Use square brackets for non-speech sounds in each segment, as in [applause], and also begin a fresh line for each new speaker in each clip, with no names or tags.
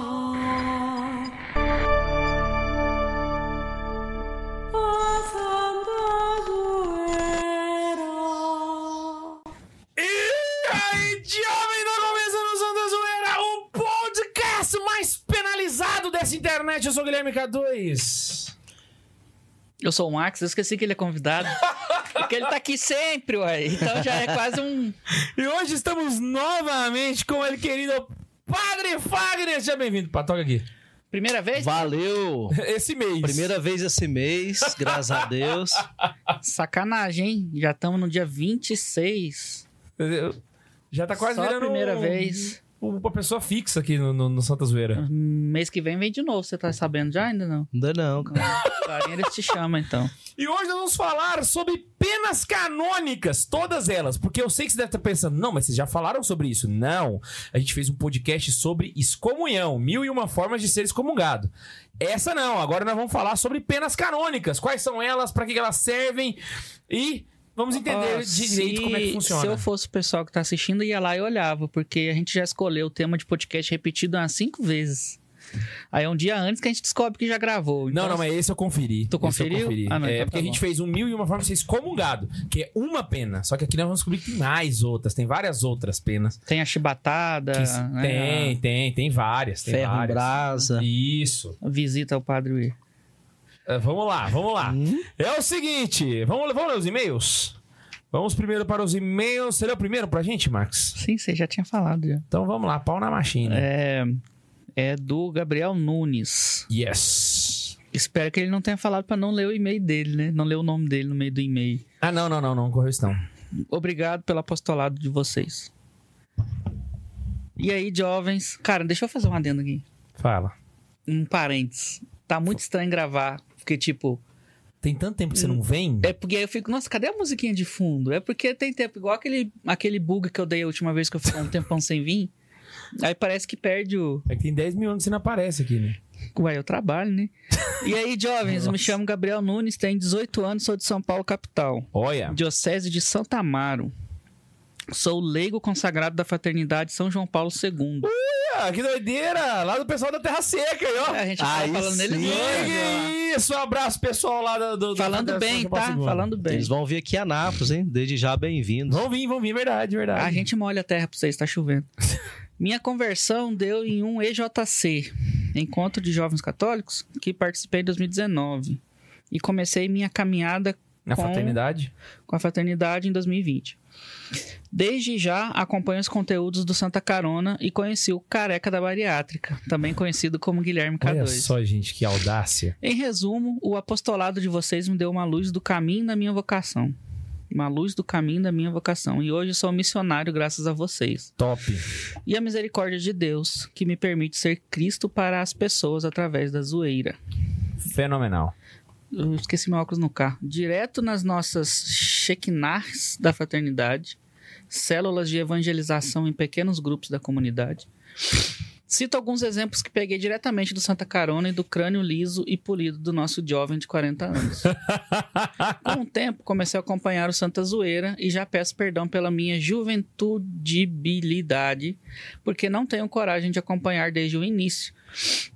começar. A Santa Zoeira.
E aí, jovem, tá começando o Santa Zoeira, o podcast mais penalizado dessa internet. Eu sou o Guilherme K2.
Eu sou o Max, eu esqueci que ele é convidado. Porque ele tá aqui sempre, ué. Então já é quase um.
E hoje estamos novamente com ele, querido Padre Fagner. Seja bem-vindo, Patoca aqui.
Primeira vez?
Valeu!
Esse mês.
Primeira vez esse mês, graças a [laughs] Deus.
Sacanagem, hein? Já estamos no dia 26.
Entendeu? Já tá quase
Só
virando
a primeira
um-
vez.
uma pessoa fixa aqui no, no- no Santa Zoeira.
Mês que vem vem de novo, você tá sabendo já? Ainda não.
Ainda não, cara.
Clarinha, eles te chamam então.
E hoje nós vamos falar sobre penas canônicas, todas elas, porque eu sei que você deve estar pensando, não, mas vocês já falaram sobre isso. Não, a gente fez um podcast sobre excomunhão, mil e uma formas de ser excomungado. Essa não, agora nós vamos falar sobre penas canônicas, quais são elas, para que que elas servem e vamos entender
Ó,
direito como é que funciona.
Se eu fosse o pessoal que tá assistindo, ia lá e olhava, porque a gente já escolheu o tema de podcast repetido umas cinco vezes. Aí é um dia antes que a gente descobre que já gravou.
Não,
Então,
não, mas esse eu conferi.
Tu
Esse eu
conferiu?
conferi.
Ah, não,
é,
então tá
porque a gente
bom.
fez um mil e uma forma de ser excomungado, que é uma pena. Só que aqui nós vamos descobrir que tem mais outras, tem várias outras penas.
Tem a chibatada,
Que se-
né?
Tem, tem, tem várias. Tem
Ferro em
várias.
brasa.
Isso.
A visita ao padre.
É, vamos lá, vamos lá.
Hum?
É o seguinte, vamos, vamos ler os e-mails? Vamos primeiro para os e-mails. Você leu primeiro pra gente, Marcos?
Sim, você já tinha falado já.
Então vamos lá, pau na machina.
É, é do Gabriel Nunes.
Yes.
Espero que ele não tenha falado pra não ler o e-mail dele, né? Não ler o nome dele no meio do e-mail.
Ah, não, não, não, não correu isso não.
Obrigado pelo apostolado de vocês. E aí, jovens? Cara, deixa eu fazer um adendo aqui.
Fala.
Um parênteses. Tá muito estranho gravar, porque tipo,
Tem tanto tempo que você não vem?
é porque aí eu fico, nossa, cadê a musiquinha de fundo? É porque tem tempo igual aquele aquele bug que eu dei a última vez que eu fiquei um tempão sem vir. Aí parece que perde o
É que tem 10 mil anos que você não aparece aqui, né?
Ué, eu trabalho, né? E aí, jovens, eu me chamo Gabriel Nunes, tenho 18 anos, sou de São Paulo, capital.
Olha.
Diocese de Santa Amaro. Sou leigo consagrado da Fraternidade São João Paulo II.
Ah, que doideira! Lá do pessoal da Terra Seca, aí, ó.
a gente tá
Uh, aí
falando deles
sim.
hoje, ó.
Que isso! Um abraço, pessoal lá do... do
Falando
da-
bem,
da-
tá?
segunda.
Falando bem.
Eles vão vir aqui a Nápoles, hein? Desde já bem-vindos.
Vão vir, vão vir, verdade, verdade.
A gente molha a terra pra vocês, tá
[laughs]
chovendo. Minha conversão deu em um EJC, Encontro de Jovens Católicos, que participei em 2019. E comecei minha caminhada
Na
com-
fraternidade.
com a fraternidade em 2020. Desde já acompanho os conteúdos do Santa Carona e conheci o Careca da Bariátrica, também conhecido como Guilherme
Olha
K2.
só, gente, que audácia.
Em resumo, o apostolado de vocês me deu uma luz do caminho da minha vocação. Uma luz do caminho da minha vocação. E hoje sou um missionário graças a vocês.
Top.
E a misericórdia de Deus, que me permite ser Cristo para as pessoas através da zoeira.
Fenomenal.
Eu esqueci meu óculos no carro. Direto nas nossas chequinars da fraternidade, células de evangelização em pequenos grupos da comunidade. Cito alguns exemplos que peguei diretamente do Santa Carona e do crânio liso e polido do nosso jovem de 40 anos. Com o tempo, comecei a acompanhar o Santa Zoeira e já peço perdão pela minha juventudibilidade, porque não tenho coragem de acompanhar desde o início.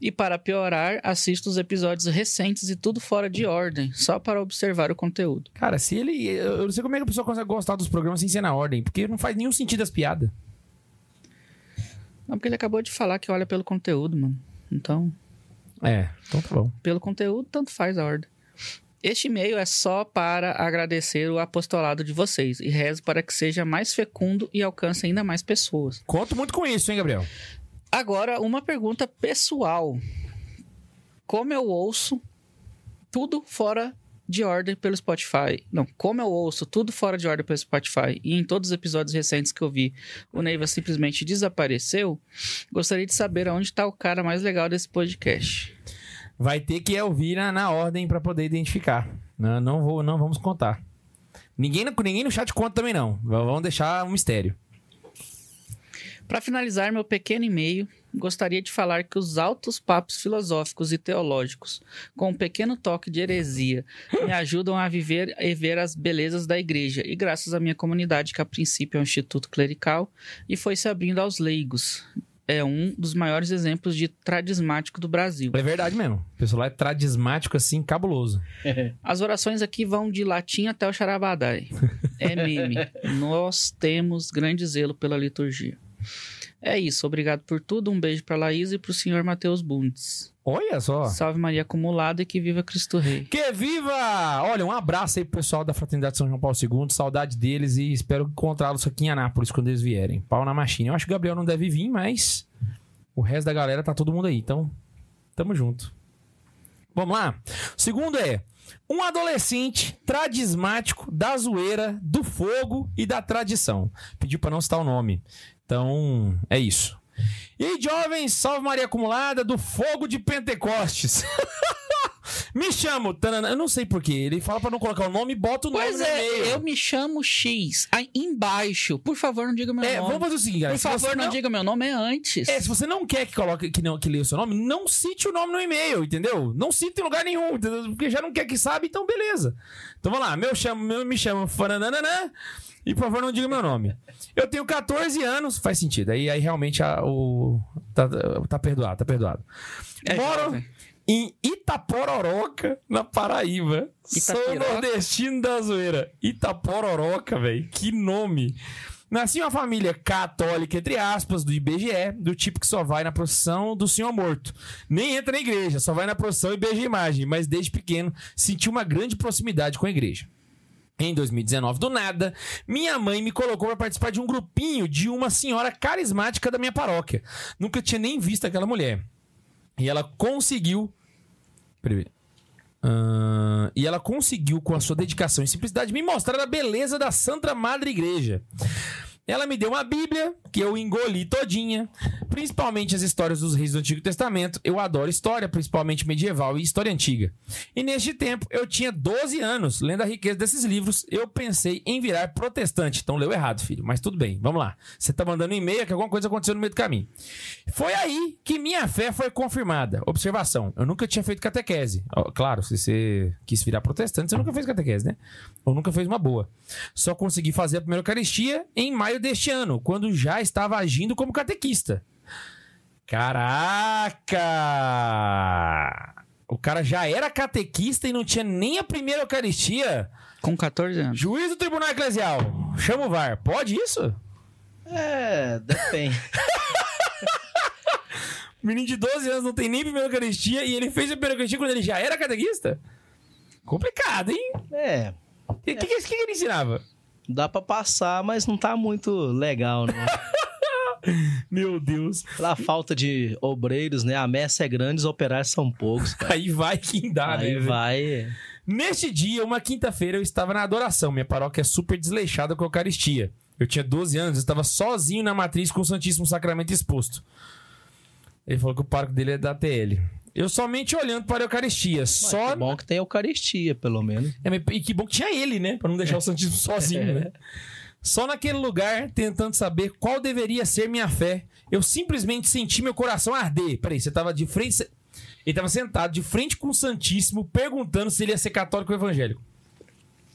E para piorar, assisto os episódios recentes e tudo fora de ordem, só para observar o conteúdo.
Cara, se ele. Eu não sei como é que a pessoa consegue gostar dos programas sem ser na ordem, porque não faz nenhum sentido as piadas.
Não, porque ele acabou de falar que olha pelo conteúdo, mano. Então,
É, então tá bom.
pelo conteúdo, tanto faz a ordem. Este e-mail é só para agradecer o apostolado de vocês e rezo para que seja mais fecundo e alcance ainda mais pessoas.
Conto muito com isso, hein, Gabriel?
Agora, uma pergunta pessoal. Como eu ouço tudo fora de ordem pelo Spotify? Não, como eu ouço tudo fora de ordem pelo Spotify e em todos os episódios recentes que eu vi, o Neiva simplesmente desapareceu, gostaria de saber aonde está o cara mais legal desse podcast.
Vai ter que ouvir na, na ordem pra poder identificar. Não, não vou, não vamos contar. Ninguém, no- ninguém no chat conta também, não. V- Vamos deixar um mistério.
Para finalizar meu pequeno e-mail, gostaria de falar que os altos papos filosóficos e teológicos, com um pequeno toque de heresia, me ajudam a viver e ver as belezas da igreja, e graças à minha comunidade, que a princípio é um instituto clerical, e foi se abrindo aos leigos. É um dos maiores exemplos de tradismático do Brasil.
É verdade mesmo. O pessoal lá é tradismático, assim, cabuloso.
As orações aqui vão de latim até o charabadai.
[laughs]
É meme. Nós temos grande zelo pela liturgia. É isso, obrigado por tudo. Um beijo pra Laís e pro senhor Matheus Bundes.
Olha só.
Salve Maria acumulada e que viva Cristo Rei.
Que viva! Olha, um abraço aí pro pessoal da Fraternidade São João Paulo II, saudade deles e espero encontrá-los aqui em Anápolis quando eles vierem. Pau na machine. Eu acho que o Gabriel não deve vir, mas o resto da galera tá todo mundo aí, então tamo junto. Vamos lá. O segundo é um adolescente tradismático da zoeira, do fogo e da tradição. Pediu pra não citar o nome. Então, é isso. E jovens, salve Maria acumulada do fogo de Pentecostes. [laughs] Me chamo, tanana. eu não sei porquê. Ele fala pra não colocar o nome e bota o nome
Pois
no e-mail.
é, eu me chamo X. Aí embaixo, por favor, não diga meu
É,
nome.
vamos fazer o seguinte, galera.
Por
Se você
favor, não, diga meu nome, é antes.
É, se você não quer que coloque que não que leia o seu nome, não cite o nome no e-mail, entendeu? Não cite em lugar nenhum, entendeu? porque já não quer que sabe, então beleza. Então vamos lá, meu chamo, meu- me chama Fananana e por favor não diga meu nome. Eu tenho 14 anos, faz sentido. Aí aí realmente a- o tá, tá perdoado, tá perdoado.
É,
Moro
jovem.
em Itapororoca, na Paraíba. Sou
Itapiroca?
nordestino da zoeira. Itapororoca, velho. Que nome. Nasci em uma família católica, entre aspas, do IBGE, do tipo que só vai na procissão do senhor morto. Nem entra na igreja, só vai na procissão e beija a imagem. Mas desde pequeno senti uma grande proximidade com a igreja. Em 2019, do nada, minha mãe me colocou para participar de um grupinho de uma senhora carismática da minha paróquia. Nunca tinha nem visto aquela mulher. E ela conseguiu. Peraí. Ahn, e ela conseguiu, com a sua dedicação e simplicidade, me mostrar a beleza da Santa Madre Igreja. Ela me deu uma Bíblia, que eu engoli todinha, principalmente as histórias dos reis do Antigo Testamento. Eu adoro história, principalmente medieval e história antiga. E neste tempo, eu tinha 12 anos, lendo a riqueza desses livros, eu pensei em virar protestante. Então leu errado, filho, mas tudo bem, vamos lá. Você tá mandando um e-mail que alguma coisa aconteceu no meio do caminho. Foi aí que minha fé foi confirmada. Observação: eu nunca tinha feito catequese. Ó, Claro, se você quis virar protestante, você nunca fez catequese, né? Ou nunca fez uma boa. Só consegui fazer a primeira Eucaristia em maio deste ano, quando já estava agindo como catequista. Caraca! O cara já era catequista e não tinha nem a primeira Eucaristia.
Com 14 anos.
Juiz do Tribunal Eclesial, chama o VAR. Pode isso?
É, depende.
Menino de 12 anos não tem nem primeira Eucaristia e ele fez a primeira Eucaristia quando ele já era catequista? Complicado, hein?
[laughs] É,
O que, que, que ele ensinava?
dá pra passar, mas não tá muito legal, não.
Meu Deus.
[laughs] Pela falta de obreiros, né? A messa é grande, os operários são poucos.
Aí vai quem dá,
Aí
né?
vai.
Neste dia, uma quinta-feira, eu estava na adoração. Minha paróquia é super desleixada com a Eucaristia. Eu tinha 12 anos, eu estava sozinho na matriz com o Santíssimo Sacramento exposto. Ele falou que o parque dele é da TL. Eu somente olhando para a Eucaristia.
Só...
só
Que bom que tem Eucaristia, pelo menos.
É, mas- e que bom que tinha ele, né? Pra não deixar o Santíssimo [laughs] sozinho, né? Só naquele lugar, tentando saber qual deveria ser minha fé, eu simplesmente senti meu coração arder. Peraí, você tava de frente. Ele tava sentado de frente com o Santíssimo, perguntando se ele ia ser católico ou evangélico. [laughs]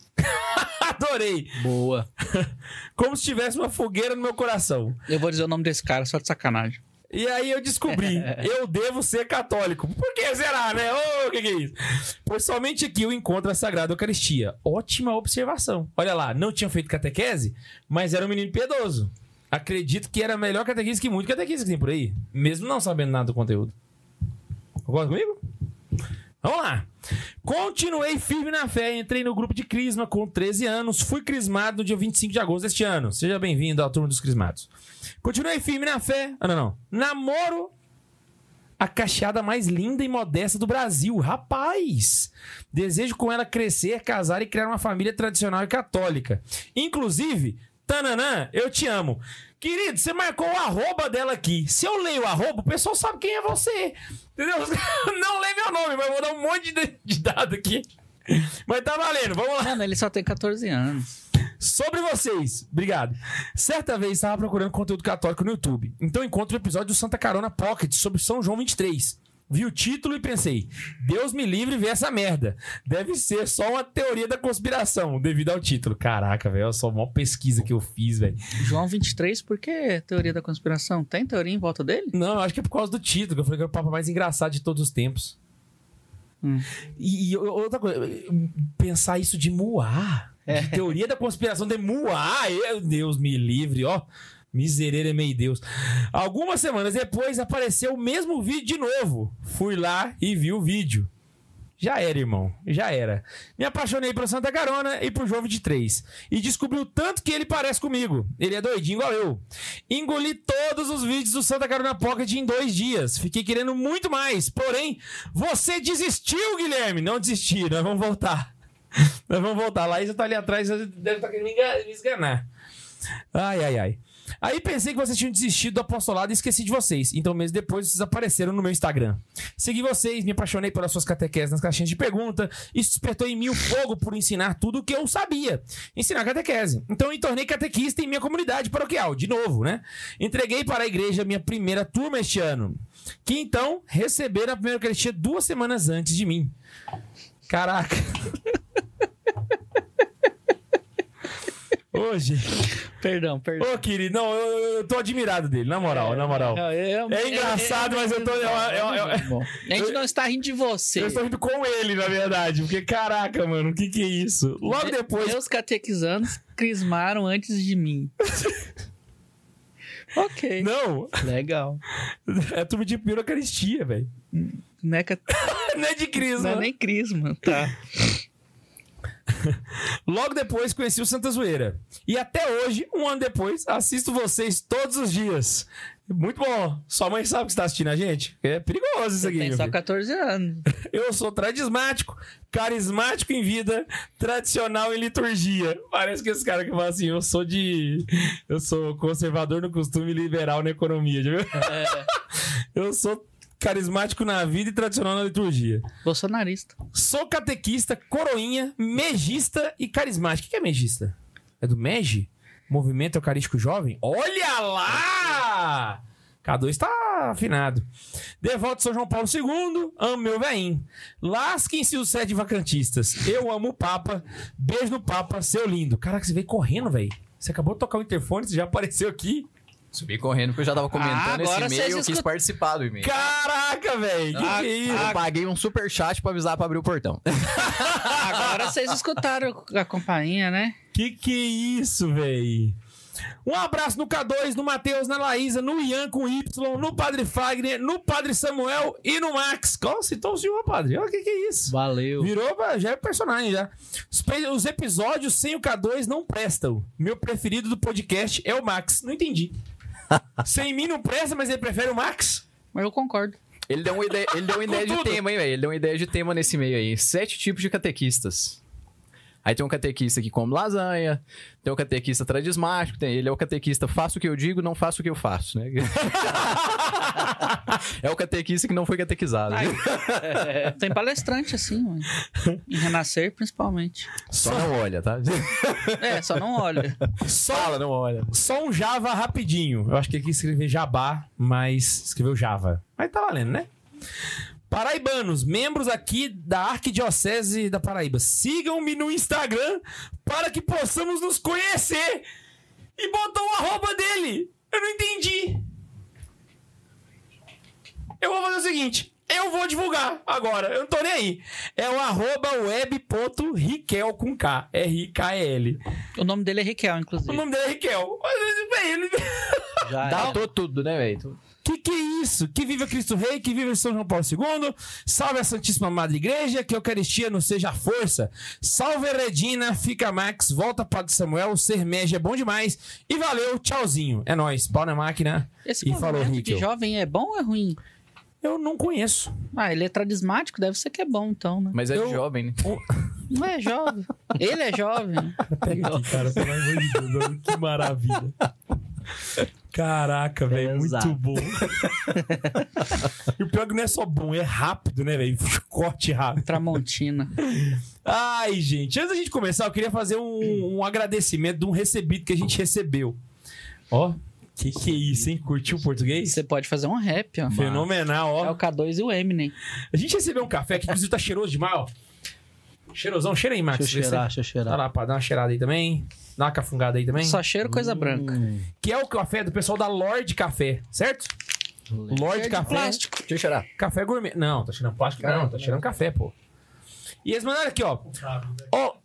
Adorei! [laughs]
Boa.
Como se tivesse uma fogueira no meu coração.
Eu vou dizer o nome desse cara, só de sacanagem.
E aí eu descobri, eu devo ser católico. Por que será, né? Ô, o que, que é isso? Pois somente aqui eu encontro a Sagrada Eucaristia. Ótima observação. Olha lá, não tinha feito catequese, mas era um menino piedoso. Acredito que era melhor catequese que muito catequese que tem por aí. Mesmo não sabendo nada do conteúdo. Concorda comigo? Vamos lá. Continuei firme na fé, entrei no grupo de Crisma com 13 anos, fui crismado no dia 25 de agosto deste ano. Seja bem-vindo à turma dos crismados. Continuei firme na fé. Ah, não, não. Namoro a cacheada mais linda e modesta do Brasil. Rapaz! Desejo com ela crescer, casar e criar uma família tradicional e católica. Inclusive, tananã, eu te amo. Querido, você marcou o arroba dela aqui. Se eu leio o arroba, o pessoal sabe quem é você. Entendeu? [laughs] Não leio meu nome, mas eu vou dar um monte de de dado aqui. Mas tá valendo, vamos lá.
Mano, ele só tem 14 anos.
Sobre vocês. Obrigado. Certa vez estava procurando conteúdo católico no YouTube. Então encontro o episódio do Santa Carona Pocket sobre São João 23. Vi o título e pensei: Deus me livre ver essa merda. Deve ser só uma teoria da conspiração, devido ao título. Caraca, velho, só a maior pesquisa que eu fiz, velho.
João 23, por que teoria da conspiração? Tem teoria em volta dele?
Não, eu acho que é por causa do título, que eu falei que era o papo mais engraçado de todos os tempos.
Hum.
E, e outra coisa, pensar isso de Muá.
É.
De teoria da conspiração de Muá. Meu Deus, me livre, ó. Miserere, meu Deus. Algumas semanas depois apareceu o mesmo vídeo de novo. Fui lá e vi o vídeo. Já era, irmão. Já era. Me apaixonei pelo Santa Carona e por João 23. E descobri o tanto que ele parece comigo. Ele é doidinho igual eu. Engoli todos os vídeos do Santa Carona Pocket em dois dias. Fiquei querendo muito mais. Porém, você desistiu, Guilherme. Não desisti. Nós vamos voltar. [laughs] Nós vamos voltar. Laís tá ali atrás. Deve estar querendo me enga- me esganar. Ai, ai, ai. Aí pensei que vocês tinham desistido do apostolado e esqueci de vocês. Então, meses depois, vocês apareceram no meu Instagram. Segui vocês, me apaixonei pelas suas catequeses nas caixinhas de pergunta. Isso despertou em mim o fogo por ensinar tudo o que eu sabia. Ensinar catequese. Então, eu me tornei catequista em minha comunidade paroquial, de novo, né? Entreguei para a igreja minha primeira turma este ano. Que então receberam a primeira Eucaristia duas semanas antes de mim. Caraca. [laughs] Hoje.
Perdão, perdão.
Ô, querido, não, eu, eu- eu tô admirado dele, na moral, na moral. É engraçado, mas eu tô. eu- eu- eu-
Bom, é, a gente não está rindo de você.
eu estou rindo com ele, na verdade, porque caraca, mano, o que que é isso? Logo depois.
Meus catequizandos crismaram antes
[laughs]
de mim. ok.
Não, [laughs]
Legal.
é turma de primeira Eucaristia, velho.
Não é, cat-
Não é de
não
crisma.
é nem crisma.
[laughs]
Tá.
Logo depois conheci o Santa Zoeira. E até hoje, um ano depois, assisto vocês todos os dias. Muito bom. Sua mãe sabe que está assistindo a gente? É perigoso isso
Você
aqui.
tem
meu
só
filho.
14 anos.
Eu sou tradismático, carismático em vida, tradicional em liturgia. Parece que esse cara que fala assim, eu sou de. Eu sou conservador no costume e liberal na economia, já viu? [laughs] Eu sou carismático na vida e tradicional na liturgia.
Bolsonarista.
Sou catequista, coroinha, megista e carismático. O que é megista? É do MEG? Movimento Eucarístico Jovem? Olha lá! K2 tá afinado. Devoto São João Paulo II, amo meu veinho. Lasquem-se os sete vacantistas. Eu amo o Papa. Beijo no Papa, seu lindo. Caraca, você veio correndo, velho. Você acabou de tocar o interfone, você já apareceu aqui.
Subi correndo porque eu já tava
Ah,
comentando
agora
esse e-mail
vocês
eu quis
escut-
participar do e-mail.
Caraca, velho. Que
É. Ah,
que é isso?
Eu paguei um super chat pra avisar pra abrir o portão.
Agora vocês escutaram a campainha, né?
Que que é isso, véi? Um abraço no K2, no Matheus, na Laísa, no Ian com Y, no Padre Fagner, no Padre Samuel e no Max. Qual citou o senhor, padre? Olha o que que é isso.
Valeu.
Virou, pra- já é personagem já. Os, pe- os episódios sem o K2 não prestam. Meu preferido do podcast é o Max. Não entendi. sem mim não presta, mas ele prefere o Max?
Mas eu concordo.
Ele deu uma ideia,
[laughs]
ele deu uma ideia de
tudo.
tema, hein, velho? Ele deu uma ideia de tema nesse e-mail aí. Sete tipos de catequistas. Aí tem um catequista que come lasanha, tem um catequista tradismático, tem ele é o catequista faço o que eu digo, não faço o que eu faço, né? [laughs] é o catequista que não foi catequizado. né?
Tem palestrante assim, mano. Em Renascer, principalmente.
Só não olha, tá?
É, só não olha.
Só,
Fala, não olha.
só um Java rapidinho. Eu acho que aqui escrever Jabá, mas escreveu Java. Mas tá valendo, né? Paraibanos, membros aqui da Arquidiocese da Paraíba, sigam-me no Instagram para que possamos nos conhecer. E botou o arroba dele. Eu não entendi. Eu vou fazer o seguinte. Eu vou divulgar agora. Eu não tô nem aí. É o arroba web.riquel com K. R-I-K-L.
O nome dele é Riquel,
O
inclusive.
nome dele é Riquel. Mas, bem, ele- [laughs]
Já é.
Datou tudo, né, velho?
Que que é isso? Que viva Cristo Rei, que viva São João Paulo II, salve a Santíssima Madre Igreja, que a Eucaristia não seja a força, salve a Regina, fica Max, volta Padre Samuel, ser médio é bom demais, e valeu, tchauzinho, é nóis, pau na máquina,
Esse
e falou
movimento de
Riquel.
jovem é bom ou é ruim?
Eu não [laughs] conheço.
Ah, ele é tradismático, deve ser que é bom, então, né?
Mas é
Eu-
de jovem, né?
Não é jovem. Ele é jovem.
Pega aqui, cara, pelo amor de Deus, que maravilha. Caraca, velho,
Exato.
muito [laughs] bom. e o pior é que não é só bom, é rápido, né, velho? Corte rápido.
Tramontina.
Ai, gente, antes da gente começar, eu queria fazer um, um agradecimento de um recebido que a gente recebeu. Ó, que que é isso, hein? Curtiu o português?
Você pode fazer um rap, ó.
Fenomenal,
É
ó.
o K2 e o Eminem.
A gente recebeu um café que inclusive tá cheiroso demais, ó. Cheirosão, cheira aí, Max.
Deixa eu cheirar, deixa eu
Dá
cheirar.
tá lá pra dar uma cheirada aí também. Dá uma cafungada aí também.
Só cheiro coisa branca.
Que é o café do pessoal da Lord Café, certo? Lord
Cheiro É de
Café.
plástico.
Deixa eu cheirar.
Café gourmet. Não, tá cheirando plástico, não. Tá cheirando café, pô. E eles mandaram aqui, ó. Ó,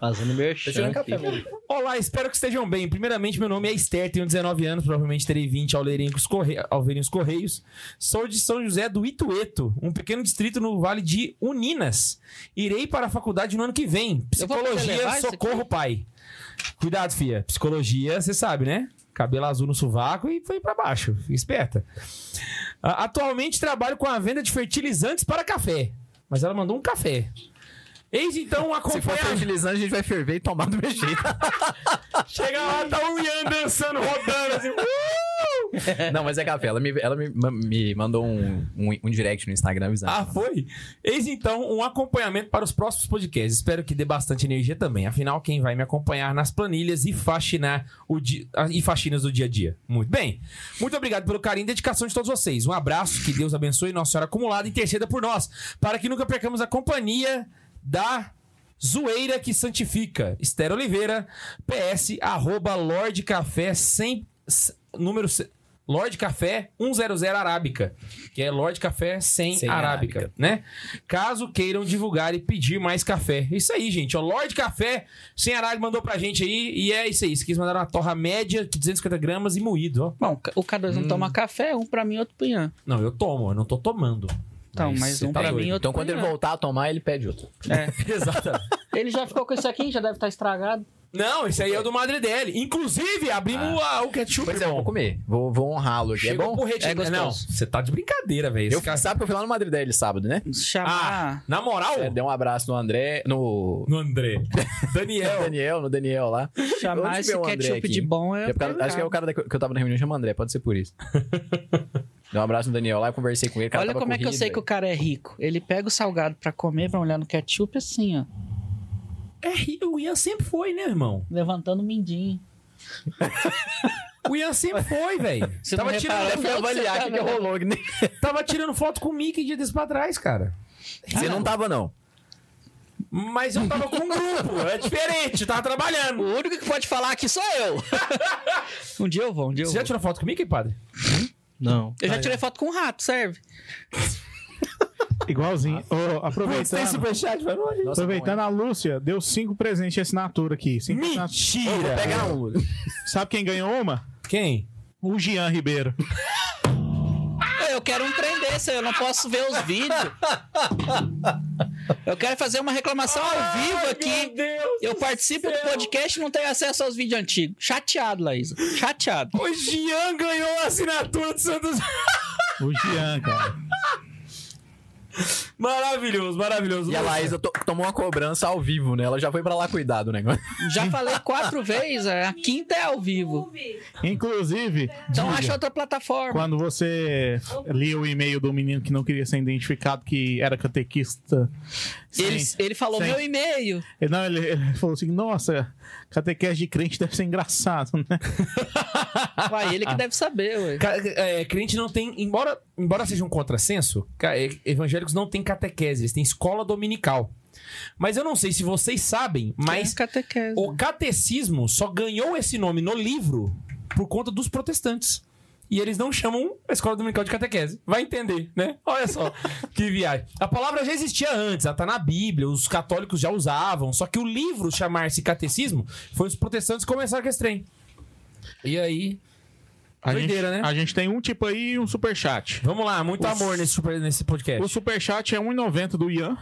Fazendo merchan
tirando
aqui.
café, mano.
Olá, espero que estejam bem. Primeiramente, meu nome é Esther, tenho 19 anos, provavelmente terei 20 ao lerem os Corre- ao verem os Correios. Sou de São José do Itueto, um pequeno distrito no Vale de Uninas. Irei para a faculdade no ano que vem.
Eu vou poder levar
Psicologia,
isso
socorro, pai. Cuidado, filha. Psicologia, você sabe, né? Cabelo azul no sovaco e foi pra baixo. Fica esperta. Ah, Atualmente trabalho com a venda de fertilizantes para café. Mas ela mandou um café. Eis então um
Se for
acompanhamento.
fertilizante, a gente vai ferver e tomar do meu jeito.
Chega lá, tá o Ian dançando, rodando assim.
Não, mas é café. Ela me, ela me, me mandou um, um, um direct no Instagram avisando.
Ah, foi? Eis então um acompanhamento para os próximos podcasts. Espero que dê bastante energia também. Afinal, quem vai me acompanhar nas planilhas e faxinar o di... ah, e faxinas do dia a dia? Muito bem. Muito obrigado pelo carinho e dedicação de todos vocês. Um abraço, que Deus abençoe Nossa Senhora acumulada e interceda por nós, para que nunca percamos a companhia da Zoeira que santifica. Esther Oliveira, PS, arroba Lorde Café, sem, s- número... se- Lorde Café 100 Arábica, que é Lorde Café sem,
Sem
arábica,
arábica.
né? Caso queiram divulgar e pedir mais café. Isso aí, gente. Ó, Lorde Café sem Arábica mandou pra gente aí e é isso aí. Se quis mandar uma torra média, 250 gramas e moído, ó.
Bom, o K2 não toma café, um pra mim, outro pro Ian.
Não, eu tomo, eu não tô tomando.
Então, mas
você
um
tá
pra
doido. [laughs]
mim, outro
Então,
pro
quando ele
Ian.
voltar a tomar, ele pede outro.
É.
Exatamente.
Ele já ficou com isso aqui, já deve estar estragado.
Não, esse aí é o do Madre dele. Inclusive, abrimos
Ah.
a- o ketchup.
Pois é, eu
irmão.
vou comer. Vou, vou honrá-lo aqui. É
Chegou
bom?
por recheio.
É gostoso.
não, você tá de brincadeira, velho.
Eu,
Esse cara-
sabe que eu fui lá no Madrid dele sábado, né?
Ah,
Chamar.
na moral,
É, dei um abraço no André, no
no
[laughs]
André.
no
Daniel.
um Daniel, no Daniel lá.
chamar
Onde
esse
vê o André
ketchup
aqui?
de bom é.
É por causa- acho que é o cara da- que eu tava na reunião chama André, pode ser
[laughs]
por isso. Dei um abraço no Daniel lá, eu conversei com ele. o cara
Olha
tava
como é que eu
corrido,
sei que o cara é rico. Ele pega o salgado pra comer, pra olhar no ketchup assim, ó.
É, ri- o Ian sempre foi, né, irmão?
Levantando o mindinho.
O Ian sempre foi, velho.
Você
Tava
não
tirando-
reparou?
velho. Até fui avaliar o que, que rolou. que nem-
Tava tirando foto com o Mickey dia desse pra trás, cara.
Você não tava, não.
Mas eu tava com um grupo, é diferente, tava trabalhando.
único que pode falar aqui sou eu. um dia eu vou, um dia eu
Você
vou.
já tirou foto com o Mickey, padre?
Não.
Eu já tirei foto com um rato, serve.
Igualzinho. Ô,
Putz, tem
aproveitando.
superchat, vai longe.
Nossa,
Aproveitando, a Lúcia deu cinco presentes de assinatura aqui. Cinco
tá
assinaturas.
Mentira!
Pegar um.
Sabe quem ganhou uma?
Quem?
O Jean Ribeiro.
Eu quero um trem desse, eu não posso ver os vídeos. Eu quero fazer uma reclamação ao vivo
Meu
aqui.
Deus!
Eu participo do
céu.
podcast e não tenho acesso aos vídeos antigos. Chateado, Laísa. Chateado.
O Jean ganhou a assinatura do Santos. [laughs]
O Jean, cara.
Maravilhoso, maravilhoso.
E a Laísa to- tomou uma cobrança ao vivo, né? Ela já foi pra lá cuidar do negócio.
Já falei
[laughs]
quatro vezes, a quinta é ao vivo.
Inclusive,
Então
diga,
acha outra plataforma.
quando você lia o e-mail do menino que não queria ser identificado, que era catequista. sem-
Ele, ele falou
Sim.
meu e-mail.
Ele- Não, ele, ele falou assim: nossa, catequese de crente deve ser engraçado, né?
Vai, ele que deve saber, ué.
Ca- é, crente não tem, embora, embora seja um contrassenso, ca- é, evangélicos não têm catequese, eles têm escola dominical. Mas eu não sei se vocês sabem, mas
É catequese.
o catecismo só ganhou esse nome no livro por conta dos protestantes. E eles não chamam a escola dominical de catequese. Vai entender, né? Olha
[laughs]
só que viagem. A palavra já existia antes, ela tá na Bíblia, os católicos já usavam, só que o livro chamar-se catecismo foi os protestantes que começaram com esse trem. E aí.
A
Doideira,
gente,
né?
A gente tem um tipo aí e um superchat.
Vamos lá, muito amor nesse, super- nesse podcast.
O superchat é 1,90 do Ian,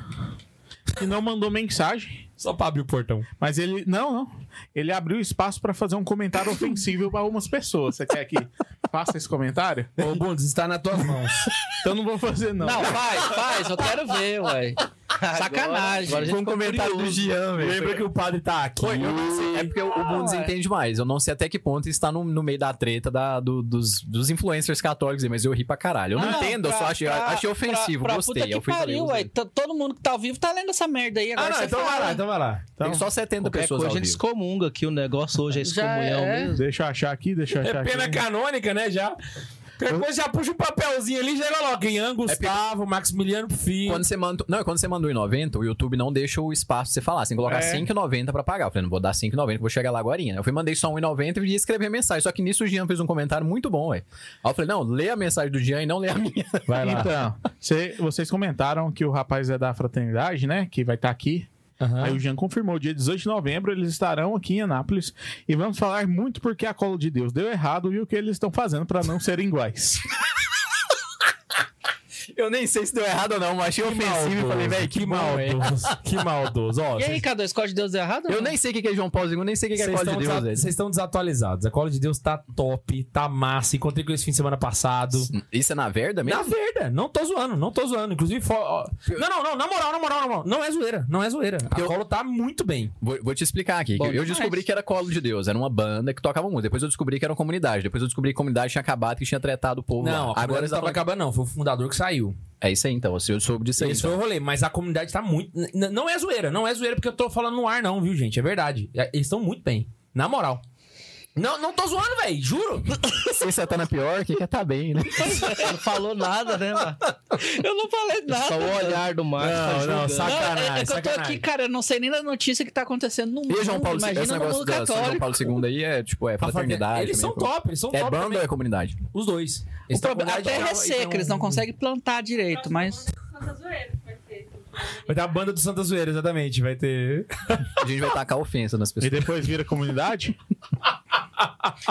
que não mandou mensagem.
Só pra abrir o portão.
Mas ele. Não, não. Ele abriu espaço pra fazer um comentário ofensivo pra algumas pessoas. Você quer que faça esse comentário?
[laughs] Ô, Bundes, está nas tuas mãos.
Então não vou fazer, não.
Não, faz, faz, eu quero ver, ué. Sacanagem.
Agora a gente
Foi um
ficou
comentário do
curioso.
Gian, velho.
Lembra que o padre tá aqui.
Foi, eu não sei. É porque o, o Bundes
ué.
entende mais. Eu não sei até que ponto está no, no meio da treta da, do- dos, dos influencers católicos, aí, mas eu ri pra caralho. Eu não,
Ah,
entendo, eu só
pra-
achei,
pra-
achei ofensivo,
pra, pra
gostei.
Puta
eu
que
fui falei,
pariu,
usei.
ué. Tá- Todo mundo que tá ao vivo tá lendo essa merda aí. Agora
Ah, não,
você
então
fala.
vai lá, então vai lá.
Então,
Tem só 70
Qualquer
pessoas
é coisa a
ao
gente
vivo.
excomunga aqui o negócio hoje, é
Já
excomunhão
é.
mesmo.
Deixa eu achar aqui, deixa eu achar
É pena
aqui.
canônica, né? Já. Qualquer coisa, já puxa um papelzinho ali e já coloca em Ian Gustavo, Maximiliano Filho.
Quando você manda. Não, é quando você manda 1,90, o YouTube não deixa o espaço pra você falar. Você tem que colocar
É.
5,90 pra pagar. Eu falei, não vou dar 5,90, que eu vou chegar lá agora. Eu fui mandei só 1,90 e ia escrever mensagem. Só que nisso o Gian fez um comentário muito bom, ué. Aí eu falei, não, lê a mensagem do Gian e não lê a minha.
Vai
[laughs]
lá.
Então, cê- vocês comentaram que o rapaz é da fraternidade, né? Que vai estar aqui.
Aham.
Aí o Jean confirmou, dia 18 de novembro eles estarão aqui em Anápolis e vamos falar muito porque é a cola de Deus deu errado e o que eles estão fazendo pra não serem iguais.
Eu nem sei se deu errado ou não, mas achei ofensivo e falei, velho, que mal, é.
maldoso. [laughs] Que maldoso. Ó,
E aí, K2, Código de Deus é errado? ou
Eu
não?
nem sei o que que é João Paulo II, nem sei o que que é
Vocês
Código
estão
de Deus,
desa-
velho.
vocês estão desatualizados. A Cola de Deus tá top, tá massa. Encontrei com esse fim de semana passado.
Isso é na verda mesmo?
Na verda, não tô zoando, não tô zoando. Inclusive, fo- ó, não, não, não, na moral, na moral, na moral. Não é zoeira, não é zoeira. A
Eu-
Colo tá muito bem.
Vou, vou te explicar aqui. que
Bom
eu
demais.
descobri que era Colo de Deus, era uma banda que tocava música. Depois eu descobri que era uma comunidade. Depois eu descobri que a comunidade tinha acabado, que tinha tretado o povo.
Não,
lá.
a agora
agora
não
eles tá
tava
falando...
acabando, não. Foi o fundador que saiu.
É isso aí então, se eu soube disso aí.
Esse
[laughs] então.
foi o rolê, mas a comunidade tá muito. n- n- Não é zoeira, não é zoeira porque eu tô falando no ar, não, viu, gente? É verdade. É- Eles estão muito bem. Na moral. Não, não tô zoando, velho, juro.
Se você tá na pior, que quer tá bem, né?
é, Não falou
[laughs]
nada, né, mano?
Eu não falei nada.
Só o olhar do Marcos.
Não,
tá
não,
julgando.
saca- é um Sacanagem,
não, é, é que eu tô
sacanagem.
aqui, cara, eu não sei nem da notícia que tá acontecendo no mundo.
E João Paulo II, esse
Imagina no
negócio
mundo
da São João
católico.
Paulo II aí é tipo, é fraternidade.
Tá Eles são
também,
top, eles são
É
top.
banda
também,
ou é comunidade?
Os dois.
O
Eles tão
problema, a
comunidade
terra é
já-
seca, eles não conseguem plantar
[laughs]
direito, mas.
Santa Zoeira que vai ter.
Vai ter a banda do Santa Zoeira, exatamente. Vai ter.
A gente vai tacar
[laughs]
ofensa nas
e
pessoas.
depois vira comunidade?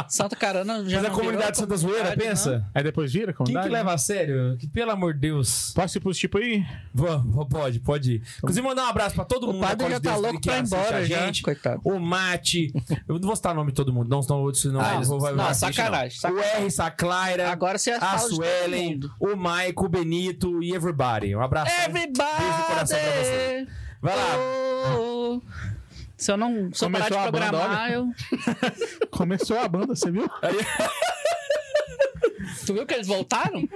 Santa Carana já.
Mas a
não virou
comunidade né? Santa Zoeira,
comunidade,
pensa.
Aí É depois vira
Quem
comunidade?
que leva a sério? Que, pelo amor de Deus.
Passe pros tipo aí.
Vamos, pode, pode ir. Inclusive, mandar um abraço pra todo
O
mundo.
padre
da Cola
já
de
tá
Deus
louco
que
pra ir
assiste a
embora, já.
gente.
Coitado.
O Mate. Eu não vou citar o nome de todo mundo, não, senão senão
Ah,
não,
eles-
vou- vai-
Não,
vai-
sacanagem.
O
sacanagem.
R, Saclaira,
Agora você é
a
fala de todo
Ah, Suelen,
mundo.
o Maico, o Benito e everybody. Um abraço. Beijo no coração pra
Everybody!
Vai lá.
Oh, oh. Se eu não se eu parar de
Começou a banda,
programar, eu.
Começou a banda, você viu?
Tu viu que eles voltaram?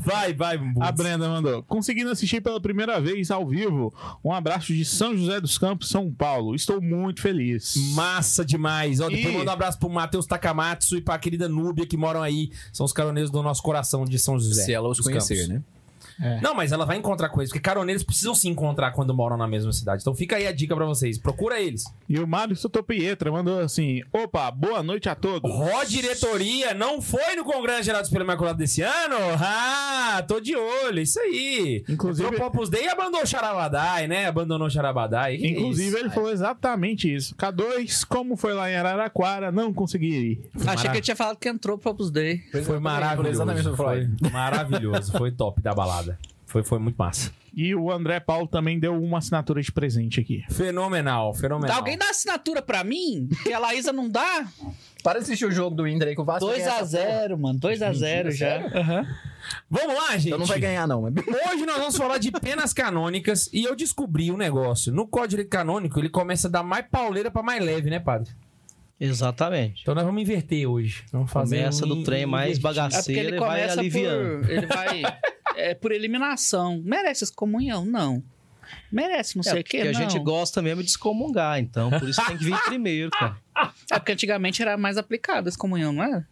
Vai, vai, Bumbum.
A Brenda mandou. Conseguindo assistir pela primeira vez ao vivo. Um abraço de São José dos Campos, São Paulo. Estou muito feliz.
Massa demais. Ó, depois
E-
manda um abraço pro Matheus Takamatsu e pra querida Núbia que moram aí. São os caroneiros do nosso coração de São José.
Se ela
é,
os
dos
conhecer,
Campos.
né?
Não, mas ela vai encontrar com eles, porque caroneiros precisam se encontrar quando moram na mesma cidade. Então fica aí a dica pra vocês. Procura eles.
E o Mário Sotopietra mandou assim: opa, boa noite a todos.
Ró diretoria não foi no Congresso Geral do Espelho Imaculado desse ano? Ah, tô de olho, isso aí.
Inclusive-
Entrou pro Opus Dei e abandonou o Charabadai, né? Abandonou o Charabadai. Que
Inclusive,
isso?
ele falou exatamente isso. K2, como foi lá em Araraquara, não consegui ir.
Achei que eu tinha falado que entrou pro Opus Dei.
foi maravilhoso.
exatamente o que eu falei.
Foi maravilhoso, foi top da balada. Foi, foi muito massa.
E o André Paulo também deu uma assinatura de presente aqui.
Fenomenal,
Dá
fenomenal.
alguém dá assinatura pra mim? Que a Laísa não dá? [laughs]
Para de assistir o jogo do Inter aí que o Vasco ganha essa porra.
2x0, mano. 2x0 já. Aham.
Vamos lá, gente.
Então não vai ganhar, não. mas-
Hoje nós vamos falar de penas canônicas e eu descobri um negócio. No Código Canônico, ele começa da mais pauleira pra mais leve, né, padre?
Exatamente.
Então nós vamos inverter hoje. Vamos fazer
Começa
um
do trem mais
invertido.
É porque
bagaceiro
ele
e vai
começa
aliviando.
por. Ele vai. É por eliminação. Merece excomunhão? Não. Merece não sei
É,
o quê?
porque a
não.
gente gosta mesmo de excomungar, então por isso tem
[laughs]
que vir primeiro, cara.
É porque antigamente era mais aplicado excomunhão, não é?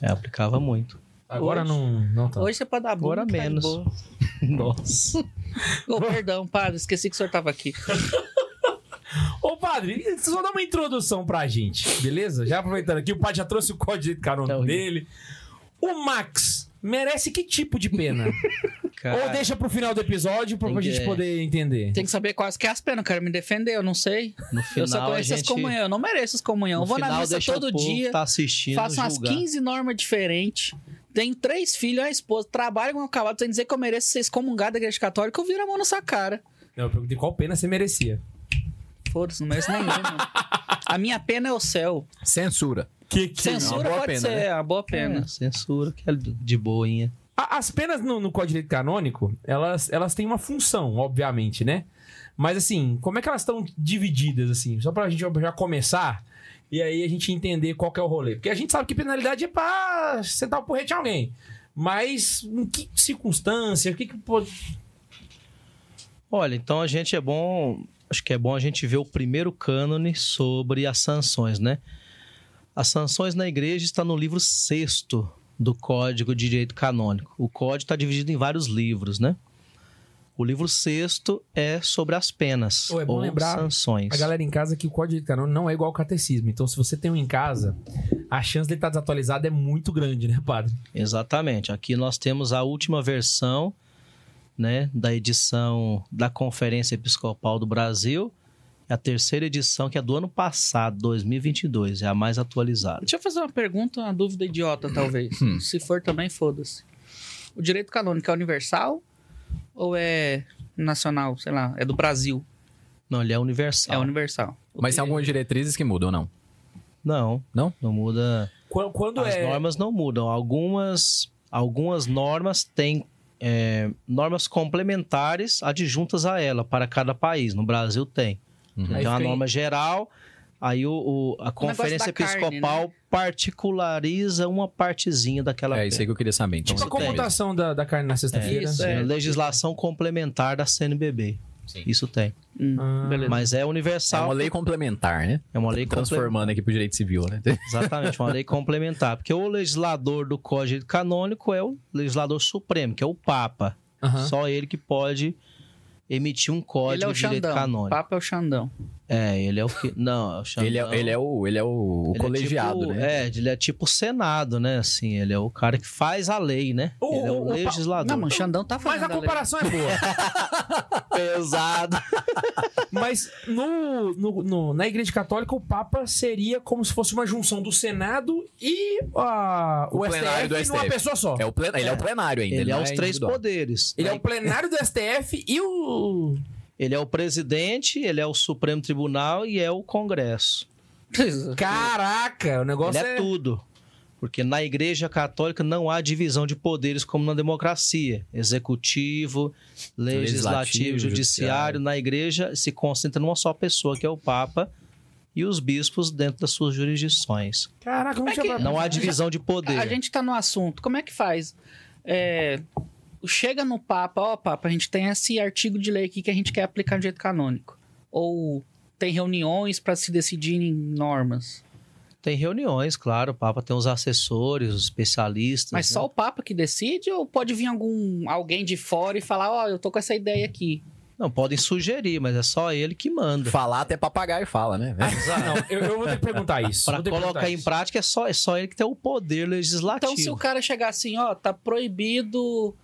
É, aplicava muito.
Agora
Hoje.
não, não tá.
Hoje você pode dar bunda.
Agora
que tá de
menos.
boa.
[laughs] Nossa.
Ô, perdão, padre, esqueci que o senhor tava aqui.
Ô, padre, só dá uma introdução pra gente, beleza? Já aproveitando aqui, o padre já trouxe o código
Tá
canônico
horrível.
dele. O Max merece que tipo de pena?
Cara,
Ou deixa pro final do episódio pra,
Tem
pra
que-
gente poder entender.
Tem que saber quais que é as penas. Eu quero me defender, eu não sei.
no
eu só
final a
conheço
gente...
excomunhão. Eu não mereço excomunhão.
No
Eu vou
final,
na missa
deixa o
todo
povo
dia.
Tá assistindo,
Faço umas
julgar.
15 normas diferentes. Tenho três filhos, uma esposa, trabalho com um cavalo. Tem que dizer que eu mereço ser excomungado da igreja católica, eu viro a mão na sua cara.
Não, eu perguntei qual pena você merecia.
Foda-se, não mereço nenhuma. a minha pena é o céu.
Censura.
Que que
Censura
boa
pode
pena,
ser,
né?
é uma boa pena.
É, censura, que é de boinha.
A, a
As penas no, no Código de Direito Canônico, elas, elas têm uma função, obviamente, né? Mas assim, como é que elas estão divididas, assim? Só pra gente já começar e aí a gente entender qual que é o rolê. Porque a gente sabe que penalidade é pra sentar o porrete em alguém. Mas em que circunstância? O que que pode...
Olha, então a gente é bom. Acho que é bom a gente ver o primeiro cânone sobre as sanções, né? As sanções na igreja está no livro sexto do Código de Direito Canônico. O código está dividido em vários livros, né? O livro sexto é sobre as penas
Ou é bom
ou
lembrar
sanções.
A galera em casa que o Código de Direito Canônico não é igual ao catecismo. Então, se você tem um em casa, a chance dele estar desatualizado é muito grande, né, padre?
Exatamente. Aqui nós temos a última versão né, da edição da Conferência Episcopal do Brasil. É A terceira edição, que é do ano passado, 2022, é a mais atualizada.
Deixa eu fazer uma pergunta, uma dúvida idiota, talvez. Se for também, foda-se. O direito canônico é universal ou é nacional? Sei lá, é do Brasil.
Não, ele é universal.
É universal.
Mas é um tem algumas diretrizes que mudam, não?
Não,
Não?
não muda.
Quando, quando
As
é...
normas não mudam. Algumas, algumas normas têm é, normas complementares adjuntas a ela para cada país. No Brasil tem.
Uhum.
Tem
Aí
Então, é uma
fica em-
norma geral. Aí o, o- a Conferência
da carne, né?
Episcopal particulariza uma partezinha daquela
É isso aí que eu queria saber. Então,
Tipo a
Você tem
comutação da, da carne na sexta-feira.
Isso,
É,
é.
legislação complementar da CNBB.
Sim.
Isso tem.
Hum,
Ah,
beleza.
Mas é
é
universal.
uma lei complementar, né?
é uma lei complementar.
Transformando aqui pro direito civil, né?
[laughs] Exatamente, é uma lei complementar. Porque o legislador do Código Canônico é o legislador supremo, que é o Papa.
aham.
Só ele que pode emitir um
Ele
código
é o
de direito
Xandão. O
canônico.
Papa é o Xandão.
É, ele é o que. Não, é o Xandão.
Ele é, ele é o, ele é o
ele é
colegiado,
tipo-
né?
É, ele é tipo o Senado, né? Assim, ele é o cara que faz a lei, né?
O-
ele é
o-
o
o pa-
legislador.
Não, mano, o Xandão tá fazendo
Mas a
lei.
comparação é boa.
[laughs] pesado.
[laughs] Mas no, no- no- na Igreja Católica, o Papa seria como se fosse uma junção do Senado e ah, o,
O
STF,
plenário do
numa
STF.
pessoa só.
É o plen... Ele é o plenário ainda.
Ele é
não
os três
individual.
poderes.
Ele é o plenário do STF e [laughs] o.
Ele é o presidente, ele é o Supremo Tribunal e é o Congresso.
[laughs] Precisa.
Caraca, o negócio
Ele é
é.
tudo. Porque na Igreja Católica não há divisão de poderes como na democracia. Executivo, legislativo,
Legislativo,
judiciário.
judiciário.
Na Igreja se concentra numa só pessoa, que é o Papa, e os bispos dentro das suas jurisdições.
Caraca, não
Mas
tinha.
que-
Não há divisão de
A
poder.
gente tá no assunto. Como é que faz? É, chega no Papa, ó, Papa, a gente tem esse artigo de lei aqui que a gente quer aplicar no direito canônico. Ou tem reuniões para se decidir em normas.
Tem reuniões, claro. O Papa tem os assessores, os especialistas.
Mas
né?
só o Papa que decide ou pode vir algum alguém de fora e falar, ó, eu tô com essa ideia aqui.
Não, podem sugerir, mas é só ele que manda.
Falar até papagaio fala, né?
Ah,
Não, eu, eu vou ter que perguntar isso.
Para
vou ter que
colocar
perguntar
em
isso.
prática, é só, é só ele que tem o poder legislativo.
Então, se o cara chegar assim, ó, tá proibido.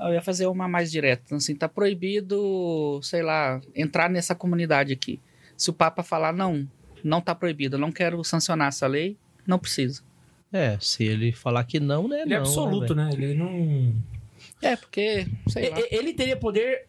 Eu ia fazer uma mais direta, assim, tá proibido, sei lá, entrar nessa comunidade aqui. Se o Papa falar, não, não tá proibido, eu não quero sancionar essa lei, não precisa.
É, se ele falar que não, né?
Ele é
não, né,
absoluto,
velho?
né? Ele não.
É, porque, sei lá.
E- e- Ele teria poder.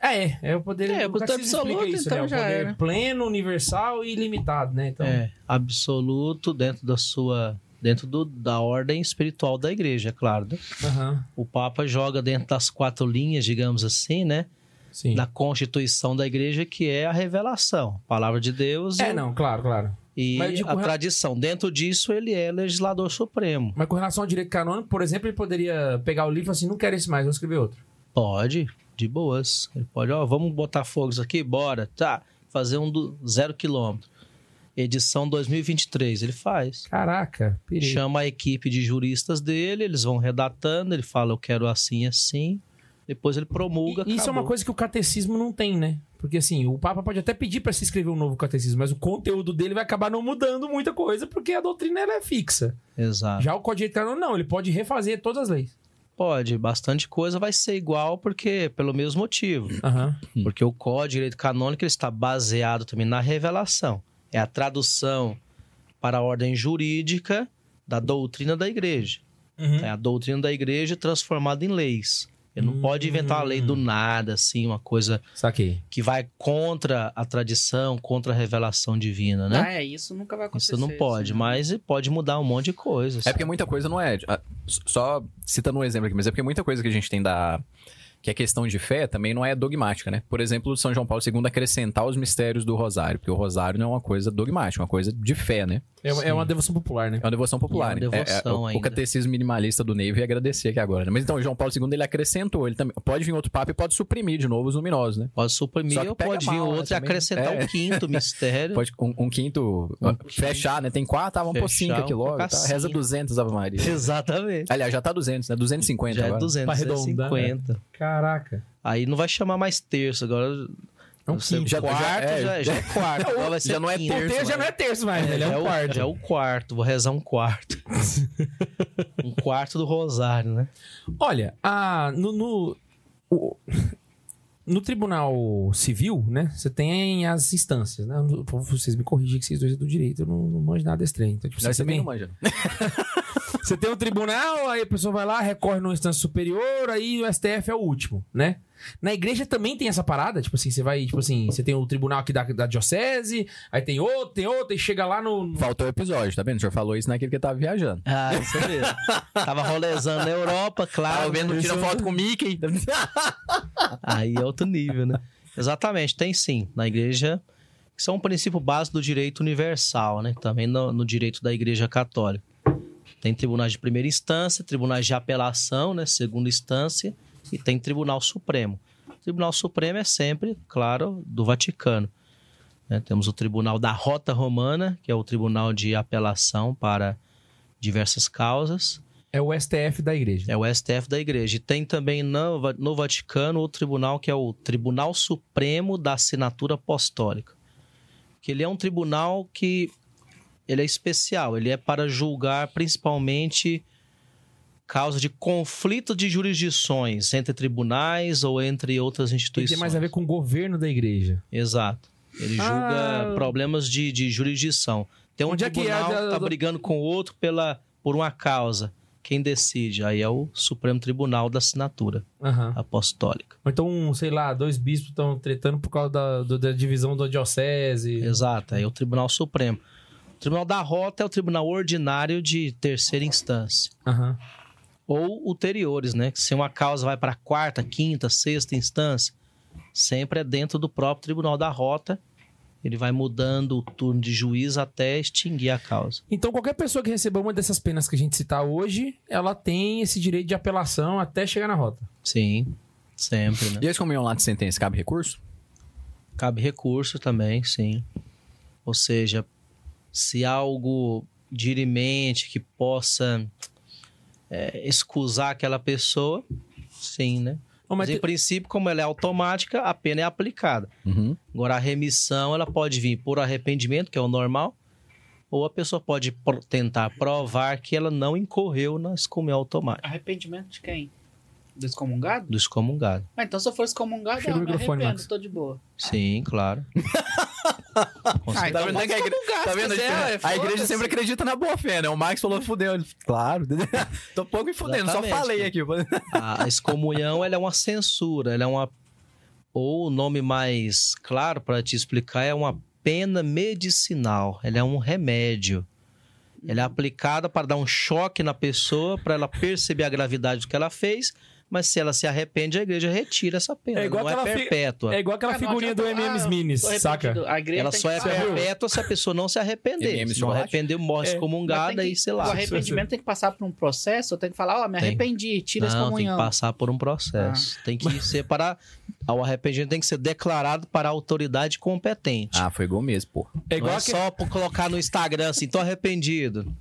Ah, é. É o poder.
É,
o
poder
Tarcísio explica
absoluto,
isso,
então
né? O
já
poder
era.
pleno, universal e ilimitado, né? Então,
É, absoluto dentro da sua. Dentro do- da ordem espiritual da igreja, é claro. né?
aham,
O Papa joga dentro das quatro linhas, digamos assim, né?
sim.
Da constituição da igreja, que é a revelação, a palavra de Deus
É,
e-
não, claro, claro.
e
Mas eu digo
a
com rela-
tradição. Dentro disso, ele é legislador supremo.
Mas com relação ao direito canônico, por exemplo, ele poderia pegar o livro e falar assim, não quero esse mais, vou escrever outro.
Pode, de boas. Ele pode, ó, vamos botar fogos aqui, bora, tá. Fazer um do zero quilômetro. Edição 2023, ele faz.
Caraca, perigo.
Chama a equipe de juristas dele, eles vão redatando, ele fala, eu quero assim, assim. Depois ele promulga.
E- Isso é uma coisa que o catecismo não tem, né? Porque assim, o Papa pode até pedir pra se escrever um novo catecismo, mas o conteúdo dele vai acabar não mudando muita coisa, porque a doutrina ela é fixa.
coisa. Exato.
Já o Código de Direito Canônico não, ele pode refazer todas as leis.
Pode, bastante coisa vai ser igual, porque é pelo mesmo motivo.
Aham.
Hum.
Porque o Código de Direito Canônico ele está baseado também na revelação. É a tradução para a ordem jurídica da doutrina da igreja.
Uhum.
Hum.
É a doutrina da igreja transformada em leis. Ele não pode inventar uma lei
Hum.
do nada, assim, uma coisa
Saquei.
que vai contra a tradição, contra a revelação divina, né?
Ah, é, isso nunca vai acontecer.
Isso não pode,
assim.
mas pode mudar um monte de coisas.
É porque muita coisa não é. ah, s- Só citando um exemplo aqui, mas é porque muita coisa que a gente tem da. que é questão de fé também não é dogmática, né? Por exemplo, São João Paulo II acrescentar os mistérios do rosário, porque o rosário não é uma coisa dogmática, é uma coisa de fé, né?
É, uma- é uma devoção popular, né?
É uma devoção popular.
E é uma
né?
devoção
o, o
ainda.
catecismo minimalista do Neve ia agradecer aqui agora. né? Mas então, o João Paulo II ele acrescentou, ele também pode vir outro papa e pode suprimir de novo os luminosos, né?
Pode
Só
suprimir
que
ou
pega
pode
mal,
vir
né,
outro e
também.
acrescentar
É.
um
[laughs]
quinto mistério.
Pode um, um quinto ó, fechar, né? Tem quatro, ah, vamos pôr
Fechar, um
cinco aqui
vamos
logo.
colocar
Tá? Reza
cinco.
200 Ave Maria. [laughs]
Exatamente.
Aliás, já tá 200, né? 250
Já é
agora.
250.
Caraca.
Aí não vai chamar mais terço, agora
É um
Você-
quinto.
Já-
quarto já,
é,
já, já é
[laughs]
quarto. Agora vai ser
já não é
quinto.
terço,
Terço já não é terço mais, né? Ele é um quarto.
Já é o quarto, vou rezar
[laughs]
um quarto. um quarto do rosário, né?
Olha, a- no, no, o- [laughs] no Tribunal Civil, né? Você tem as instâncias, né? Eu- Vocês me corrigem que vocês dois é do direito, eu não, não manjo nada estranho. Então, tipo,
Não,
você,
você
tem,
não manja.
você tem um tribunal, aí a pessoa vai lá, recorre numa instância superior, aí o STF é o último, né? Na igreja também tem essa parada, tipo assim, você vai, tipo assim, você tem o tribunal aqui da, da diocese, aí tem outro, tem outro, e chega lá no. no-
Faltou o episódio, tá vendo? O senhor falou isso naquele que tava viajando.
Ah, isso mesmo. Tava rolezando na Europa, claro.
Tava vendo,
né?
tira foto com o Mickey.
Aí é outro nível, né? Exatamente, tem sim. Na igreja, isso é um princípio básico do direito universal, né? Também no, no direito da igreja católica. Tem tribunais de primeira instância, tribunais de apelação, né? Segunda instância, e tem tribunal supremo. O tribunal supremo é sempre, claro, do Vaticano. né? Temos o tribunal da Rota Romana, que é o tribunal de apelação para diversas causas.
É o STF da igreja.
É o STF da igreja. E tem também no, Va- no Vaticano o tribunal que é o Tribunal Supremo da Assinatura Apostólica. Que ele é um tribunal que ele é especial, ele é para julgar principalmente causa de conflito de jurisdições entre tribunais ou entre outras
Tem
instituições.
que ter mais a ver com o governo da igreja.
Exato. Ele julga problemas de, de jurisdição. Tem um
Ah. Onde é que é?
tribunal que
Da-
está
da-
brigando com o outro pela, por uma causa. Quem decide? Aí é o Supremo Tribunal da Assinatura
Aham.
Apostólica.
Ou então, sei lá, dois bispos estão tretando por causa da, do- da divisão da diocese.
Exato, aí é o Tribunal Supremo. O Tribunal da Rota é o Tribunal Ordinário de Terceira Instância.
Aham.
Ou ulteriores, né? Se uma causa vai para quarta, quinta, sexta instância, sempre é dentro do próprio Tribunal da Rota. Ele vai mudando o turno de juiz até extinguir a causa.
Então, qualquer pessoa que receba uma dessas penas que a gente citar hoje, ela tem esse direito de apelação até chegar na rota.
Sim, sempre, né?
[laughs] E esse comunhão lá de sentença, cabe recurso?
Cabe recurso também, sim. Ou seja, se algo dirimente que possa é, excusar aquela pessoa, sim, né?
Ô,
Mas,
mas
em
te-
princípio, como ela é automática, a pena é aplicada.
Uhum.
Agora, a remissão, ela pode vir por arrependimento, que é o normal, ou a pessoa pode pro- tentar provar que ela não incorreu na excomunhão automática
Arrependimento de quem? Do excomungado?
do excomungado.
Ah, então se eu for excomungado,
Chega
eu
o microfone,
me
Max.
arrependo, tô de boa.
Sim, claro. Com
Ah,
Tá
então
vendo, né,
vamos
que a igre-
excomungado,
tá
se
vendo?
quiser, ué,
a igreja
foda-se.
sempre acredita na boa fé, né? O Max falou, fudeu. Ele, claro. [laughs] Tô pouco me fudendo, só
Exatamente,
falei
cara.
aqui.
A excomunhão ela é uma censura, ela é uma. Ou o nome mais claro para te explicar é uma pena medicinal, ela é um remédio. Ela é aplicada para dar um choque na pessoa, para ela perceber a gravidade do que ela fez, mas se ela se arrepende, a igreja retira essa pena.
É igual
não é
aquela fi-
perpétua.
é igual aquela
Ah, não
figurinha do
adianta-
MM's
ah,
Minis,
tô
saca?
arrependido. A igreja
Ela
tem
só
que
é
pagar.
perpétua se a pessoa não se arrepender.
MM
Se não
chocolate?
arrependeu,
É,
morre
Mas tem
excomungada
que-
e sei
O
lá.
arrependimento tem que passar por um processo, eu tenho que falar, ó, me
Tem.
arrependi, tira esse
Não, tem que
comunhão. Ah.
passar por um processo.
[laughs]
Tem que separar. O arrependimento tem que ser declarado para a autoridade competente.
Ah, foi gol mesmo, pô.
É
Não
igual,
é
aque-
só por colocar no Instagram assim, tô arrependido.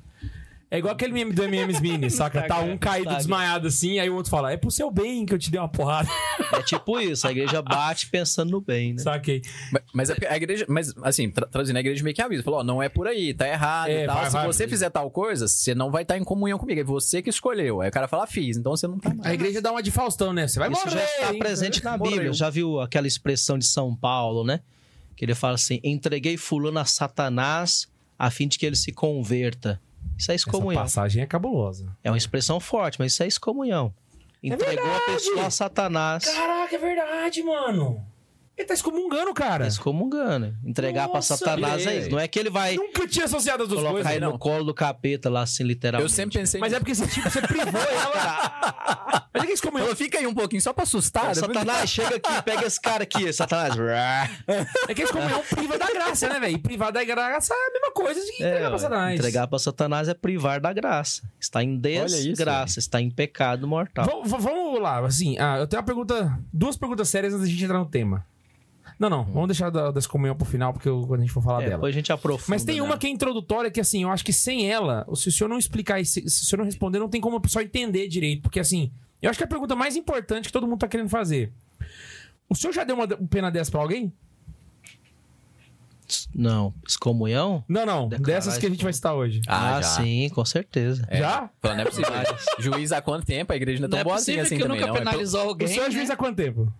é igual aquele meme do MM's Minis, saca? Tá um caído
Sabe.
desmaiado assim, aí o outro fala, é pro seu bem que eu te dei uma [laughs] porrada.
É tipo isso, a igreja bate pensando no bem, né?
Saquei.
Mas, mas é porque a igreja, mas assim, tra- traduzindo, a igreja meio que avisa. Falou, ó, não é por aí, tá errado
É,
e tal.
vai,
Se
vai.
você fizer tal coisa, você não vai estar em comunhão comigo. É você que escolheu. Aí o cara fala, fiz, então você não tá mais.
A igreja dá uma de Faustão, né? Você vai
isso
morrer!
já está
hein?
presente na
Morreu.
Bíblia. Já viu aquela expressão de São Paulo, né? Que ele fala assim: entreguei fulano a Satanás a fim de que ele se converta. Isso é
Essa
excomunhão.
passagem é cabulosa.
É uma expressão forte, mas isso é excomunhão. Entregou a pessoa a Satanás.
Caraca, é verdade, mano. Ele tá excomungando, o cara.
Excomungando. né? Entregar pra
Nossa,
Satanás é
velho.
isso. Não é que ele vai
Nunca tinha associado as duas
colocar
coisas,
ele no
não.
colo do capeta lá, assim, literalmente.
Eu sempre pensei.
Mas é
um-
nisso.
porque esse tipo, você
[laughs]
privou ela. Mas é que excomunhão.
Falou, fica aí um pouquinho só pra assustar.
Ô,
depois-
Satanás, chega aqui, pega esse cara aqui, Satanás.
É que excomunhão priva da graça, né, velho? E privar da graça é a mesma coisa de
É,
entregar pra
ué,
Satanás.
Entregar pra Satanás é privar da graça. Está em
isso,
desgraça, está em pecado mortal.
Vam- va- vamos lá, assim, ah, eu tenho uma pergunta, duas perguntas sérias antes da gente entrar no tema. Não, não, vamos deixar da, da excomunhão pro final, porque eu- quando a gente for falar
É,
dela.
depois a gente aprofunda. né?
Mas tem uma
nela.
que é introdutória que, assim, eu acho que sem ela, se o senhor não explicar e se, se o senhor não responder, não tem como a pessoa entender direito. Porque, assim, eu acho que é a pergunta mais importante que todo mundo tá querendo fazer. O senhor já deu uma de- um pena dessa pra alguém?
Não, excomunhão?
Não, não.
Declarar
dessas que a gente vai citar hoje.
Ah,
Ah,
já.
sim, com certeza.
É.
Já?
Falando, não é possível. Juiz há quanto tempo? A igreja não é
Não
tão
é
boazinha
possível
assim
que eu
também,
nunca
não. É pelo-
penalizou
o
alguém,
senhor é juiz
né?
há quanto tempo?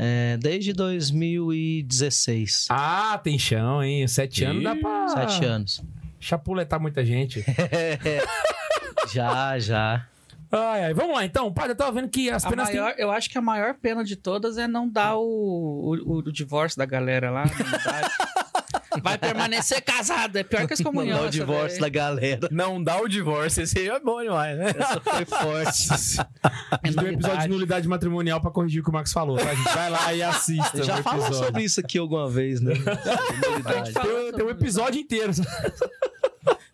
É, desde 2016.
Ah, tem chão, hein? Sete anos dá pra
Sete anos.
chapuletar muita [laughs] gente.
Já, já.
ai, ai, vamos lá, então. Padre, eu tava vendo que as
A
penas têm
maior, Eu acho que a maior pena de todas é não dar o, o, o divórcio da galera lá.
[laughs]
na unidade. Vai permanecer casado, é pior que né? a excomunhão.
Mandar o
essa
divórcio da
daí.
galera.
Não dá o divórcio, esse aí é bom demais, né?
Essa foi forte.
[laughs] A gente tem um episódio de nulidade matrimonial pra corrigir o que o Max falou, tá, gente? Vai lá e assista.
Você [laughs] já
o
falou
episódio.
sobre isso aqui alguma vez, né?
Tem,
fala
Verdade.
tem um
sobre
episódio inteiro.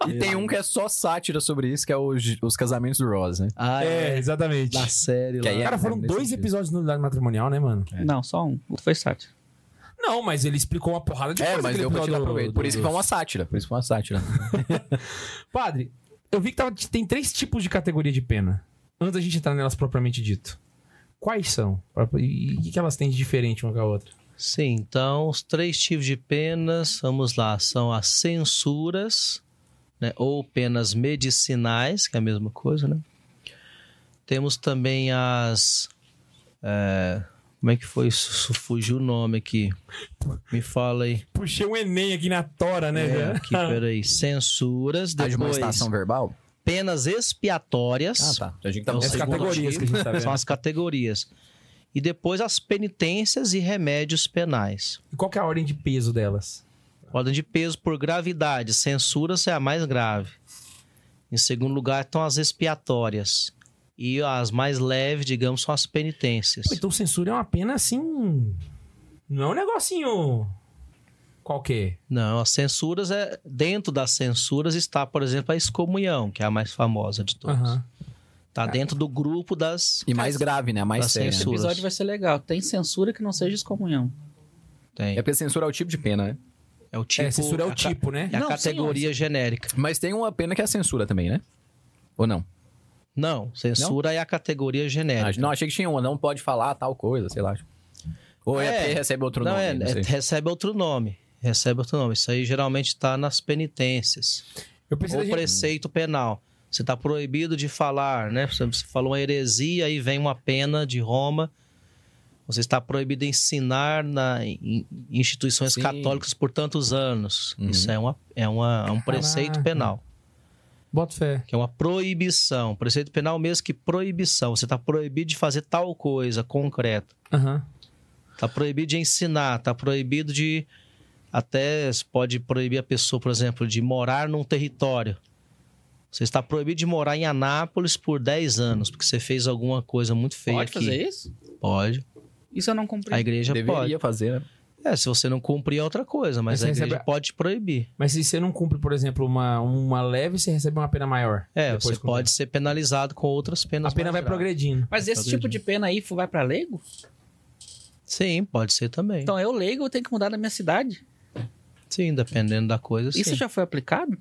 E tem um que é só sátira sobre isso, que é os, os casamentos do Ross, né?
ah, é.
É, exatamente.
Da série
Que
lá.
aí é-
Cara, foram
nesse
dois
sentido.
episódios de nulidade matrimonial, né, mano?
Não, só um. O foi sátiro.
Não, mas ele explicou uma porrada de
É,
coisa
mas
aquele
deu pra tirar
episódio do-
proveito.
do-
Por isso que
do-
foi uma sátira. Por isso que foi uma [laughs] sátira.
é Padre, eu vi que tava- tem três tipos de categoria de pena. Antes da gente entrar nelas propriamente dito. Quais são? E o que que elas têm de diferente uma com a outra?
Sim, então os três tipos de penas, vamos lá, são as censuras, né, ou penas medicinais, que é a mesma coisa, né? Temos também as. é, como é que foi isso? Su- Fugiu o nome aqui. Me fala aí.
Puxei um Enem aqui na tora, né,
É,
velho?
aqui, peraí. Censuras, depois
Admoestação verbal?
penas expiatórias.
Ah, tá. A gente
É
tá
o
bom.
As
segundo
categorias
tipo.
que a gente tá
São
vendo.
as categorias. E depois as penitências e remédios penais.
E qual que é a ordem de peso delas?
Ordem de peso por gravidade. Censuras é a mais grave. Em segundo lugar estão as expiatórias. E as mais leves, digamos, são as penitências.
Pô, Então censura é uma pena assim. Não é um negocinho qualquer.
Não, as censuras é. Dentro das censuras está, por exemplo, a excomunhão, que é a mais famosa de todas.
Aham.
Está dentro do grupo das.
E mais grave, né? A mais
Tá sem
séria. né?
Esse
Censuras.
episódio vai ser legal. Tem censura que não seja excomunhão.
Tem.
É porque censura é o tipo de pena, né?
É o tipo.
é, censura é o
a ca-
tipo, né?
É a
Não,
categoria genérica.
Mas tem uma pena que é censura também, né? Ou não?
Não, censura é a categoria
Ah,
genérica.
Não, achei que tinha uma. Não pode falar tal coisa, sei lá. Ou é,
É.
porque recebe outro
não,
nome.
é,
não
é-
sei.
recebe outro nome. Recebe outro nome. Isso aí geralmente está nas penitências.
Eu pensei da
ou
gente-
preceito penal. Você está proibido de falar, né? Por exemplo, Você falou uma heresia aí vem uma pena de Roma. Você está proibido de ensinar na, em em instituições
Sim.
católicas por tantos anos.
Uhum.
Isso é, uma, é, uma, é um preceito
Caraca.
penal,
Bota fé.
que é uma proibição. Preceito penal mesmo que proibição. Você está proibido de fazer tal coisa concreta.
Aham.
Tá proibido de ensinar, tá proibido de. Até se pode proibir a pessoa, por exemplo, de morar num território. Você está proibido de morar em Anápolis por 10 anos, porque você fez alguma coisa muito feia
Pode
aqui.
fazer isso?
Pode.
Isso eu não
A
comprei.
igreja
Deveria fazer, né?
pode. É, se você não cumprir é outra coisa, mas,
Mas
a
você
igreja
recebe-
pode te proibir.
Mas se você não cumpre, por exemplo, uma, uma leve, você recebe uma pena maior.
É,
Depois
você
de cumprir.
pode ser penalizado com outras penas.
A pena vai
mais graves.
progredindo.
Mas
tá
esse tipo de pena aí vai pra leigo?
Sim, pode ser também.
Então eu leigo, eu tenho que mudar da minha cidade?
sim, dependendo da coisa. Sim.
Isso já foi aplicado?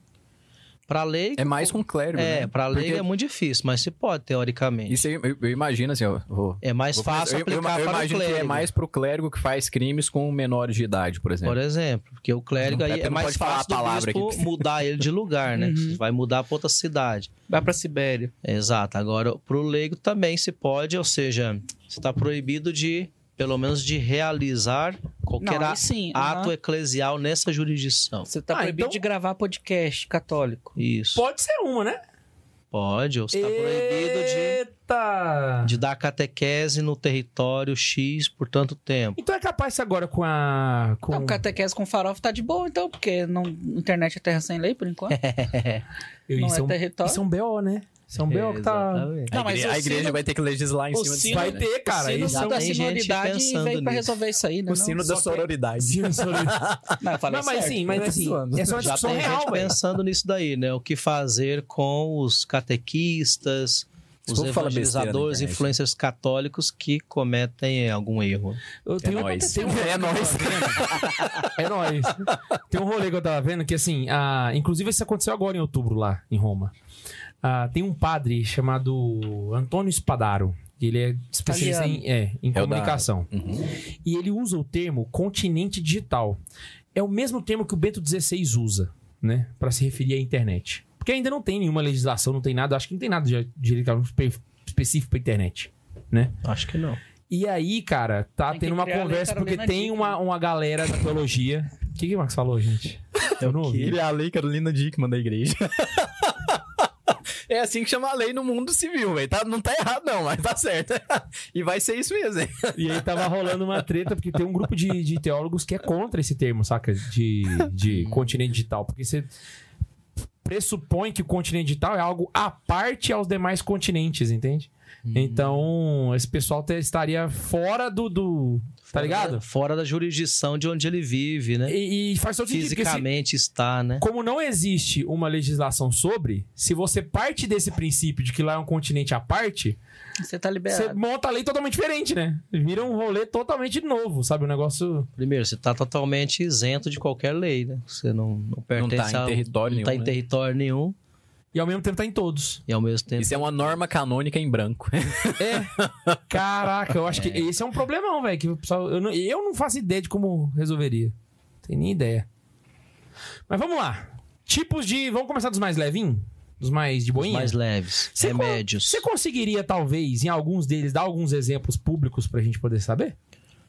Para lei.
É mais com clérigo,
É,
né?
pra lei
Porque
é muito difícil, mas se pode, teoricamente.
Isso aí, eu, eu imagino assim, ó. vou-
É mais
vou-
fácil
eu, eu-
aplicar
eu
para o
imagino que
clérigo.
é mais pro clérigo que faz crimes com menores de idade, por exemplo.
Por exemplo, porque o clérigo
É. Não,
aí
é porque
é
não
mais
pode falar
fácil
a
do
palavra
bispo
aqui.
mudar ele de lugar,
[laughs]
né?
Uhum.
Vai mudar para outra cidade.
Vai pra Sibéria.
Exato. Agora, pro leigo também se pode, ou seja, você está proibido de, pelo menos, de realizar qualquer
Não,
a-
aí sim.
ato
aham.
eclesial nessa jurisdição.
Você tá
Ah,
proibido
então-
de gravar podcast católico.
Isso.
Pode ser uma, né?
Pode, ou você está tá proibido de
data.
de dar catequese no território X por tanto tempo.
Então é capaz agora com a. Com...
Não, catequese com farofa tá de boa, então, porque não, internet é terra sem lei,
[laughs]
por enquanto.
Eu,
não
isso
é
um-
território.
Isso é um BO, né? Isso é um
Então,
BO que tá.
Exatamente.
A
Não, mas
igre-
o
a igreja
sino-
vai ter que legislar em
o
cima disso.
sino-
aí,
Vai
né?
ter, cara.
o sino
Isso é
já
um...
da
tem gente
sinoridade veio
pensando
pra
nisso.
resolver isso aí, né?
O sino da sororidade.
Sim, isso é-
Não, eu falei
Não, mas
certo.
sim, mas
né,
assim,
zoando.
essa é uma
Tá Já
discussão
tem
real,
gente
velho.
pensando nisso daí, né? O que fazer com os catequistas,
Esse
os
povo fala besteira na
evangelizadores,
internet. né?
influencers católicos que cometem algum erro.
Eu
É
tenho-
nóis.
tem um-
É nóis.
[laughs] É nóis. Tem um rolê que eu tava vendo que, assim, a... inclusive isso aconteceu agora em outubro lá, em Roma. Ah, tem um padre chamado Antônio Spadaro. que Ele é especialista em, é, em
da-
comunicação.
Uhum.
E ele usa o termo continente digital. É o mesmo termo que o Bento XVI usa, né? Pra se referir à internet. Porque ainda não tem nenhuma legislação, não tem nada. Acho que não tem nada de de legislação espe- específico pra internet.
Acho que não.
E aí, cara, tá
Tem que
tendo uma
criar a Lei
conversa porque
Carolina
tem
Dickmann.
uma, uma galera da teologia. O que, que o Max falou, gente? Eu não ouvi.
é a lei Carolina Dickman da igreja. [laughs] É assim que chama a lei no mundo civil, velho. Tá, não tá errado, não, mas tá certo. [laughs] E vai ser isso mesmo, hein?
E aí tava rolando uma treta, porque tem um grupo de, de teólogos que é contra esse termo, saca? De,
Hum.
de continente digital. Porque você pressupõe que o continente digital é algo à parte aos demais continentes, entende?
Hum.
Então, esse pessoal te- estaria fora do. do tá ligado?
Fora da jurisdição de onde ele vive, né?
E, e faz todo sentido. porque se-
Fisicamente está, né?
Como não existe uma legislação sobre, se você parte desse princípio de que lá é um continente à parte,
Você tá liberado.
você monta a lei totalmente diferente, né? Vira um rolê totalmente novo, sabe? Um negócio.
Primeiro, você está totalmente isento de qualquer lei, né? Você não, não pertence
tá em
a-
território
não tá
nenhum,
em
né?
território nenhum
E ao mesmo tempo tá em todos.
e ao mesmo tempo
Isso é uma norma canônica em branco. [laughs]
É. Caraca, eu acho que esse é um problemão, velho. Que o pessoal- eu, não, eu não faço ideia de como resolveria. Tem nem ideia. Mas vamos lá. Tipos de. Vamos começar dos mais levinhos? Dos mais de
os
boinha?
mais
é.
leves,
Você co-
remédios.
Você conseguiria, talvez, em alguns deles, dar alguns exemplos públicos pra gente poder saber?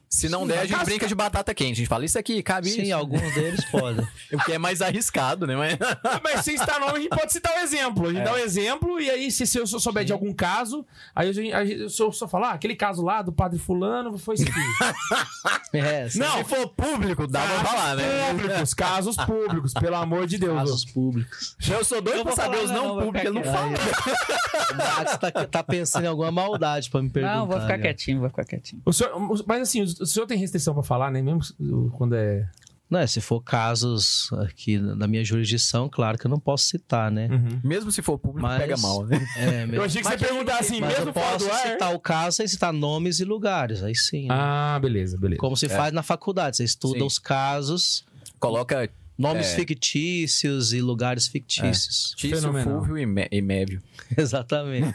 Se não der, a gente brinca de batata quente. A gente fala, isso aqui cabe.
Sim,
isso. né?
alguns deles
[laughs]
podem.
O que é mais arriscado, né? Mas...
Mas sem citar nome, a gente pode citar um exemplo. A
É.
gente dá um exemplo e aí, se, se eu sou- souber de algum caso, aí eu, aí eu só, só falar, ah, aquele caso lá do padre fulano foi isso aqui.
[laughs] É, são
Não,
[laughs] Se for público,
Tá,
dá pra falar, né?
públicos, casos públicos, pelo amor de Deus.
casos públicos.
Eu sou doido
Eu
pra
vou
saber
falar,
os não,
não, vou
públicos, ele não
ficar
fala.
O Max tá, tá pensando em alguma maldade pra me perguntar.
Não, vou ficar
né?
quietinho, vou ficar quietinho.
O senhor- o- mas assim, o senhor tem restrição pra falar, né? Mesmo se- o- quando é.
Não, é, se for casos aqui da minha jurisdição, claro que eu não posso
[laughs]
citar, né?
Mesmo se for público,
Mas-
pega mal, né?
É,
Uhum. Eu
mesmo.
achei que você ia perguntar assim,
Mas
mesmo
eu
fora do
posso
ar.
citar o caso sem citar nomes e lugares, aí sim. né?
Ah, beleza, beleza.
Como se faz na faculdade, você estuda
Sim.
os casos,
Coloca
nomes
É.
fictícios e lugares fictícios.
Tício,
Fenomenal.
Fulvio e, Mé- e Mévio.
Exatamente.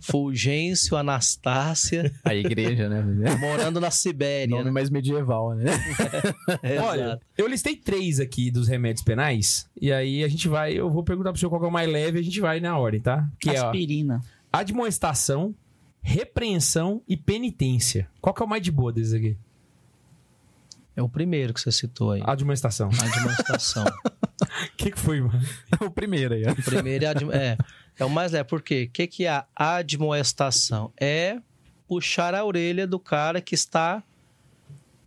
Fulgêncio Anastácia,
A igreja, [laughs] né?
morando na Sibéria.
Nome
Né?
mais medieval, né? [laughs]
Olha,
Exato.
eu listei três aqui dos remédios penais. E aí a gente vai. Eu vou perguntar pro senhor qual que é o mais leve e a gente vai na ordem, tá? Que é ó,
Aspirina.
admoestação, repreensão e penitência. Qual que é o mais de boa desses aqui?
é o primeiro que você citou aí.
Admoestação.
A demonstração.
O [laughs] que, que foi, mano?
o primeiro aí,
O primeiro é, admo- é, é o mais leve. Por quê? O que, que é a admoestação? É puxar a orelha do cara que está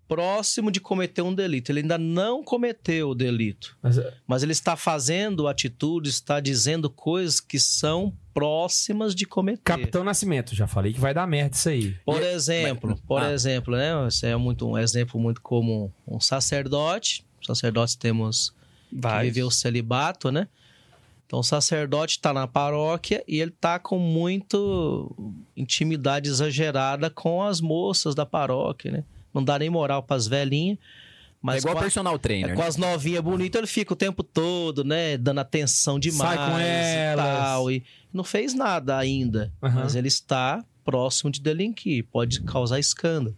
próximo de cometer um delito. Ele ainda não cometeu o delito,
Mas, é,
mas ele está fazendo atitudes, está dizendo coisas que são próximas de cometer.
Capitão Nascimento, já falei que vai dar merda isso aí.
Por exemplo, por
ah.
exemplo, né? Esse é muito um exemplo muito comum. Um sacerdote, sacerdotes temos que viver o celibato, né? Então o sacerdote está na paróquia e ele tá com muito intimidade exagerada com as moças da paróquia, né? Não dá nem moral para as velhinhas, mas
É igual
com, a-
personal trainer.
é,
né?
com as novinhas bonitas ele fica o tempo todo, né? Dando atenção demais
Sai com
e
elas.
tal. E não fez nada ainda,
Aham.
mas ele está próximo de delinquir, pode causar escândalo.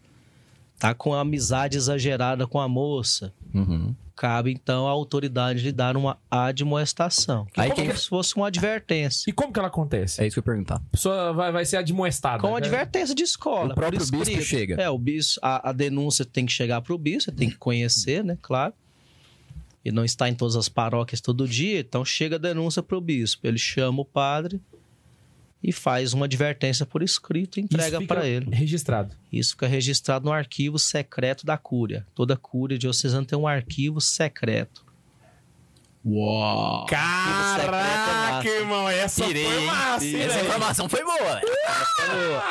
Tá com a amizade exagerada com a moça
Uhum.
cabe então à autoridade lhe dar uma admoestação. Que
Aí
como
quem-
se fosse uma advertência.
E como que ela acontece?
É isso que eu ia perguntar.
A pessoa vai, vai ser admoestada.
Com
né?
advertência de escola.
O próprio
por escrito.
bispo chega.
É, o bispo, a, a denúncia tem que chegar para o bispo, você tem que conhecer, né? Claro. E não está em todas as paróquias todo dia, então chega a denúncia para o bispo. Ele chama o padre, e faz uma advertência por escrito e
Isso
entrega
fica
para ele.
Registrado.
Isso fica registrado no arquivo secreto da Cúria. Toda Cúria diocesana tem um arquivo secreto. Uau!
Caraca,
massa.
irmão, essa foi massa, hein,
Essa
velho?
informação foi boa.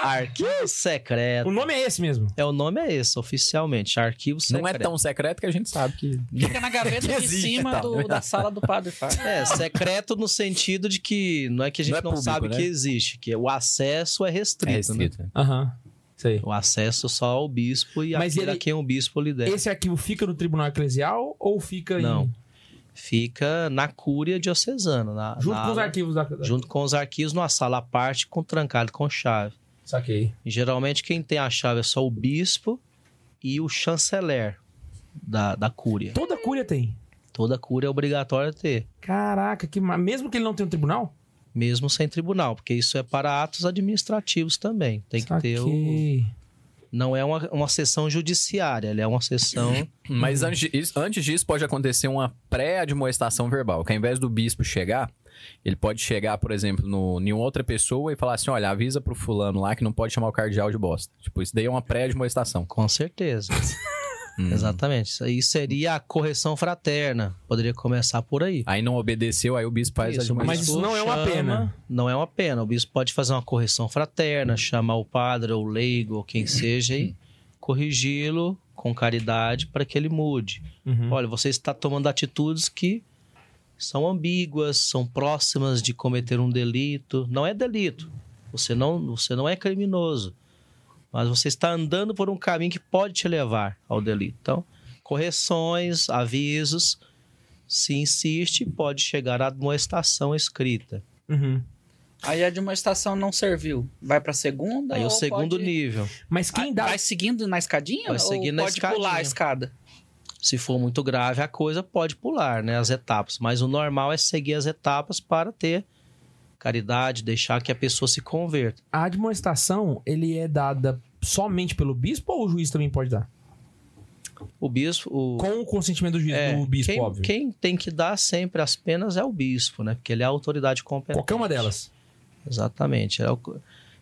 Arquivo secreto.
O nome é esse mesmo.
É, o nome é esse, oficialmente. Arquivo secreto.
Não é tão secreto que a gente sabe que.
Fica na gaveta de
Existe,
cima
tá,
do-
né?
da sala do padre Fábio.
É, secreto no sentido de que não é que a gente não,
Não é público,
sabe
né?
que existe, que o acesso é restrito.
É
né?
restrito. né?
Aham. Isso aí.
O acesso só ao bispo e
Mas
aquele
ele-
a quem o bispo lhe der.
Esse arquivo fica no Tribunal Eclesial ou fica em-
Não. Fica na cúria diocesana. Na,
junto
na
com os
ala-
arquivos da. da-
Junto com os arquivos numa sala à parte, com trancado com chave.
Saquei.
Geralmente quem tem a chave é só o bispo e o chanceler da, da cúria.
Toda cúria tem.
Toda cúria é obrigatória ter,
Caraca, que ma... mesmo que ele não tenha um tribunal?
mesmo sem tribunal, porque isso é para atos administrativos também. Tem que ter o,
Saquei.
não é uma, uma sessão judiciária, ela é uma sessão.
Mas
Uhum.
antes, disso- antes disso, pode acontecer uma pré-admoestação verbal, que ao invés do bispo chegar, ele pode chegar, por exemplo, no, em outra pessoa e falar assim: olha, avisa pro fulano lá que não pode chamar o cardeal de bosta. Tipo, isso daí é uma pré-admoestação.
com certeza. Exatamente. Isso aí seria a correção fraterna. Poderia começar por aí.
Aí não obedeceu, aí o bispo faz
Isso,
a admoestação.
Mas isso não é uma
chama-
pena.
Não é uma pena. O bispo pode fazer uma correção fraterna, chamar o padre ou o leigo ou quem seja e corrigi-lo com caridade para que ele mude.
Uhum.
Olha, você está tomando atitudes que são ambíguas, são próximas de cometer um delito. Não é delito. Você não, você não é criminoso. Mas você está andando por um caminho que pode te levar ao delito. Então, correções, avisos. Se insiste, pode chegar à admoestação escrita.
Uhum.
Aí a de uma estação não serviu. Vai pra segunda?
Aí é
ou
o segundo
pode-
nível.
Mas quem
Ah,
dá.
Vai seguindo na escadinha?
Vai seguindo
ou
na
pode pular a
escadinha.
escada?
Se for muito grave, a coisa pode pular, né? As etapas. Mas o normal é seguir as etapas para ter caridade, deixar que a pessoa se converta.
A admoestação, ele é dada somente pelo bispo ou o juiz também pode dar?
O bispo. O,
Com o consentimento do juiz,
é,
do bispo,
quem,
óbvio.
quem tem que dar sempre as penas é o bispo, né? Porque ele é a autoridade competente.
Qualquer uma delas.
Exatamente. É o-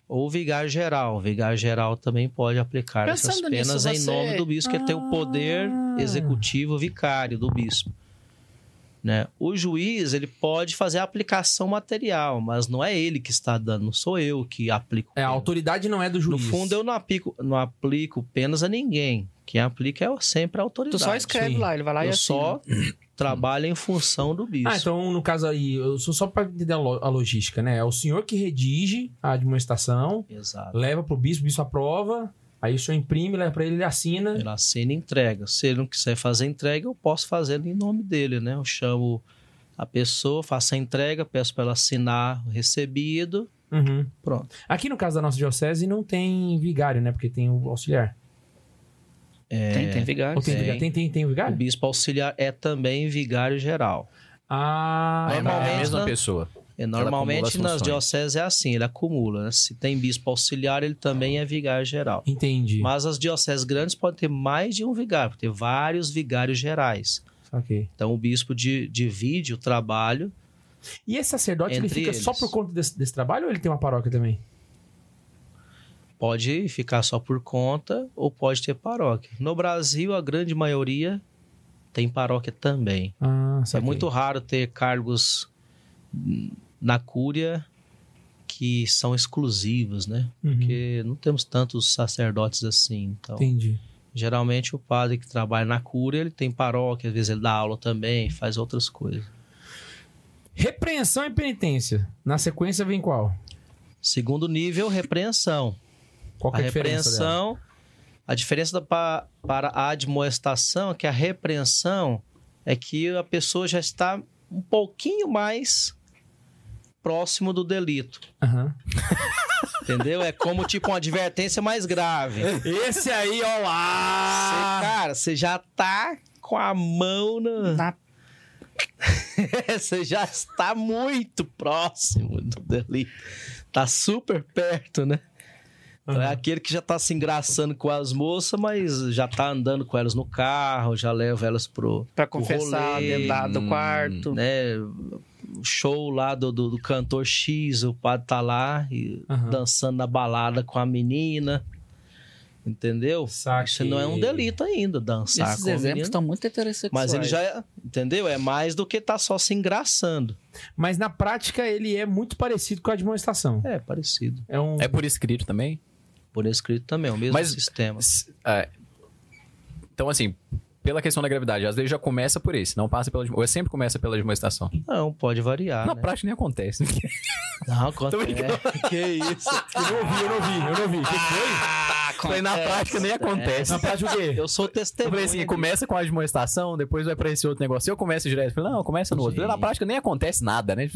ou o vigário geral. O vigário geral também pode aplicar essas
Pensando nisso,
penas em
você-
nome do bispo, que ele tem o poder
Ah.
executivo vicário do bispo. Né? O juiz ele pode fazer a aplicação material, mas não é ele que está dando, não sou eu que aplico.
É, a
pena.
autoridade não é do
No
juiz.
fundo, eu não aplico, não aplico penas a ninguém. Quem aplica é sempre a autoridade.
Tu só escreve
sim.
lá, ele vai lá e
eu
assina.
só trabalho em função do bispo.
Ah, então, no caso aí, eu sou só pra entender a lo- a logística, né? É o senhor que redige a admoestação,
Exato.
leva pro bispo, o bispo aprova, aí o senhor imprime, leva pra ele, ele assina.
Ele assina e entrega. Se ele não quiser fazer entrega, eu posso fazer em nome dele, né? Eu chamo a pessoa, faço a entrega, peço para ela assinar o recebido.
Uhum.
Pronto.
Aqui no caso da nossa diocese não tem vigário, né? Porque tem o auxiliar.
É.
Tem, tem vigário.
Ou tem,
tem.
vigário? Tem, tem, tem o
O
vigário?
bispo auxiliar é também vigário geral.
Ah,
É
Normalmente,
a mesma
né?
pessoa.
E
acumula as
normalmente nas
funções.
dioceses é assim, ele acumula. né? Se tem bispo auxiliar, ele também é vigário geral.
entendi.
Mas as dioceses grandes podem ter mais de um vigário, podem ter vários vigários gerais.
Saquei.
Então o bispo di- divide o trabalho.
E esse sacerdote, ele
Entre
fica só
eles.
por conta desse, desse trabalho ou ele tem uma paróquia também?
Pode ficar só por conta ou pode ter paróquia. No Brasil, a grande maioria tem paróquia também.
Ah,
É
saquei.
muito raro ter cargos hum, na cúria que são exclusivos, né?
Uhum,
Porque não temos tantos sacerdotes assim. Então,
Entendi.
geralmente o padre que trabalha na cúria, ele tem paróquia, às vezes ele dá aula também, faz outras coisas.
Repreensão e penitência. Na sequência vem qual?
Segundo nível, repreensão.
Qual
A
que é a diferença dela?
repreensão, a diferença da, pa- para a admoestação é que a repreensão é que a pessoa já está um pouquinho mais próximo do delito,
Aham.
entendeu? É como tipo uma advertência mais grave. Você,
Esse aí, ó lá!
cara, você já tá com a mão na...
Na-
[laughs] você já está muito próximo do delito. Tá super perto, né? Então, É
Aham.
aquele que já tá se engraçando com as moças, mas já tá andando com elas no carro, já leva elas pro.
Pra
O
confessar
rolê,
dentro da- do
hum,
quarto.
né, show lá do, do, do cantor X, o padre tá lá e
Aham.
dançando na balada com a menina. Entendeu?
Saquei.
Isso não é um delito ainda, dançar
Esses
com a
exemplos
menina.
estão muito heterossexuais.
Mas ele já, é- entendeu? É mais do que tá só se engraçando.
Mas na prática ele é muito parecido com a admoestação.
É, parecido.
É um.
É por escrito também?
Por escrito também, é o mesmo
Mas-
sistema.
S- é. Então, assim, pela questão da gravidade, às vezes já começa por esse, não passa pela. admo- Ou sempre começa pela admoestação.
Não, pode
Ah,
variar,
Na
né?
prática
[laughs]
nem acontece.
Não, quanto
[laughs] Tô brincando.
é. Que isso?
Eu não ouvi, eu não ouvi, eu não ouvi. O que foi?
Falei, na prática nem acontece.
Na prática o quê?
Eu sou
Eu
testemunha.
falei assim, começa com a admoestação, depois vai pra esse outro negócio. Eu começo direto. Eu Falei, não, começa no outro.
Gente.
Na prática nem acontece nada, né?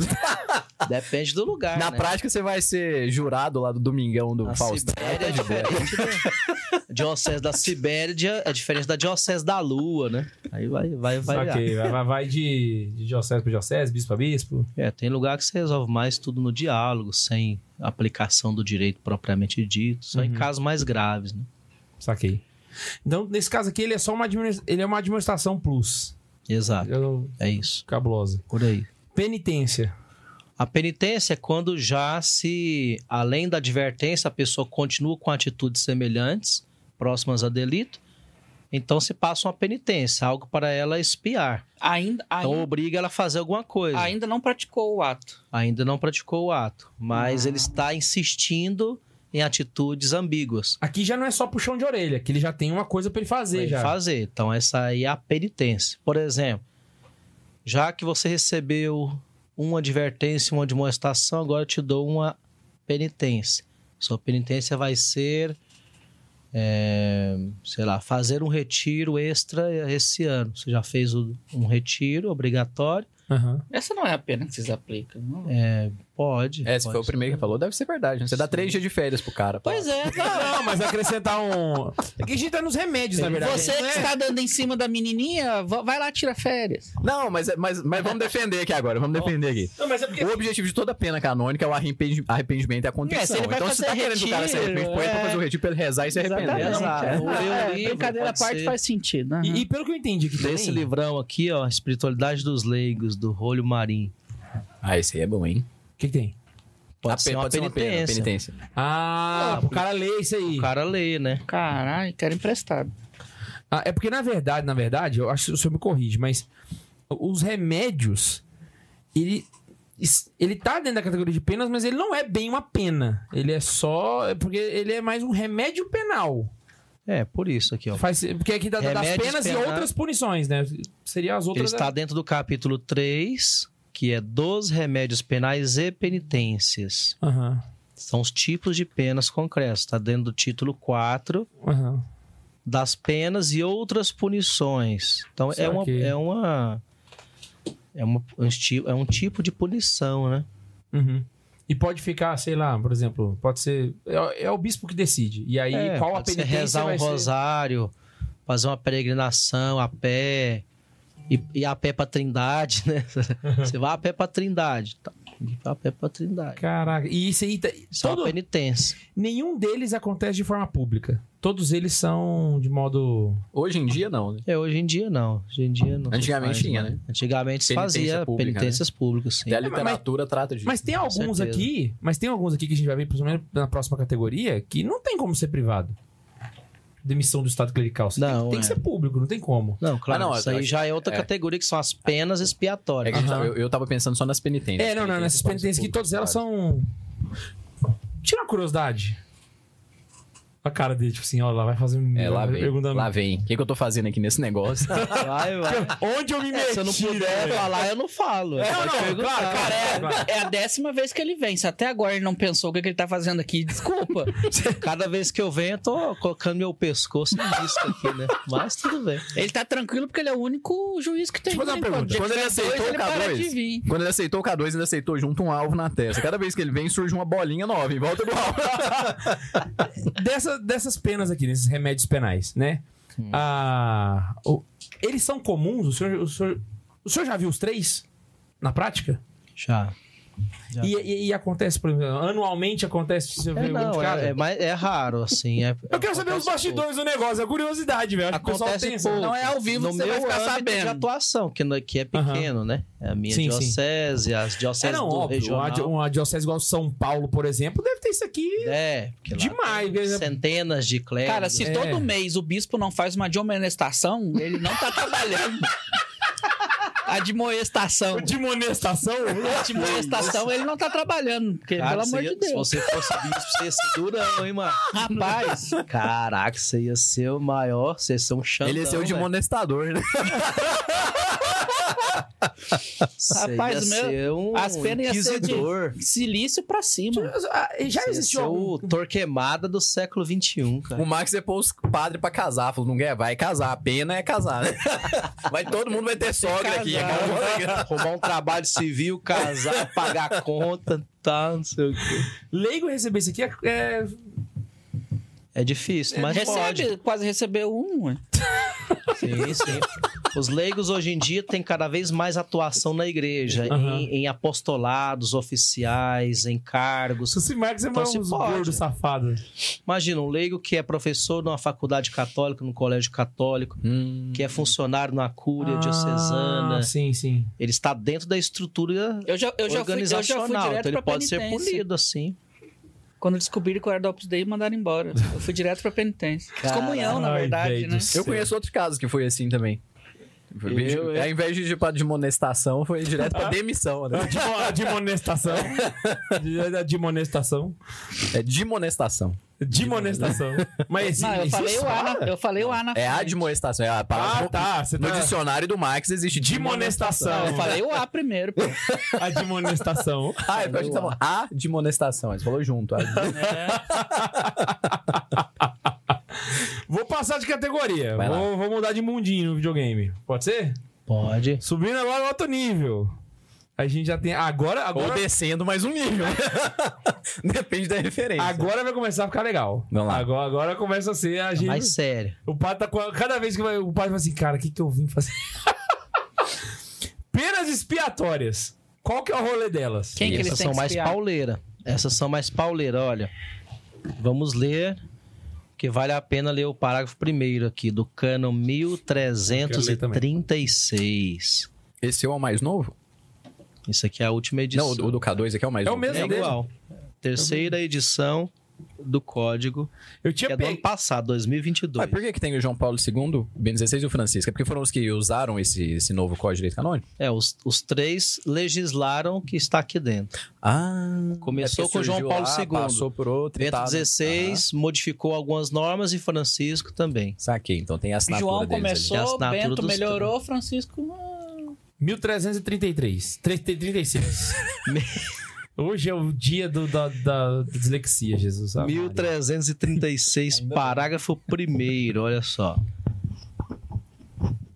Depende do lugar,
Na
né?
prática você vai ser jurado lá do Domingão do
A
Faustão.
Sibéria é diferente da... Diocese da Sibéria é diferente da Diocese da Lua, né? Aí vai, vai, vai.
Ok, vai, vai- vai de, de diocese para diocese, bispo a bispo.
É, tem lugar que você resolve mais tudo no diálogo, sem aplicação do direito propriamente dito, só em
Uhum.
casos mais graves, né?
Saquei. Então, nesse caso aqui, ele é só uma, admini- ele é uma administração plus.
Exato,
Eu-
é isso,
Cabulosa.
por aí.
Penitência.
A penitência é quando já se, além da advertência, a pessoa continua com atitudes semelhantes, próximas a delito, então se passa uma penitência, algo para ela espiar.
Ainda,
Então
ainda,
obriga ela a fazer alguma coisa.
ainda não praticou o ato.
Ainda não praticou o ato, mas ele está insistindo em atitudes ambíguas.
Aqui já não é só puxão de orelha, que ele já tem uma coisa pra ele fazer
Pra ele
já.
fazer. Então, essa aí é a penitência. Por exemplo, já que você recebeu uma advertência, uma demonstração, agora eu te dou uma penitência. Sua penitência vai ser, é, sei lá, fazer um retiro extra esse ano. Você já fez o- um retiro obrigatório?
Aham.
Essa não é a pena que vocês aplicam. Não.
É. Pode.
É, se
pode
foi o primeiro que falou, deve ser verdade. né? Você dá três dias de férias pro cara.
Pois é.
Não, não, mas acrescentar um. Aqui a gente tá nos remédios, na verdade.
Você que está dando em cima da menininha, va- vai lá tira férias.
Não, mas, é- mas, mas vamos defender aqui agora, vamos defender aqui.
Não, mas é porque.
O objetivo de toda pena canônica é o arrependi- arrependimento e a contrição.
É, se ele vai
então, se você tá
fazer
querendo que o cara se
retiro,
arrepende, põe ele pra
é.
fazer o retiro pra ele rezar e se arrepender. né?
Exatamente.
Exato.
É, o meu
É,
livro,
brincadeira à
pode
parte
ser.
faz sentido. aham.
E, e pelo que eu entendi aqui também,
Desse livrão aqui, ó, Espiritualidade dos Leigos, do Rolho Marim.
Ah, esse aí é bom, hein?
O que, que tem?
A
Pode
pe-
ser uma
pode pena,
penitência.
penitência.
Ah, pro cara ler isso aí.
O cara lê, né?
Caralho, quero emprestado.
Ah, é porque, na verdade, na verdade, eu acho que o senhor me corrige, mas os remédios, ele, ele tá dentro da categoria de penas, mas ele não é bem uma pena. Ele é só. é Porque ele é mais um remédio penal.
É, por isso aqui, ó.
Faz, porque aqui dá, das
Remédios tá-
penas e
penais.
outras punições, né? Seria as
Ele
outras. né?
está dentro do capítulo 3, que é dos remédios penais e penitências.
Aham.
São os tipos de penas concretas. Está dentro do título 4,
Aham.
das penas e outras punições. Então é uma,
Saquei.
é uma. É uma. um esti- É um tipo de punição, né?
Uhum. E pode ficar, sei lá, por exemplo, pode ser. É, é o bispo que decide. E aí,
é,
qual a
pode ser
penitência
rezar um
vai ser?
rosário, fazer uma peregrinação a pé, e, e a pé pra Trindade, [laughs] né? Você vai a pé pra Trindade. Tá, vai a pé pra Trindade.
Caraca, e isso aí. tá-
Isso é
Todo,
uma penitência.
Nenhum deles acontece de forma pública. Todos eles são de modo.
Hoje em dia, não, né?
É, hoje em dia não. Hoje em dia não.
Antigamente
se
tinha,
mais.
né?
Antigamente se
Penitência
fazia
pública, né?
penitências públicas, sim.
Até a literatura trata disso.
Mas tem alguns
certeza.
aqui, mas tem alguns aqui que a gente vai ver, principalmente na próxima categoria, que não tem como ser privado. Demissão do Estado clerical. Você tem,
Não,
tem que
é.
ser público, não tem como.
Não, claro,
Ah, não,
isso
eu
aí
acho-
já é outra
é.
categoria, que são as penas
É
expiatórias.
que a gente tá-
Aham.
eu, eu tava pensando só nas penitências.
É, não, não, nessas
podem ser
penitências aqui, todas elas
públicas,
são. Tira uma curiosidade. A cara dele, tipo assim, ó, lá vai fazer.
claro. É, lá vem.
perguntando,
Lá vem. O que, que eu tô fazendo aqui nesse negócio?
Vai, vai.
[laughs] Onde eu me
[laughs] É,
meti?
se eu não puder
né?
falar, eu não falo.
É.
Não, não, claro, claro, claro.
É a décima vez que ele vem. Se até agora ele não pensou o que, que ele tá fazendo aqui,
[laughs]
desculpa.
Cada vez que eu venho, eu tô colocando meu pescoço em risco aqui, né? Mas tudo bem.
Ele tá tranquilo porque ele é o único juiz que tem.
Deixa eu fazer uma
por
pergunta.
enquanto.
Quando ele
Se tiver
aceitou o
dois, Ele para de vir.
K2, quando ele aceitou o K2, ele aceitou junto um alvo na testa. Cada vez que ele vem, surge uma bolinha nova em volta do alvo.
Dessa- dessas penas aqui, nesses remédios penais, né? Ah, o- eles são comuns? O senhor, o, senhor, o senhor já viu os três na prática?
Já. Já.
E, e- e acontece, por exemplo, anualmente acontece você
É,
ver um de
não,
cada?
é, é, mais- é raro, assim. é-
Eu quero saber os
acontece
bastidores do negócio, é curiosidade, velho. Acho que o pessoal
Acontece
tem essa-
pouco.
Não é ao vivo
no
que você
meu
vai ficar
âmbito de
sabendo.
atuação, que, no- que é pequeno, né? É a minha
Sim, sim.
diocese, as
É,
dioceses
não,
do
óbvio. Uma, di-
regional.
uma diocese igual São Paulo, por exemplo, deve ter isso aqui.
É, porque lá
Demais,
tem
né?
centenas de clérigos.
Cara, assim, se
É.
todo mês o bispo não faz uma admonestação, ele não tá trabalhando. Admoestação.
De
[laughs]
monestação?
Admoestação, ele não tá trabalhando. Porque,
Cara,
pelo
você
amor
ia-
de Deus.
Se você fosse bispo, você ia ser durão, hein, mano?
Rapaz,
Caraca, você ia ser o maior, você ia ser um xandão.
Ele ia ser o de
velho.
monestador, né?
Você
Rapaz, o
ia
meu-
ser um
as penas ia ser de-
inquisidor.
silício pra cima.
Ah, Já
Você ia
existiu
ser
algum...
o Torquemada do século XXI, cara.
O Max ia pôr os padres pra casar. Falou, não quer? Vai casar. A pena é casar, né? [laughs] Vai, todo mundo vai ter sogra aqui. acabou, tá ligado?
Arrumar um trabalho civil, casar, pagar conta, tá, não sei o quê.
leigo receber isso aqui? É, é-
É difícil, mas
Recebe, quase recebeu um. ué.
pode. Sim, sim. Os leigos hoje em dia têm cada vez mais atuação na igreja,
Aham.
em, em apostolados oficiais, em cargos.
Se esse Marcos é
Então
mais
se
um
pode.
gordo safado.
Imagina, um leigo que é professor numa faculdade católica, num colégio católico,
Hum,
Uhum.
que é funcionário numa
Ah.
cúria diocesana,
Ah, Sim, sim.
ele está dentro da estrutura
Eu já, eu já fui, eu já fui
organizacional,
direto
então
pra
ele pode ser
penitência.
punido assim.
Quando descobriram que eu era do Opus Dei, mandaram embora. Eu fui direto pra penitência. Descomunhão, na
Ai,
verdade,
velho
né?
do céu.
Eu conheço outro caso que foi assim também. Foi
Eu-
bem-
eu-
Ao invés de ir pra desmonestação, foi direto pra demissão, [laughs] né?
De, de
[laughs]
monestação. De, de monestação.
É demonestação.
De monestação. Mas
Não, eu
isso
falei o A, na,
fala?
eu falei o A na
É a
frente.
admoestação. É a palavra.
um
Ah, tá. Você
No
tá...
dicionário do Max existe
De
demonestação.
monestação.
É, Eu falei o A primeiro, pô.
A de monestação.
Ah, é porque a gente tá falando a demonestação. Você falou junto. a de-
É. [laughs] Vou passar de categoria.
Vai lá.
Vou, vou mudar de mundinho no videogame. Pode ser?
Pode.
Subindo agora outro nível. A gente já tem. Agora,
Ou
agora,
descendo mais um nível. [laughs] Depende da referência.
agora vai começar a ficar legal.
Vamos lá.
Agora, agora começa a ser a gente.
É Mais sério.
O padre tá com a- Cada vez que vai, o padre fala assim, cara, o que, que eu vim fazer? [laughs] Penas expiatórias. Qual que é o rolê delas?
Quem que eles
essas
têm
são
que
mais
espiar?
pauleira. Essas são mais pauleira, olha. Vamos ler que vale a pena ler o parágrafo primeiro aqui do cano 1336.
Esse é o mais novo?
Isso aqui é a última edição.
Não, o do- o do K2 aqui é o mais
É o
novo.
mesmo.
é
dele.
igual. Terceira edição do código,
Eu
que
tinha
é do ano
pego.
passado, 2022.
Mas por que, que tem o João Paulo II, o Bento XVI e o Francisco? É porque foram os que usaram esse, esse novo Código de Direito Canônico?
É, os, os três legislaram o que está aqui dentro.
Ah,
Começou com o João Paulo II.
Passou né? por outro e
Bento
tal.
XVI modificou algumas normas e Francisco também.
Saquei, então tem a assinatura
João
deles
É a
começou,
assinatura
Bento
dos
melhorou, Francisco. ah,
1333. [laughs] 36. Hoje é o dia do, da, da dislexia, Jesus. amado.
1336, parágrafo 1 olha só.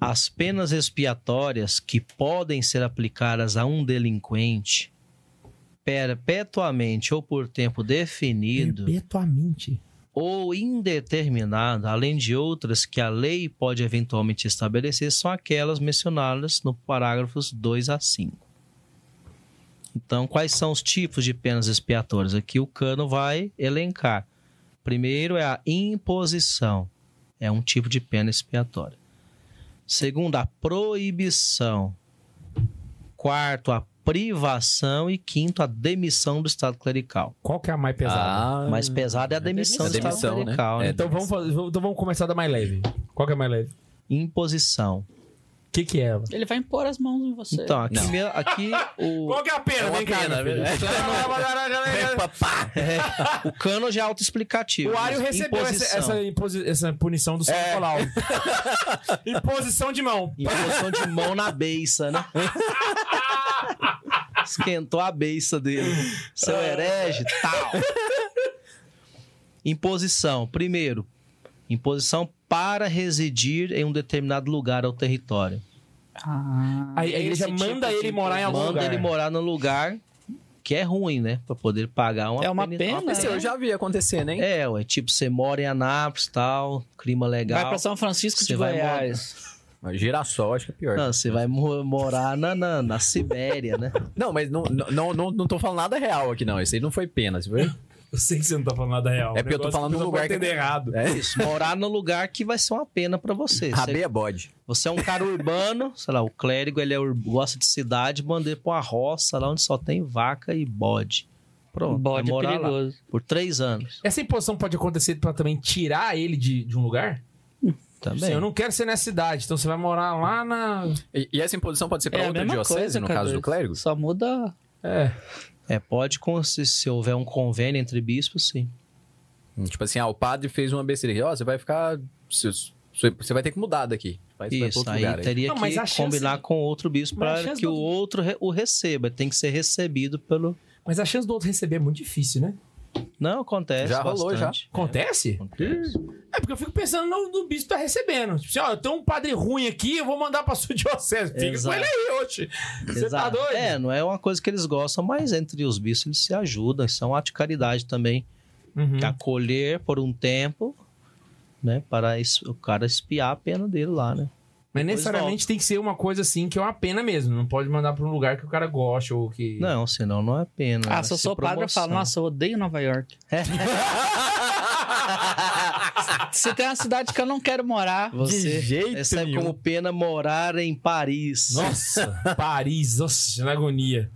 As penas expiatórias que podem ser aplicadas a um delinquente perpetuamente ou por tempo definido
Perpetuamente.
ou indeterminado, além de outras que a lei pode eventualmente estabelecer, são aquelas mencionadas no parágrafos 2 a 5. Então, quais são os tipos de penas expiatórias? Aqui o Cano vai elencar. Primeiro é a imposição, é um tipo de pena expiatória. Segundo, a proibição. Quarto, a privação. E quinto, a demissão do Estado clerical.
Qual que é a mais pesada?
Ah,
Mais pesada é a demissão,
A
do
demissão,
Estado
né?
clerical, né?
É.
então, vamos fazer- então vamos começar da mais leve. Qual que é a mais leve? O
Imposição.
que, que é ela?
Ele vai impor as mãos em você.
Então, aqui,
Não.
me- aqui
[laughs]
o,
que é a pena?
É uma
Vem cá,
pena,
meu filho.
né?
Vai, vai, vai, vai, vai.
o cano já é autoexplicativo.
O Ario
mas
recebeu essa,
imposição.
essa, imposi- essa punição do São Nicolau. [laughs] Imposição de mão.
Imposição de mão na
[laughs]
beiça, né? Esquentou a beiça dele. Seu
É.
herege, tal. Imposição. Primeiro, imposição para residir em um determinado lugar ou território.
Ah,
Aí a igreja
esse tipo
manda
de
ele morar em algum
Manda
lugar.
ele morar num lugar que é ruim, né? Pra poder pagar uma
É uma pena,
Esse eu já vi né? acontecendo, hein?
É, ué, tipo, você mora em Anápolis, tal, clima legal.
Vai pra São Francisco
Você
de
vai
Goiás.
Girassol, acho que é pior.
Não, você vai mo- morar na, na, na Sibéria, né?
Não, mas não, não, não, não tô falando nada real aqui, não. Isso aí não foi pena,
[laughs]
você viu?
Eu sei que você não tá falando nada real.
É porque eu tô
O negócio
falando
que eu
num
tô
lugar que-
entendendo errado.
É.
Isso, morar num lugar que vai ser uma pena pra você. Você,
Rabeia bode.
você é um cara urbano, sei lá, o clérigo ele é ur- gosta de cidade, mandei pra uma roça lá onde só tem vaca e bode. Pronto, vai
Bode é
morar lá
perigoso.
por três anos
Essa imposição pode acontecer pra também tirar ele de, de um lugar?
também.
Sim, eu não quero ser nessa cidade, então você vai morar lá na.
E, e essa imposição pode ser pra
É a
outra
mesma
diocese,
coisa,
no
cara.
caso do clérigo?
Só muda.
É.
É, pode, con- se, se houver um convênio entre bispos, sim.
Tipo assim, ah, o padre fez uma besteira aqui. Ó, você vai ficar... se- se- Você vai ter que mudar daqui. Vai, você vai pra
Isso,
outro
aí
lugar aí.
teria
Não,
que
mas a chance-
combinar com outro bispo
Mas a
para
chance
que o
do-
outro re- o receba. Tem que ser recebido pelo.
Mas a chance do outro receber é muito difícil, né?
Não, acontece.
Já rolou,
bastante.
Acontece? É porque eu fico pensando no, no bispo tá recebendo. Tipo assim, ó, eu tenho um padre ruim aqui, eu vou mandar pra [laughs] sua diocese. Fica
Exato.
com ele aí, hoje. Você tá
Exato.
doido?
É, não é uma coisa que eles gostam, mas entre os bispos eles se ajudam. Isso é um ato de caridade também.
Uhum.
Acolher por um tempo, né? Para es- o cara espiar a pena dele lá, né?
Mas necessariamente tem que ser uma coisa assim que é uma pena mesmo. Não pode mandar pra um lugar que o cara gosta ou que.
Não, senão não é pena.
Ah,
vai
se eu
ser
sou padre, eu falo,
promoção. É.
nossa, eu odeio Nova
[laughs]
York. [laughs] Se tem uma cidade que eu não quero morar,
Você é
jeito
recebe como pena morar em Paris.
Nossa, [laughs] Paris, nossa, na agonia.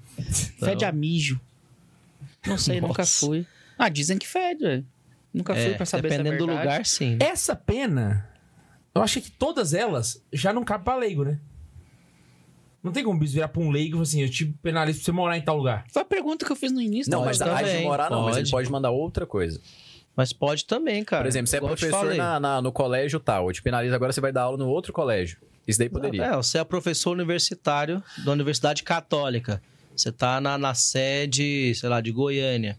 fede a mijo. Não sei, nunca
Então. Nossa.
fui. Ah, dizem que fede, velho. Nunca fui
É,
pra saber
dependendo
se é
do
verdade.
lugar, sim.
Essa pena, eu acho que todas elas já não cabem pra leigo, né? Não tem como o bispo virar pra um leigo e falar assim, eu te penalizo pra você morar em tal lugar.
Foi a pergunta que eu fiz no início.
Não,
né,
mas
Pode
a de
também,
morar não, mas ele
pode.
pode mandar outra coisa.
Mas pode também, cara.
Por exemplo, você é
Igual eu te
professor
falei.
na, na- no colégio tal, eu te penalizo, agora você vai dar aula no outro colégio. Isso daí poderia.
É, você é professor universitário da Universidade Católica. Você tá na, na sede, sei lá, de Goiânia.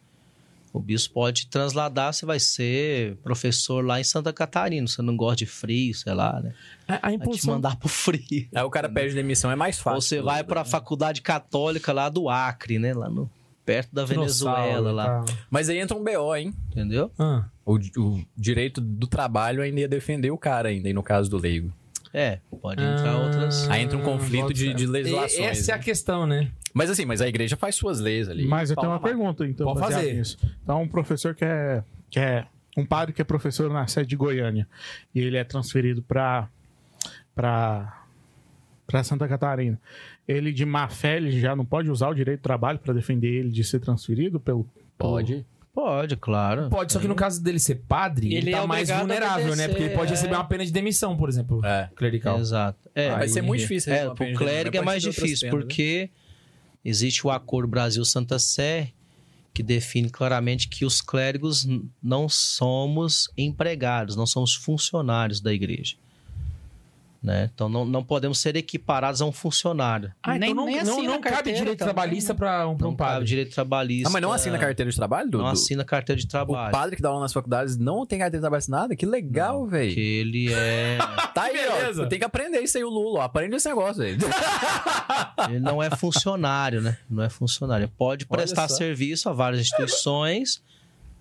O bispo pode te transladar, você vai ser professor lá em Santa Catarina. Você não gosta de frio, sei lá, né?
A, a
Vai te
imposição
mandar pro frio.
Aí o cara pede demissão, é mais fácil.
Ou você vai pra faculdade católica lá do Acre, né? Lá no, perto da Venezuela,
né?
dinossauro,
lá.
tá.
Mas aí entra um BO, hein?
Entendeu?
Ah,
O, o direito do trabalho ainda ia defender o cara, ainda, e no caso do leigo.
É, pode entrar outras.
Aí entra um
Ah,
conflito
bota
de,
fé.
de
e-
legislações.
essa é a
né?
questão, né?
Mas assim, mas a igreja faz suas leis ali.
Mas eu tenho
Pau
uma
na máquina.
pergunta, então.
Pode
baseado
fazer.
nisso. Então, um professor que é, que é. Um padre que é professor na sede de Goiânia. E ele é transferido pra. pra. pra Santa Catarina. Ele, de má fé, ele já não pode usar o direito do trabalho pra defender ele de ser transferido pelo.
Pode.
Pode, claro.
Pode, só que no caso dele ser padre, ele,
Ele
tá
é
mais
obrigado a
vulnerável, né? Porque ele pode
obedecer,
receber
é.
uma pena de demissão, por exemplo,
É.
clerical.
Exato. É,
Vai ser muito difícil.
É,
resolver
pro
uma
clérigo é
pena
mais
de demissão, mas pode ter
difícil,
outras penas, né?
porque existe o Acordo Brasil-Santa Sé, que define claramente que os clérigos n- não somos empregados, não somos funcionários da igreja. Né? Então não, não podemos ser equiparados a um funcionário.
Ah,
Nem-
então não,
nem
não,
assina
não
a
cabe
carteira,
direito
então,
trabalhista pra um, pra
Não
um
cabe
padre.
direito trabalhista.
Ah, mas não
é-
assina carteira de trabalho, Dudu?
Não assina carteira de
O
trabalho.
padre que dá aula nas faculdades não tem carteira de trabalho assinada? Que legal, velho.
Porque ele
[laughs]
é.
Tá aí,
Beleza.
ó. Tem que aprender isso aí, o Lula. ó. Aprende esse negócio aí. [laughs]
Ele não é funcionário, né? Não é funcionário. Pode
Olha
prestar
só.
serviço a várias instituições,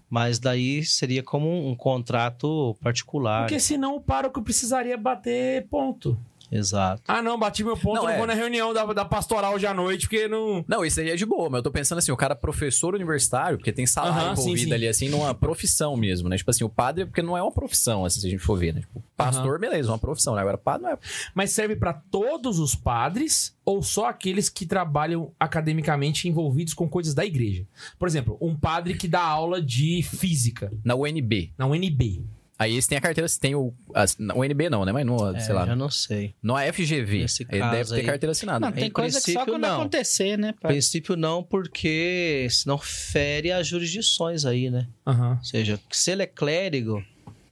mas daí seria como um, um contrato particular.
Porque senão o pároco precisaria bater ponto.
Exato.
Ah, não, bati meu ponto,
Não,
não,
é.
vou na reunião da, da pastoral hoje à noite, porque não.
Não, isso aí é de boa, mas eu tô pensando assim, o cara é professor universitário, porque tem salário
Aham, sim,
envolvido
sim.
ali, assim, numa profissão mesmo, né? Tipo assim, o padre, porque não é uma profissão, assim, se a gente for ver, né? Tipo, pastor, beleza, uma profissão, né? Agora, padre não é...
Mas serve pra todos os padres ou só aqueles que trabalham academicamente envolvidos com coisas da igreja? Por exemplo, um padre que dá aula de física
Na UNB.
na UNB.
Aí esse tem a carteira, se tem o... a- na UNB não, né? Mas no,
É,
sei lá,
já não sei.
no AFGV.
Nesse
Ele
caso
deve ter
aí.
carteira assinada.
Não,
né?
Em
tem coisa que só
princípio,
quando
não.
acontecer, né,
A
pai?
princípio não, porque senão fere as jurisdições aí, né?
Aham.
Ou seja, se ele é clérigo,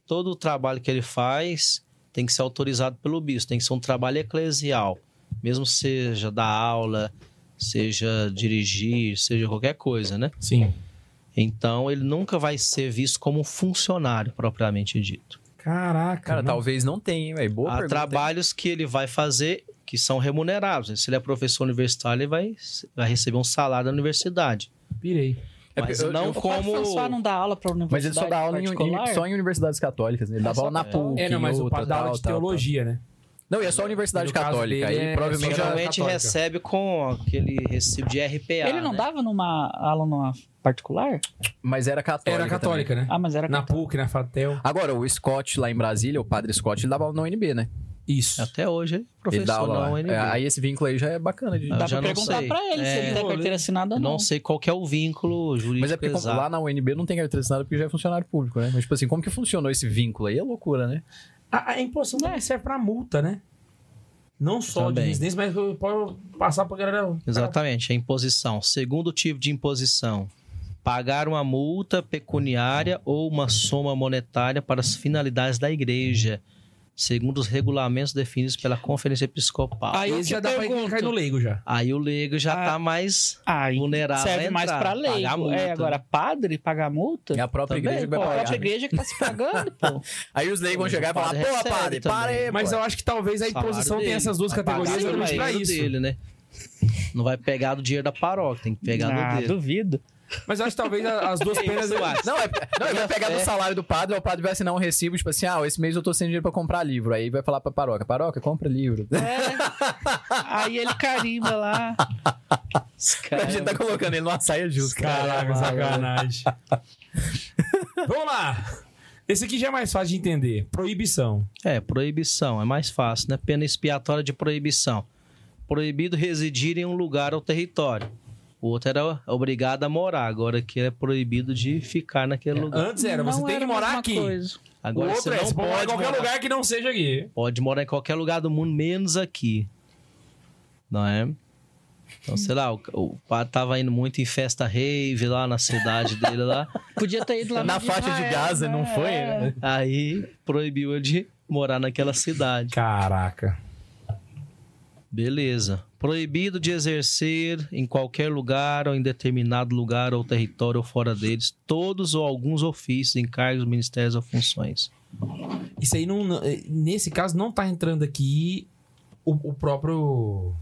todo o trabalho que ele faz tem que ser autorizado pelo bispo, tem que ser um trabalho eclesial. Mesmo seja dar aula, seja dirigir, seja qualquer coisa, né?
Sim.
Então ele nunca vai ser visto como um funcionário propriamente dito.
Caraca.
Uhum.
Cara,
não.
talvez não tenha, hein, velho? Boa
Há
pergunta,
trabalhos que ele vai fazer que são remunerados. Se ele é professor universitário, ele vai, vai receber um salário da universidade.
Pirei.
hein? É porque
Mas
eu-
não
eu-
como.
Só não dá aula pra
Mas
universidade
ele só dá aula em,
um-
particular?
em- só em universidades católicas, né? Ele dava aula na PUC,
É, não, mas
em
o
outra,
padre dá aula
tal,
de
tal, tal.
teologia, né?
Não, e é só a Universidade
No caso
Católica.
dele,
Aí
é
provavelmente
só
já.
na-
Geralmente
católica.
recebe com aquele recibo de RPA.
Ele não
né?
dava numa aula numa particular?
Mas era católica.
Era católica, né?
Ah, mas era
Na
católica.
PUC, na Fatel.
também. Agora, o Scott lá em Brasília, o padre Scott, ele dava aula na UNB, né?
Isso.
Até hoje ele é
ele dá
professor
aula
na
lá.
UNB.
É, aí esse vínculo aí já é bacana de.
Eu
Dá
já
pra
não
perguntar
sei.
pra ele se
É.
ele tem carteira assinada ou não.
não sei qual que é o vínculo jurídico
Mas é porque como-
exato.
lá na UNB não tem carteira assinada porque já é funcionário público, né? Mas, tipo assim, como que funcionou esse vínculo aí? É loucura, né?
A, a imposição é, serve pra multa, né? Não só
Também.
de residência, mas pode passar pra galera.
Exatamente, a imposição. Segundo tipo de imposição, pagar uma multa pecuniária ou uma soma monetária para as finalidades da igreja, segundo os regulamentos definidos pela Conferência Episcopal.
Aí
Aí,
eu
Esse
te
já dá pra
pergunto.
cair no leigo já.
o leigo já está mais
Ah, então
vulnerável a
serve mais
entrar,
pra
pagar
lei.
a multa. né?
É, agora padre pagar multa?
É a própria
Também,
igreja que vai
Pô, a
pagar.
própria
né?
igreja que tá se pagando,
[laughs]
pô.
Aí os leigos vão chegar e falar,
Padre
pô,
recebe
padre,
também.
para aí,
Mas
É, pô."
eu acho que talvez a imposição tenha
Salário dele.
essas duas
Vai pagar
categorias
do
justamente pra
dinheiro
isso.
dele, né? Não vai pegar do dinheiro da paróquia, tem que pegar do
Ah,
dele.
duvido.
Mas eu acho que talvez a- as duas
[laughs]
penas.
Não, é, não, ele vai pegar do salário do padre, aí o padre vai assinar um recibo, tipo assim, ah, esse mês eu tô sem dinheiro pra comprar livro. Aí vai falar pra paróquia, paróquia, compra livro.
Aí ele carimba lá.
Esse cara
[laughs] a gente tá colocando ele numa saia justa.
Caraca, sacanagem. Vamos lá. Esse aqui já é mais fácil de entender. Proibição.
É, proibição, é mais fácil, né? Pena expiatória de proibição. Proibido residir em um lugar ou território. O outro era obrigado a morar, agora que é proibido de ficar naquele lugar.
Antes era, você
Não
tem
era
que
a
morar
mesma
aqui.
coisa.
O
Agora
outro
você
é,
não
você pode morar em
pode
qualquer
morar.
lugar que não seja aqui.
Pode morar em qualquer lugar do mundo, menos aqui. Não é? Então, sei lá, o, o padre tava indo muito em festa rave lá na cidade dele lá.
Podia ter ido lá
Na
no
faixa de
Israel,
Gaza,
né?
não foi? né?
Aí proibiu ele de morar naquela cidade.
Caraca.
Beleza. Proibido de exercer em qualquer lugar ou em determinado lugar ou território ou fora deles todos ou alguns ofícios, encargos, ministérios ou funções.
Isso aí, não, não- eh, nesse caso, não tá entrando aqui o, o próprio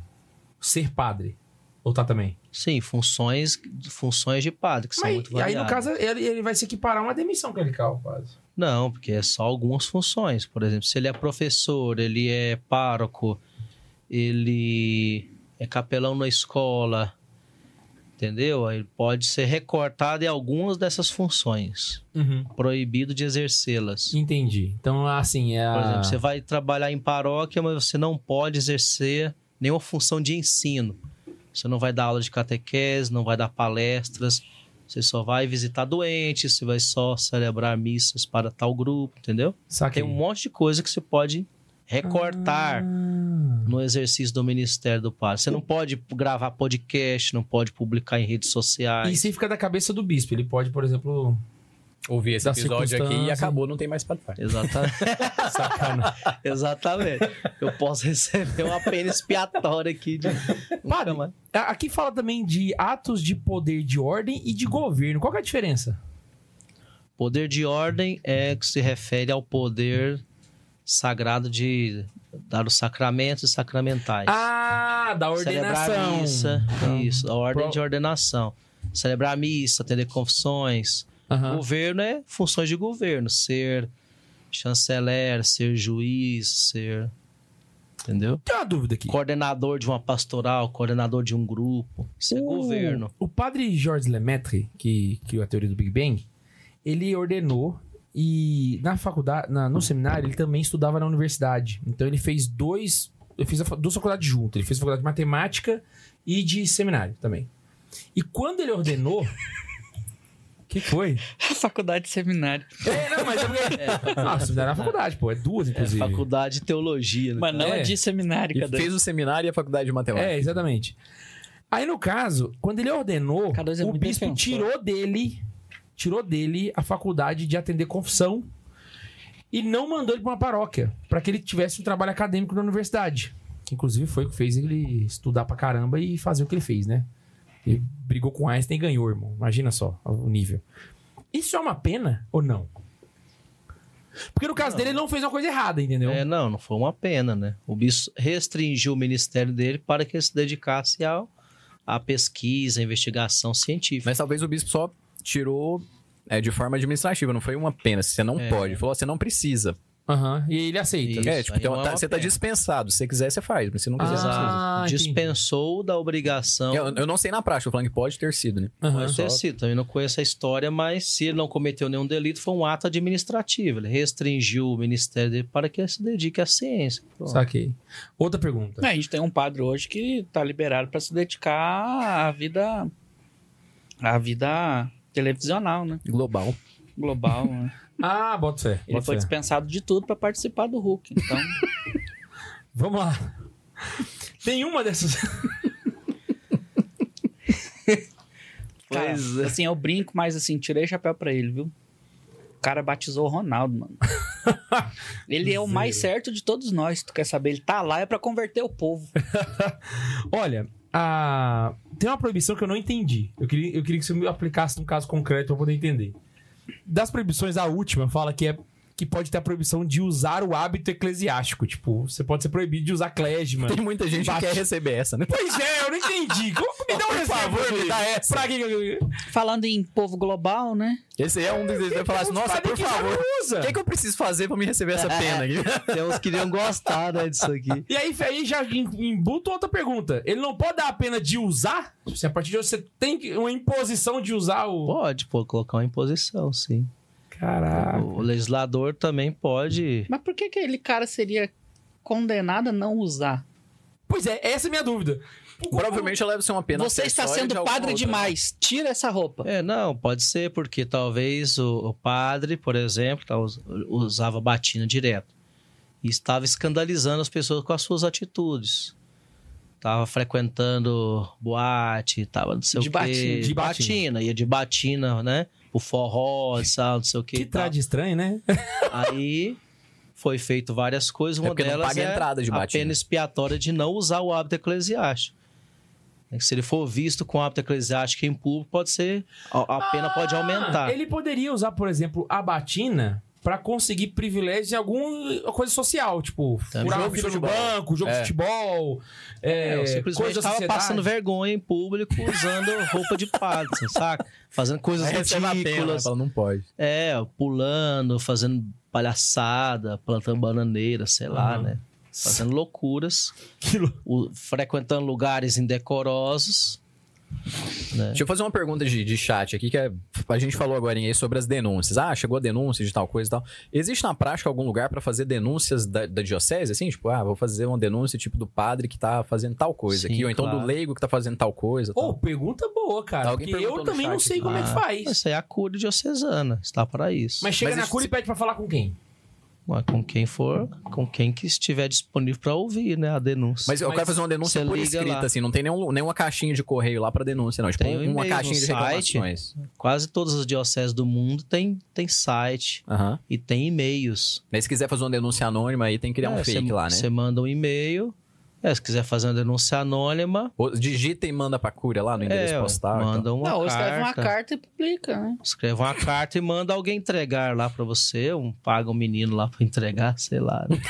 ser padre. Ou tá também?
Sim, funções, funções de padre, que são
Mas,
é muito
e aí,
variadas.
no caso, ele, ele vai se equiparar a uma demissão clerical, quase.
Não, porque é só algumas funções. Por exemplo, se ele é professor, ele é pároco, ele é capelão na escola, entendeu? Aí Ele pode ser recortado em algumas dessas funções. Proibido de exercê-las.
Entendi. Então, assim, é. a-
Por exemplo, você vai trabalhar em paróquia, mas você não pode exercer nenhuma função de ensino. Você não vai dar aula de catequese, não vai dar palestras, você só vai visitar doentes, você vai só celebrar missas para tal grupo, entendeu?
Saquei.
Tem um monte de coisa que você pode recortar
Ah.
no exercício do ministério do padre. Você não pode gravar podcast, não pode publicar em
Ah,
redes
E
sociais.
isso aí fica da cabeça do bispo. Ele pode, por exemplo.
Ouvi esse
Da
episódio aqui e
circunstância.
acabou, não tem mais padre.
Exatamente. Exatamente. Eu posso receber uma pena expiatória aqui de.
Padre, a- aqui fala também de atos de poder de ordem e de governo. Qual que é a diferença?
Ah.
Poder de ordem é que se refere ao poder sagrado de dar os sacramentos e sacramentais.
Ah, da
Celebrar
ordenação.
missa, isso, a ordem
pro-
de ordenação. Celebrar missa, atender confissões.
Aham.
Governo é funções de governo, ser chanceler, ser juiz, ser entendeu?
Tem uma dúvida aqui.
Coordenador de uma pastoral, coordenador de um grupo. Isso é
O-
governo.
O padre Georges Lemaitre, que criou a teoria do Big Bang, ele ordenou e na faculdade, na- no seminário, ele também estudava na universidade. Então ele fez dois, ele fez a fa- duas faculdades juntas. Ele fez a faculdade de matemática e de seminário também. E quando ele ordenou, que foi?
Faculdade de seminário.
É, não, mas é porque... Nossa, seminário é na faculdade, pô, é duas
É
inclusive.
faculdade de teologia. né?
Mas não é,
É.
de seminário,
E
cadê?
fez o seminário e a faculdade de matemática.
É, exatamente. Aí, no caso, quando ele ordenou,
K2 é
o
muito
bispo
defensor.
tirou dele tirou dele a faculdade de atender confissão e não mandou ele para uma paróquia, para que ele tivesse um trabalho acadêmico na universidade. Que, inclusive, foi o que fez ele estudar pra caramba e fazer o que ele fez, né? Ele brigou com Einstein e ganhou, irmão. Imagina só o nível. Isso é uma pena ou não? Porque no caso dele, ele não fez uma coisa errada, entendeu?
É, não, não foi uma pena, né? O bispo restringiu o ministério dele para que ele se dedicasse ao, à pesquisa, à investigação científica.
Mas talvez o bispo só tirou é, de forma administrativa, não foi uma pena. Você não pode. Ele Falou, "Ó, você não precisa.
Aham. E ele aceita.
Isso,
é, tipo,
aí
tem
não
uma-
é
tá-
uma
você tá
pena.
dispensado. Se você quiser, você faz. Mas se não quiser, você não precisa.
Ah, entendi.
Dispensou da obrigação.
Eu, eu não sei na prática, eu falando que pode ter sido, né?
Aham.
Pode ter sido, também não conheço a história, mas se ele não cometeu nenhum delito, foi um ato administrativo. Ele restringiu o ministério dele para que ele se dedique à ciência. Pronto.
Saquei. Outra pergunta.
É, a gente tem um padre hoje que tá liberado para se dedicar à vida. à vida televisional, né?
Global.
Global, né?
Ah, bota fé.
Ele
bota
foi
fé.
dispensado de tudo para participar do Hulk. Então,
Vamos lá. Tem uma dessas. [laughs]
cara, assim, eu brinco, mas assim, tirei o chapéu pra ele, viu? O cara batizou o Ronaldo, mano. Ele é o mais certo de todos nós, tu quer saber? Ele tá lá é pra converter o povo.
Olha, a- tem uma proibição que eu não entendi. Eu queria, eu queria que você me aplicasse num caso concreto pra eu poder entender. Das proibições, a última fala que é que pode ter a proibição de usar o hábito eclesiástico. Tipo, você pode ser proibido de usar clésima.
[laughs] Tem muita gente
Bate.
que quer receber essa, né?
[laughs] Pois é, eu não entendi. Como me dá um favor, me dá essa. Pra quem
Falando em povo global, né?
Esse aí é um dos que vai falar assim, nossa, por favor, É.
usa.
o que, é que eu preciso fazer pra me receber essa pena aqui? [laughs]
Tem uns que iriam gostar né, disso aqui.
E aí, aí já em- embuta outra pergunta. Ele não pode dar a pena de usar? Se a partir de hoje você tem que- uma imposição de usar o.
Pode, pô, colocar uma imposição, sim.
Caraca.
O legislador também pode.
Mas por que que aquele cara seria condenado a não usar?
Pois é, essa é a minha dúvida.
Provavelmente ela deve ser uma pena.
Você está
acessória de
sendo
alguma
padre
outra, né?
demais, tira essa roupa.
É, não, pode ser, porque talvez o, o padre, por exemplo, tá, us- usava batina direto e estava escandalizando as pessoas com as suas atitudes. Tava frequentando boate, tava não sei
De
o quê.
batina,
de batina.
Ia de batina, né? O forró, sabe, não sei o quê.
Que
e
tá.
tal.
trade estranho, né?
É
Aí foi feito várias coisas, uma
porque não
delas
paga
é
a entrada de
a
batina.
pena expiatória de não usar o hábito eclesiástico. É que Se ele for visto com hábito eclesiástico em público, pode ser a a pena pode aumentar.
Ah, Ele poderia usar, por exemplo, a batina pra conseguir privilégios em alguma coisa social, tipo,
Também.
furar
Tá, Jogo
a fila
de
no
futebol.
banco, jogo de
É.
futebol,
É,
é,
eu simplesmente
coisa da
estava
sociedade.
passando vergonha em público usando roupa de
[laughs]
padre, você saca? Fazendo coisas
Aí recebe a pena, né?
ridículas.
Fala, não pode.
É, pulando, fazendo palhaçada, plantando bananeira, sei lá,
Aham.
né? Fazendo loucuras,
Que lou-
o- frequentando lugares indecorosos. né?
Deixa eu fazer uma pergunta de, de chat aqui, que é- a gente falou agora aí sobre as denúncias. Ah, chegou a denúncia de tal coisa e tal. Existe na prática algum lugar pra fazer denúncias da, da diocese, assim? Tipo, ah, vou fazer uma denúncia tipo do padre que tá fazendo tal coisa
Sim,
aqui, ou então do
claro.
leigo que tá fazendo tal coisa.
Ô,
tal.
pergunta boa, cara.
Tá, Alguém
porque eu
perguntou no
também não
chat
sei
aqui.
como é que
Ah,
faz.
Isso aí é a cura diocesana, está para isso.
Mas chega
Mas
na
isso-
cura e pede pra falar com quem?
Ué, com quem for, com quem que estiver disponível para ouvir, né, a denúncia.
Mas eu
Mas
quero fazer uma denúncia
você
por
liga
escrita,
lá.
assim, não tem nenhum, nenhuma caixinha de correio lá pra denúncia, não. Tipo,
Tem um
uma
e-mail
caixinha
no
de
site.
reclamações.
Quase todas as dioceses do mundo tem, tem site
Aham.
e tem e-mails.
Mas se quiser fazer uma denúncia anônima aí, tem que criar um
É,
fake
você-
lá, né?
Você manda um e-mail, é, se quiser fazer uma denúncia anônima,
Ou digita e manda pra cura lá no Um endereço
é,
postal. então. e tal.
manda uma
não, ou
carta.
escreve uma carta e publica, né?
Escreve uma carta e manda alguém entregar lá pra você. Um, paga um menino lá pra entregar, sei lá. né?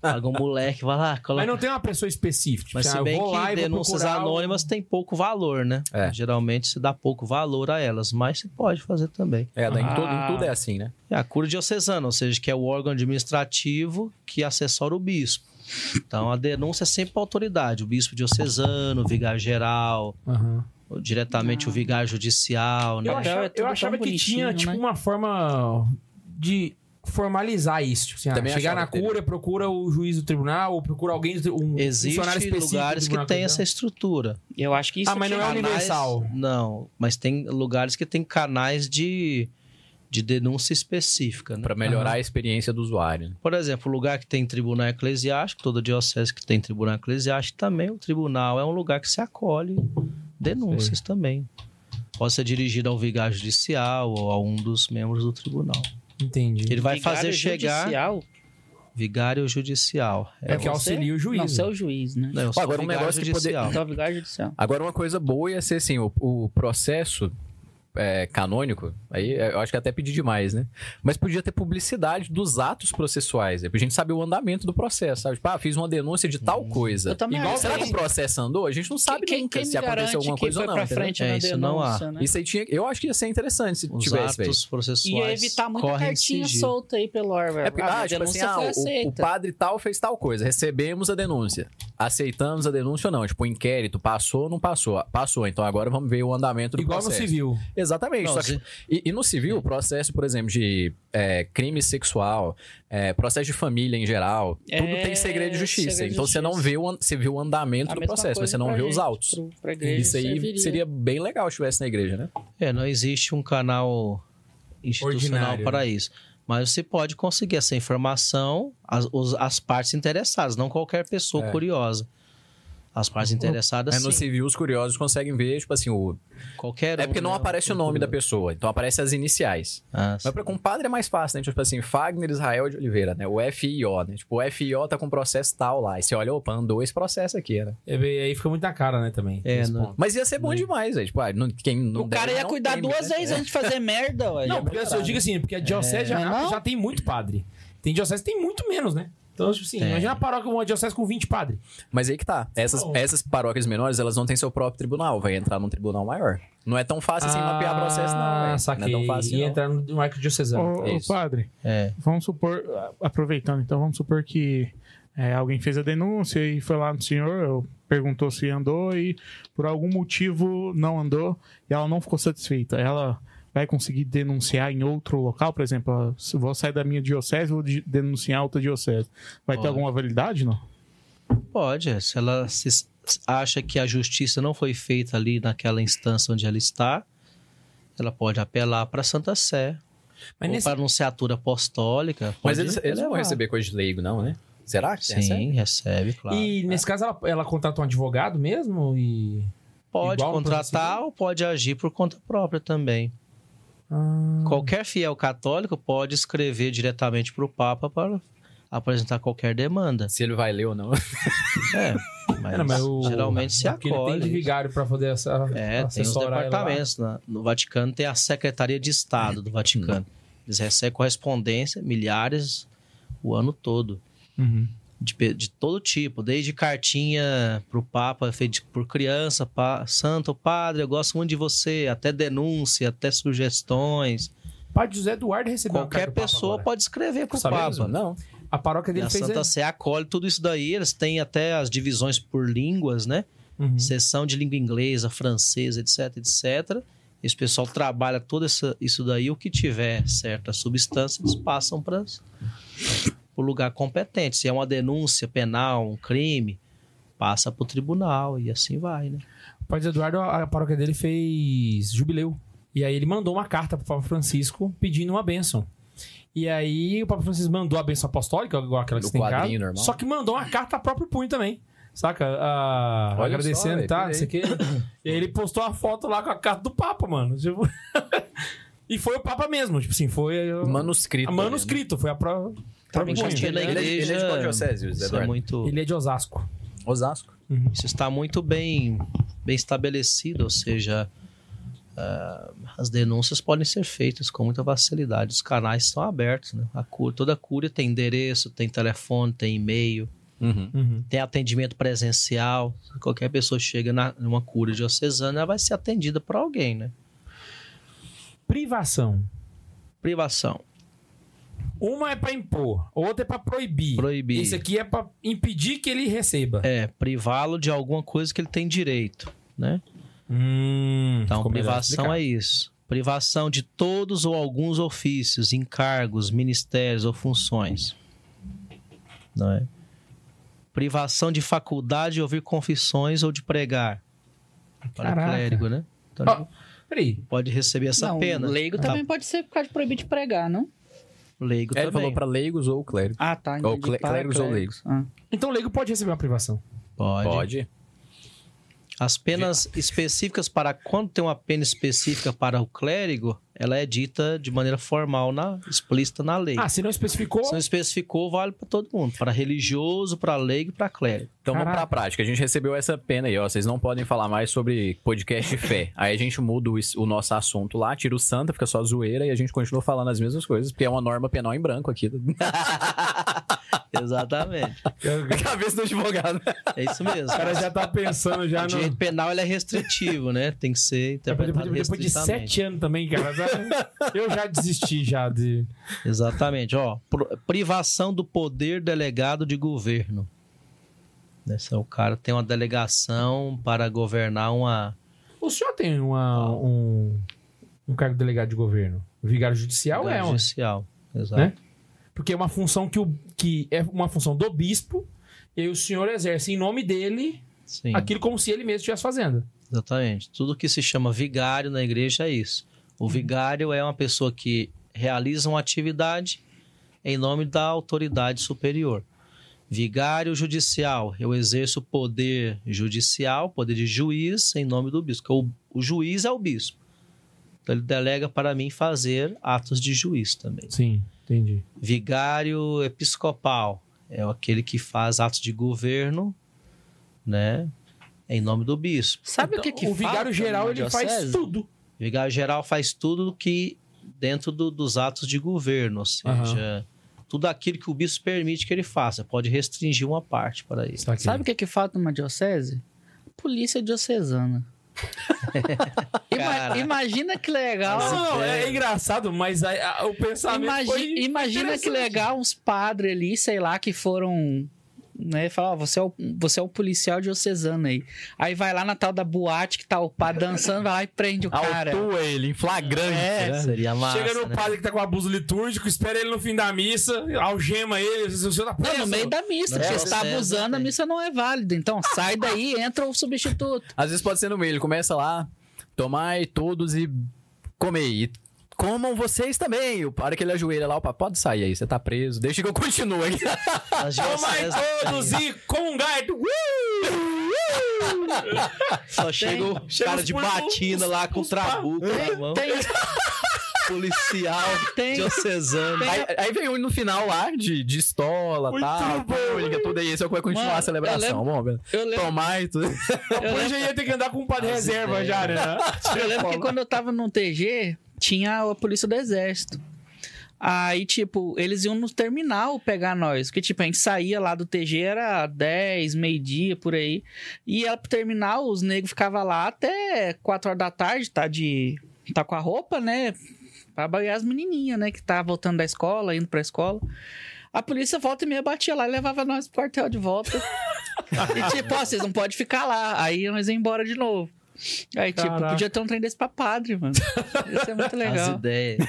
paga um moleque, vai lá, coloca
Mas não tem uma pessoa específica. tipo,
Mas
assim,
se
ah, eu
bem
vou lá
que
e vou
denúncias
procurar o-
anônimas têm pouco valor, né?
É.
Geralmente se dá pouco valor a elas, mas se pode fazer também.
É, daí em, tudo, em
Ah.
tudo é assim, né?
É a cura diocesana, ou seja, que é o órgão administrativo que assessora o bispo. Então a denúncia é sempre para a autoridade, o bispo diocesano, o vigário geral,
Aham.
ou diretamente o vigário judicial, né?
Ah. Eu achava,
é tudo
eu achava
tão
que um tinha,
bonitinho,
tipo,
né?
uma forma de formalizar isso. Tipo, assim, ah,
Também
chegar
achava
na
que teve.
cura, procura o juiz do tribunal, ou procura alguém, do tri- um funcionário
Existem
específico.
lugares
do
que
tribunal
têm essa
federal.
estrutura.
Eu acho que isso
Ah, mas não é
tinha-
Canais-
universal.
Não, mas tem lugares que tem canais de, de denúncia específica, né?
Pra melhorar a experiência do usuário. né?
Por exemplo, o lugar que tem tribunal eclesiástico, toda diocese que tem tribunal eclesiástico, também o tribunal é um lugar que se acolhe denúncias também. Pode ser dirigido ao vigário judicial ou a um dos membros do tribunal.
Entendi.
Ele vai
Vigário
fazer chegar
é judicial?
vigário judicial.
É, que
você?
auxilia o juiz.
Não, você é o juiz, né? é
Não, eu sou
Agora, um
vigário
negócio que poder-
judicial.
Então, vigário judicial.
Agora, uma coisa boa ia ser assim: o, o processo é, canônico, aí é, eu acho que até pedi demais, né? Mas podia ter publicidade dos atos processuais, né? pra gente saber o andamento do processo, sabe? Tipo, ah, fiz uma denúncia de tal coisa.
Uhum. Eu também
Igual,
acho
será
que-
que o processo andou? A gente não sabe
quem,
nunca
quem
se
me garante
aconteceu alguma
que
coisa
foi
ou não,
pra
entendeu?
frente
É,
na
isso
denúncia,
não há.
né?
Isso aí tinha. Eu acho que ia ser interessante se
Os
tivesse, velho.
atos processuais.
E ia evitar muita
correm é em
cartinha
sigilo.
solta aí pelo Orwell.
É porque,
minha
ah, tipo assim,
denúncia
ah,
foi
o- o,
aceita.
padre tal fez tal coisa, recebemos a denúncia. Aceitamos a denúncia ou não? Tipo, o inquérito passou ou não passou? Passou, então agora vamos ver o andamento do
Igual no
processo.
civil.
Exatamente.
Não,
só que-
se-
e, e no civil, o processo, por exemplo, de é, crime sexual, é, processo de família em geral, tudo
É,
tem segredo de justiça.
segredo de
então você não
justiça.
vê o, an- você vê o andamento
A
do
mesma
processo,
coisa
mas você não
pra
vê os
gente,
autos.
pro- pra igreja,
Isso aí
serviria.
seria bem legal se tivesse na igreja, né?
É, não existe um canal institucional
Ordinário,
para
né?
isso. Mas você pode conseguir essa informação, as, os- as partes interessadas, não qualquer pessoa
É.
curiosa. As partes interessadas,
É, no
sim.
civil, os curiosos conseguem ver, tipo assim, o...
Qualquer
é
um,
porque não
né?
aparece o nome da pessoa, então aparece as iniciais.
Ah, sim.
Mas pra compadre é mais fácil, né? Tipo assim, Fagner Israel de Oliveira, né? O FIO, né? Tipo, o FIO tá com processo tal lá. E você olha, opa, andou esse processo aqui, né?
É, bem- aí fica muito na cara, né, também.
É,
nesse
não-
ponto.
Mas ia ser bom demais, velho. Tipo, ah, não, quem não
O cara
deve,
ia
não
cuidar
teme,
duas
né?
vezes antes de fazer merda, ué.
Não, porque assim, eu digo assim, porque a diocese já,
Não é não?
já tem muito padre. Tem diocese que tem muito menos, né? Então, tipo assim, imagina a paróquia, uma diocese com 20 padres.
Mas aí que tá. Essas,
Bom.
essas paróquias menores, elas não têm seu próprio tribunal. Vai entrar num tribunal maior. Não é tão fácil assim mapear processo, não.
Ah,
velho. Não é
saquei.
tão fácil,
e
não.
entrar no marco diocesano.
Ô, ô,
isso.
padre,
É.
vamos supor, a- aproveitando então, vamos supor que é, alguém fez a denúncia e foi lá no senhor, eu- perguntou se andou e por algum motivo não andou e ela não ficou satisfeita. Ela vai conseguir denunciar em outro local, por exemplo, ah, se eu vou sair da minha diocese, vou de- denunciar outra diocese. Vai ter
Olha.
alguma validade, não?
Pode, é. se ela se s- acha que a justiça não foi feita ali naquela instância onde ela está, ela pode apelar para Santa Sé,
Mas
ou
nesse
para a Nunciatura Apostólica.
Mas
pode
eles, eles não vão
levar.
receber coisa de leigo, não, né? Será que
Sim,
recebe?
recebe, claro.
E nesse caso ela, ela contrata um advogado mesmo e.
Pode
Igual um no processo
contratar ou pode agir por conta própria também.
ah, Hum.
Qualquer fiel católico pode escrever diretamente para o Papa para apresentar qualquer demanda.
Se ele vai ler ou não.
[laughs]
É, mas,
Era, mas o-
geralmente se
o que ele tem de
acolhe.
vigário pra poder essa,
É, tem os
assessorar ela lá.
departamentos. né? No Vaticano tem a Secretaria de Estado do Vaticano.
Hum.
Eles recebem correspondência, milhares, o ano todo. De, pe- de todo tipo, desde cartinha pro Papa, feita de- por criança, pa, Santo Padre, eu gosto muito de você, até denúncia, até sugestões.
Padre José Eduardo recebeu uma
Qualquer
carta do Papa
pessoa
agora. é.
pode escrever pro
Sabe
Papa. né?
mesmo?
Não.
A paróquia
E
dele
a
fez.
Santa Sé acolhe tudo isso daí, eles têm até as divisões por línguas, né?
Uhum.
sessão de língua inglesa, francesa, etc, etc. Esse pessoal trabalha todo essa- isso daí, o que tiver certa substância, eles passam para o lugar competente. Se é uma denúncia penal, um crime, passa para o tribunal e assim vai, né?
O Padre Eduardo, a a paróquia dele fez jubileu. E aí ele mandou uma carta pro Papa Francisco pedindo uma bênção. E aí o Papa Francisco mandou a bênção apostólica, igual aquela que
Do
você tem em casa,
quadrinho normal.
Só que mandou uma carta a próprio punho também. Saca? Ah,
Olha só, é,
agradecendo e
velho,
tal, não sei
pirei.
o quê. E aí ele postou uma foto lá com a carta do Papa, mano. Tipo, [laughs] e foi o Papa mesmo, tipo assim, foi. a-
Manuscrito.
a manuscrito, foi a prova.
Também já tinha na
Ele é- ele é de
igreja.
qual diocese, José
isso, é
Eduardo?
muito,
Ele é de Osasco.
Osasco.
isso está muito bem, bem estabelecido, ou seja, ah, as denúncias podem ser feitas com muita facilidade. Os canais estão abertos, né? A cura, toda a cura tem endereço, tem telefone, tem e-mail.
Uhum.
Uhum.
tem atendimento presencial. Qualquer pessoa chega na, numa cura diocesana, ela vai ser atendida por alguém, né?
Privação.
Privação,
Uma é pra impor, outra é pra proibir.
proibir.
Isso aqui é pra impedir que ele receba.
É, privá-lo de alguma coisa que ele tem direito, né?
Hum,
Então,
ficou melhor
privação
explicado.
é isso. Privação de todos ou alguns ofícios, encargos, ministérios ou funções. Não é? Privação de faculdade de ouvir confissões ou de pregar. Para
Caraca.
clérigo, né? Então,
Ó,
ele
Peraí.
pode receber essa
não,
pena.
leigo
Tá.
também pode ser por causa de proibir de pregar, não?
Leigo
Ele
também.
falou pra leigos ou clérigos.
Ah, tá.
Ou
entendi.
clé-
Para
clérigos ou leigos.
Ah.
Então o leigo pode receber uma privação.
pode.
Pode.
As penas específicas para quando tem uma pena específica para o clérigo, ela é dita de maneira formal, na, explícita na lei.
Ah, se não especificou,
Se não especificou, vale para todo mundo. Para religioso, para leigo e para clérigo.
Então vamos
Caraca.
pra prática. A gente recebeu essa pena aí, ó. Vocês não podem falar mais sobre podcast e fé. Aí a gente muda o, es- o nosso assunto lá, tira o santa, fica só zoeira e a gente continua falando as mesmas coisas, porque é uma norma penal em branco aqui. [laughs]
Exatamente.
A cabeça do advogado.
É isso mesmo.
o cara já tá pensando já
O
no...
direito penal ele é restritivo, né? Tem que ser
Depois,
interpretado
depois- depois de
restritamente.
sete anos também, cara. já- Eu já desisti já de...
Exatamente. Ó, pro- privação do poder delegado de governo. Né, se o cara tem uma delegação para governar uma.
O senhor tem uma, um, um cargo de delegado de governo? Vigário judicial
Poder
é, um,
judicial. Exato.
Né? porque é uma função que, o, que é uma função do bispo e aí o senhor exerce em nome dele
Sim.
aquilo como se ele mesmo estivesse fazendo.
Exatamente. Tudo que se chama vigário na igreja é isso. O vigário é uma pessoa que realiza uma atividade em nome da autoridade superior. Vigário judicial, eu exerço poder judicial, poder de juiz em nome do bispo. porque O, o juiz é o bispo. Então ele delega para mim fazer atos de juiz também.
Sim, entendi.
Vigário episcopal é aquele que faz atos de governo, né? Em nome do bispo.
Sabe Então, o é que que
o vigário
falta
geral
na
ele faz
diocese?
tudo.
Vigário geral faz tudo que dentro do- dos atos de governo, ou seja, tudo aquilo que o bispo permite que ele faça, pode restringir uma parte para isso.
Tá aqui.
Sabe o que, que falta numa diocese? Polícia [laughs] diocesana. Ima-
Caraca.
imagina que legal.
Não, não, não, é engraçado, mas a- a- o pensamento
Imagi-
foi
imagina que
interessante.
legal uns padres ali, sei lá, que foram. Né, falar, ó, você, é o, você é o policial diocesano aí. Aí vai lá na tal da boate que tá o padre dançando, vai lá e prende o
Tá
cara.
Autua ele, em flagrante.
É, seria massa,
Chega no
né?
padre que tá com abuso litúrgico, espera ele no fim da missa, algema ele, o senhor tá
Não,
preso.
no meio da missa,
Não,
porque
é,
você tá
é,
abusando, a
tem.
missa não é válida. Então sai daí, entra o substituto.
Às vezes pode ser no meio, ele começa lá, tomai todos e comei. E comam vocês também. O para que ele ajoelha lá, opa, pode sair aí, você tá preso. Deixa que eu continue aqui.
As
Tomai
dioceses-
todos e comungai. Uh!
Só chega o
Chega
cara
os
de
pulmão,
batina lá com o
os pá.
trabuco na mão,
Tem,
[laughs]
policial
tem,
diocesano.
Aí, aí vem um no final lá de, de estola,
Muito
tal,
bom.
pública, tudo aí. Esse é o que vai continuar
Mano,
a celebração.
eu
Bom, velho.
eu lembro,
tomai tudo.
Depois já ia ter que andar com um padre
As
reserva
ideias.
já, né?
eu lembro que quando eu tava num TG, tinha a polícia do exército. Aí, tipo, eles iam no terminal pegar nós. Porque, tipo, a gente saía lá do TG, era 10, meio-dia, por aí. E ia pro terminal, os negros ficavam lá até 4 horas da tarde, tá de... Tá com a roupa, né? Pra banhar as menininhas, né? Que tá voltando da escola, indo pra escola. A polícia volta e meia batia lá e levava nós pro quartel de volta. e tipo, ó, vocês não podem ficar lá. Aí nós ia embora de novo. Aí, tipo,
Caraca.
podia ter um trem desse pra padre, mano. Isso é muito
As
legal.
ideias.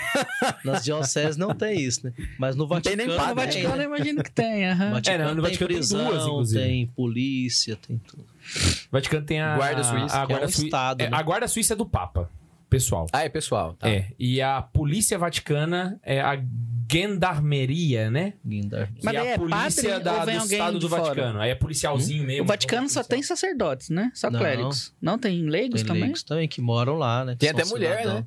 Nas dioceses não tem isso, né? Mas no
tem
Vaticano.
nem
No
padre,
tem,
Vaticano
né?
eu imagino que tem, aham.
É,
Vaticano
não, no
tem
Vaticano tem
prisão,
duas, inclusive.
tem polícia, tem tudo.
Vaticano tem a
Guarda Suíça,
A
que é
guarda,
um
Sui-
estado,
é,
né?
a guarda suíça é do Papa, pessoal.
Ah, é pessoal. tá.
É. E a polícia vaticana é a gendarmeria, né?
Guindar.
Que
Mas
é
daí
a
é
polícia
padre
da-
ou vem
do
alguém
estado
de
do
fora?
Vaticano. Aí é policialzão mesmo.
O Vaticano só tem sacerdotes, né? Só
Não.
clérigos. Não tem leigos
Tem
também?
leigos também que moram lá, né? que
Tem
são
até mulher, né?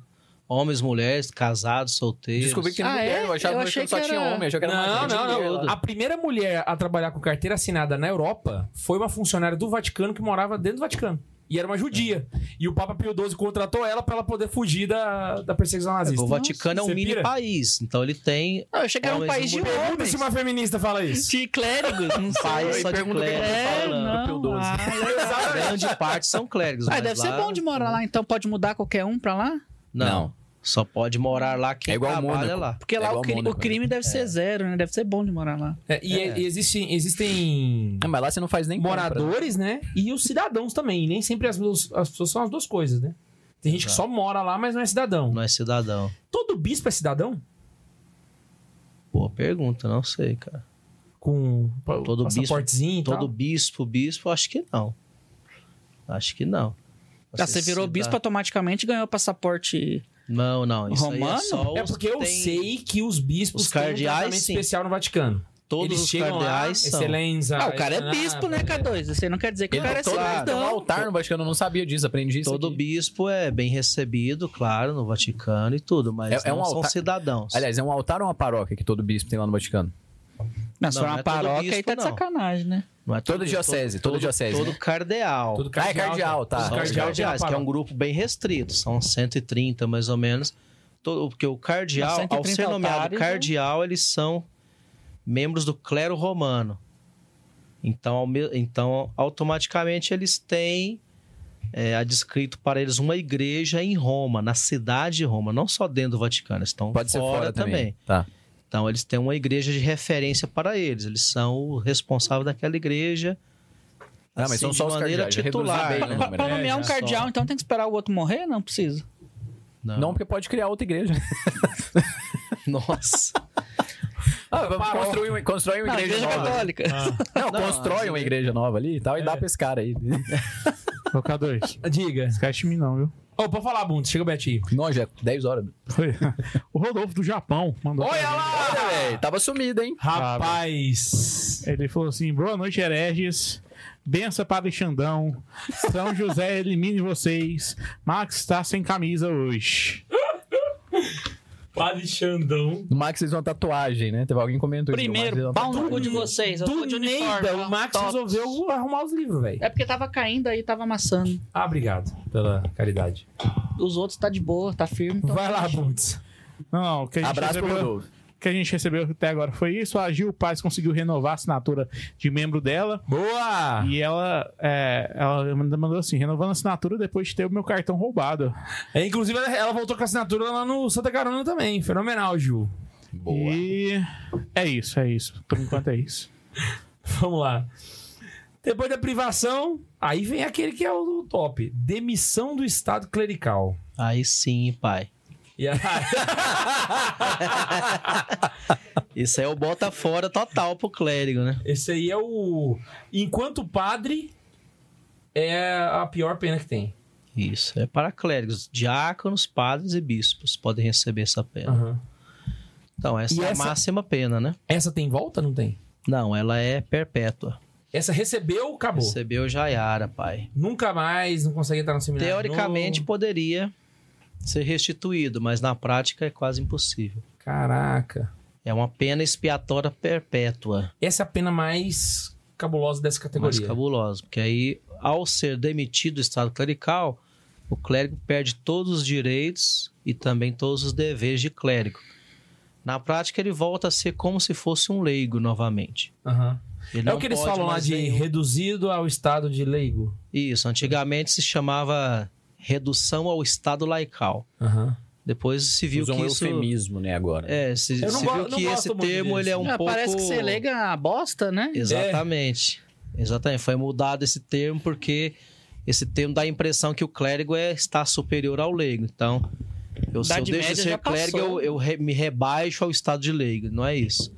Homens, mulheres, casados, solteiros.
Descobri que tem
Ah,
mulher,
é?
eu achava
Eu
que
achei
só
que
tinha
era-
homem, eu achava que era uma
Não,
grande
não,
mulher
não.
lá.
A primeira mulher a trabalhar com carteira assinada na Europa foi uma funcionária do Vaticano que morava dentro do Vaticano. E era uma judia. E o Papa Pio XII contratou ela pra ela poder fugir da, da perseguição nazista.
o Vaticano é
Você
um mini
pira?
país, então ele tem
Não, eu cheguei num
Homens e
país de
mulheres.
Pergunta
homens.
se uma feminista fala isso.
De clérigos, não
um país
sei.
só de
pergunta o que
clérigos.
É,
Pio
não.
XII.
Ah,
Exatamente.
Grande parte são clérigos.
ah,
mas
deve ser
lá-
bom de morar lá, então pode mudar qualquer um pra lá?
Não. Só pode morar lá quem
É igual
trabalha
Mônaco.
lá.
Porque
É
lá
igual
o, cri-
Mônaco,
o crime deve ser
É.
zero, né? Deve ser bom de morar lá.
É, e e existem, existem
Ah, mas lá você não faz nem compra.
moradores, né? E os cidadãos também. E nem sempre as, duas- as pessoas são as duas coisas, né? Tem gente que só mora lá, mas não é cidadão.
Não é cidadão.
Todo bispo é cidadão?
Boa pergunta, não sei, cara.
Com
Todo bispo-
passaportezinho e tal?
Todo bispo, bispo, acho que não. Acho que não.
Ah, você virou
cida-
bispo automaticamente ganhou passaporte.
Não, não. Isso aí
Romano?
é só
É
os
porque eu
tem-
sei que os bispos
Os
têm um
cardeais,
tratamento
sim.
especial no Vaticano.
todos
Eles
os
chegam lá,
cardeais são.
excelência.
Ah, o cara é bispo, né, K2? Isso aí não quer dizer que o cara é
todo
né?
tem um
cidadão.
altar no Vaticano, eu não sabia disso, aprendi isso.
Todo
aqui.
bispo é bem recebido, claro, no Vaticano e tudo, mas
É- é
não
um
são
altar-
cidadãos.
Aliás, é um altar ou uma paróquia que todo bispo tem lá no Vaticano?
Mas se for
Não, não
uma
é todo
paróquia, aí
bispo,
tá de
não.
sacanagem, né?
Não é
Toda diocese, toda diocese,
Todo
né?
cardeal.
Todo
Ah, é cardeal, tá.
São
Todo
os
cardeal
cardeais, que é um grupo bem restrito, são 130 mais ou menos. Todo, porque o cardeal,
Mas
ao
130
ser nomeado
altares, né?
cardeal, eles são membros do clero romano. Então, ao me- então automaticamente, eles têm é, adscrito para eles uma igreja em Roma, na cidade de Roma, não só dentro do Vaticano, eles estão
Pode ser
fora, também.
Tá.
Então eles têm uma igreja de referência para eles. Eles são o responsável daquela igreja.
Ah, mas
assim,
são
de
só os
maneira
cardeais, já
titular.
reduziu bem, né?
Não,
Pra, pra [laughs]
é,
nomear um
já
cardeal,
só.
então tem que esperar o outro morrer? Não precisa.
[laughs]
Não, porque pode criar outra igreja.
nossa.
Ah, vamos construir uma, constrói uma
Não,
igreja
igreja
nova.
católica.
Não, constrói uma igreja nova ali e tal, e dá pra esse cara aí. [laughs]
Ô, K2.
Diga.
é Esquece de mim, não, viu?
Ô, pode falar, Bundes. Chega o Betinho.
Não, já é 10 horas.
Foi. O Rodolfo do Japão mandou. pra
Olha
mim.
lá!
Olha, velho, tava sumido, hein?
Ah,
Rapaz.
Ele falou assim: boa noite, hereges. Bença para o Xandão. São José [laughs] elimine vocês. Max está sem camisa hoje.
Padre Xandão.
No Max fez uma tatuagem, né? Teve alguém que comentou isso. o Max fez
Primeiro,
uma
pau no
tatuagem.
cu de vocês. Eu tô
Do
de
Neida,
uniforme.
o Max
top.
resolveu arrumar os livros, velho.
É porque tava caindo aí, tava amassando.
Ah, obrigado pela caridade.
Os outros tá de boa, tá firme. então
Vai lá,
deixa.
Bundes.
Não, não, o que a gente
Abraço pro
recebeu-
Rodolfo.
o que a gente recebeu até agora foi isso. A Gil Paz conseguiu renovar a assinatura de membro dela.
Boa!
E ela, é, ela mandou assim: renovando a assinatura depois de ter o meu cartão roubado.
É, inclusive, ela- ela voltou com a assinatura lá no Santa Carona também. Fenomenal, Ju.
Boa.
E é isso, é isso. Por enquanto é isso.
[laughs] Vamos lá. Depois da privação, aí vem aquele que é o top. Demissão do Estado Clerical.
Aí sim, pai.
E aí... [laughs]
Isso aí é o bota fora total pro clérigo, né?
Esse aí é o... Enquanto padre, é a pior pena que tem.
Isso. É para clérigos. Diáconos, padres e bispos podem receber essa pena.
Aham.
Então, essa
E
é a
essa-
máxima pena, né?
Essa tem volta? Não tem?
Não, ela é perpétua.
Essa recebeu, acabou.
Recebeu Jaiara, pai.
Nunca mais, não consegue entrar no seminário.
Teoricamente
novo.
poderia ser restituído, mas na prática é quase impossível.
Caraca.
É uma pena expiatória perpétua.
Essa é a pena mais cabulosa dessa
mais
categoria.
cabuloso, porque aí, ao ser demitido do estado clerical, o clérigo perde todos os direitos e também todos os deveres de clérigo. Na prática, ele volta a ser como se fosse um leigo novamente.
Aham.
Ele
É
não
o que eles
pode
falam lá
mais
de
nenhum-
reduzido ao estado de leigo.
Isso, antigamente se chamava redução ao estado laical. Depois se viu
Usou
que
um
isso...
eufemismo, né, agora.
É, se,
Eu não
se
go-
viu
não
que
gosto
esse
muito
termo ele é
disso.
um
Ah,
pouco...
Parece que você lega a bosta, né?
Exatamente. Exatamente. Foi mudado esse termo porque esse termo dá a impressão que o clérigo é, está superior ao leigo. Então, eu, se eu
Idade
deixo de
média
ser
já
clérigo,
passou.
eu, eu re- me rebaixo ao estado de leigo. Não é isso.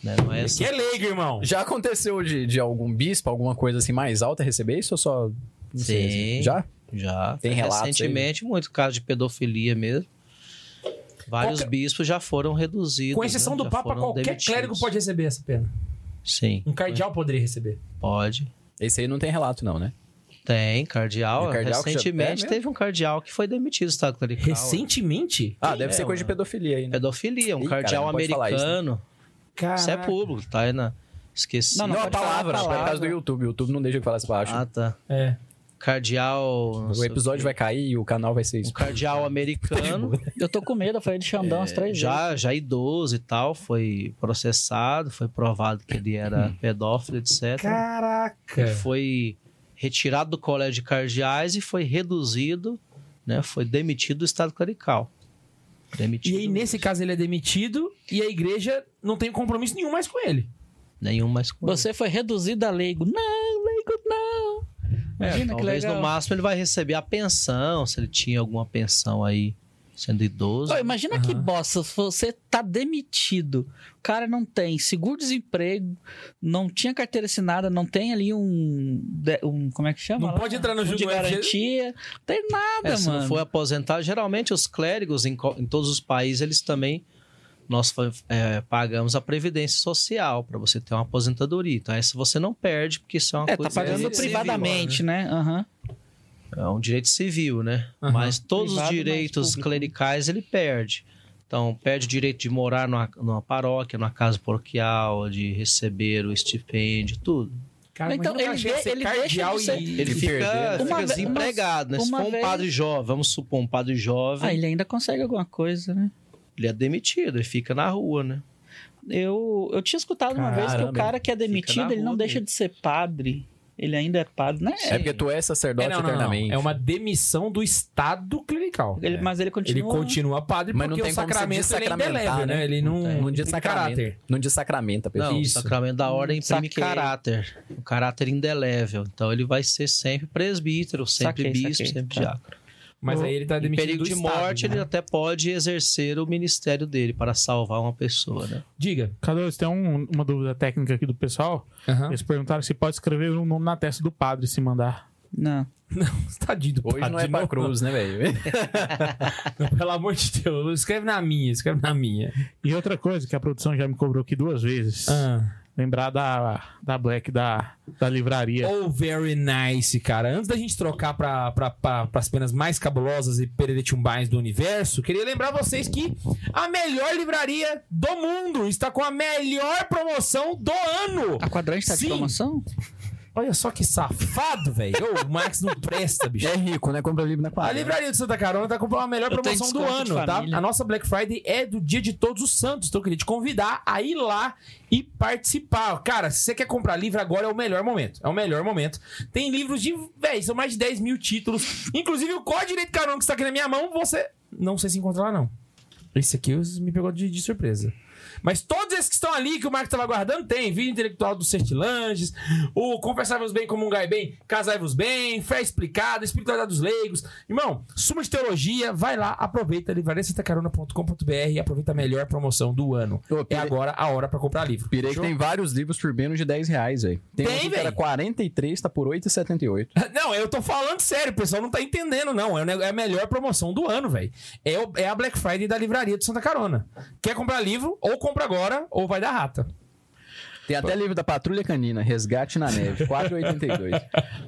Né? Não é
Que
assim.
é leigo, irmão.
Já aconteceu de, de algum bispo, alguma coisa assim mais alta receber isso ou só. Não sei,
Sim.
assim, Já?
Já.
Tem relatos aí,
Recentemente, muito caso de pedofilia mesmo. Vários
Qualquer-
bispos já foram reduzidos.
Com exceção
né?
do
Já
Papa,
foram
qualquer
demitidos.
clérigo pode receber essa pena.
Sim.
Um cardeal poderia receber.
Pode.
Esse aí não tem relato, não, né?
Tem, cardeal.
Tem cardeal que já- é
Recentemente
mesmo?
teve um cardeal que foi demitido do estado clerical.
Recentemente?
Ah, deve
é,
ser coisa de
mano.
pedofilia aí, né?
Pedofilia, um
Ih, cara,
cardeal
não pode falar isso, né?
americano.
Cara.
Isso, é público, tá? Aí na... Esqueci.
Não,
Não, a
pode falar a
palavra, acho que é por causa do
palavra.
YouTube. O YouTube não deixa que falar essa palavra.
Ah, tá.
É.
Cardeal. não
o
sei
episódio
quê.
vai cair e o canal vai ser
Um
isso.
cardeal
[laughs]
americano, É,
Eu tô com medo, eu falei de Xandão umas três vezes.
já, já idoso e tal, foi processado, foi provado que ele
Hum.
era pedófilo, etc.
Caraca.
Ele foi retirado do colégio de cardeais e foi reduzido, né? Foi demitido do estado clerical. Demitido.
E aí, nesse caso, ele é demitido e a igreja não tem compromisso nenhum mais com ele.
Nenhum mais com
Você foi reduzido a leigo. Não, leigo não. Imagina que
É, Talvez
legal.
no máximo ele vai receber a pensão, se ele tinha alguma pensão aí, sendo idoso.
Ô, imagina que bosta, se você tá demitido, o cara não tem seguro-desemprego, não tinha carteira assinada, não tem ali um. de- um como é que chama?
Não
lá?
pode entrar no jogo
Fundo de garantia, não tem nada,
É, se
mano.
não for aposentado, geralmente os clérigos em, co- em todos os países eles também nós fa- é, pagamos a previdência social para você ter uma aposentadoria. Então, essa você não perde, porque isso é uma
É, tá
coisa.
pagando
civil,
privadamente, né? Aham.
né? É um direito civil, né?
Aham.
Mas todos
Privado,
os
mas
direitos
público.
clericais ele perde. Então, perde o direito de morar numa, numa paróquia, numa casa paroquial, de receber o estipêndio, tudo.
Cara,
Então,
imagina o
ele
cachê
de-
ser
ele deixa de
cardeal
ser-
e...
Ele
Se
fica,
perder, né?
fica
Uma ve-
desempregado, né?
uma-
Se for um
uma vez-
padre jovem, vamos supor, um padre jovem,
Ah, ele ainda consegue alguma coisa, né?
ele é demitido, ele fica na rua, né?
Eu, eu tinha escutado uma vez que o
Caramba,
cara que é demitido,
na
ele não
rua
deixa
dele.
de ser padre. Ele ainda é padre, né?
É porque tu é sacerdote
É, não, não, não.
eternamente.
É uma demissão do Estado clerical.
Ele- Mas ele continua.
Ele continua padre
Mas
porque
não
o
tem como
sacramento
você
ele é
desacramentar,
indelével, né?
né?
Ele não,
tem.
Não
tem
desacramenta.
caráter.
Não desacramenta, pessoal.
Não,
Isso.
o sacramento da ordem imprime
saquei.
caráter, um caráter indelével. Então ele vai ser sempre presbítero, sempre
Saquei,
bispo,
saquei,
sempre
tá.
diácono.
Mas aí ele tá
Em
demitido
perigo
do
de
Estado,
morte,
né?
ele até pode exercer o ministério dele para salvar uma pessoa, né?
Diga.
Cadu, tem um- uma dúvida técnica aqui do pessoal.
Aham.
Eles perguntaram se pode escrever um nome na testa do padre se mandar.
Não.
[laughs] Tadinho do
Hoje
padre,
não é pra cruz, né, [laughs] velho?
não, [laughs] pelo amor de Deus. Escreve na minha, escreve na minha.
E outra coisa que a produção já me cobrou aqui duas vezes.
Ah.
Lembrar da, da Black, da, da livraria.
Oh, very nice, cara. Antes da gente trocar pra, pra, pra, pras penas mais cabulosas e pereretumbais do universo, queria lembrar vocês que a melhor livraria do mundo está com a melhor promoção do ano.
A quadrante tá de
Sim.
promoção?
Olha só que safado, velho. Ô, O Max não presta, bicho.
É rico, né? Compra livro na
A
quadra.
Livraria de Santa Carona tá com a melhor
Eu tenho
promoção do
desconto de
ano, tá?
família.
A nossa Black Friday é do dia de todos os santos. Então eu queria te convidar a ir lá e participar. Cara, se você quer comprar livro, agora é o melhor momento. É o melhor momento. Tem livros de... Véi, são mais de 10 mil títulos. Inclusive o Código Direito Carona que está aqui na minha mão, você... Não sei se encontra lá, não. Esse aqui me pegou de, de surpresa. Mas todos esses que estão ali, que o Marco estava guardando, tem. Vídeo intelectual dos Sertilanges, o Conversar-vos bem, comungai bem, casai-vos bem, fé explicada, espiritualidade dos leigos. Irmão, suma de teologia, vai lá, aproveita, livrariasantacarona.com.br e aproveita a melhor promoção do ano.
Ô,
É
Pire-
agora a hora para comprar livro.
Pirei que tem vários livros por menos de 10 reais, velho. Tem,
Tem,
um que era
véi.
43, tá por 8,78.
[laughs] Não, eu tô falando sério, o pessoal não tá entendendo, não. É o neg- É a melhor promoção do ano, velho. É, o- é a Black Friday da livraria de Santa Carona. Quer comprar livro, ou compra agora, ou vai dar rata.
Tem até livro da Patrulha Canina, Resgate na Neve, 4,82.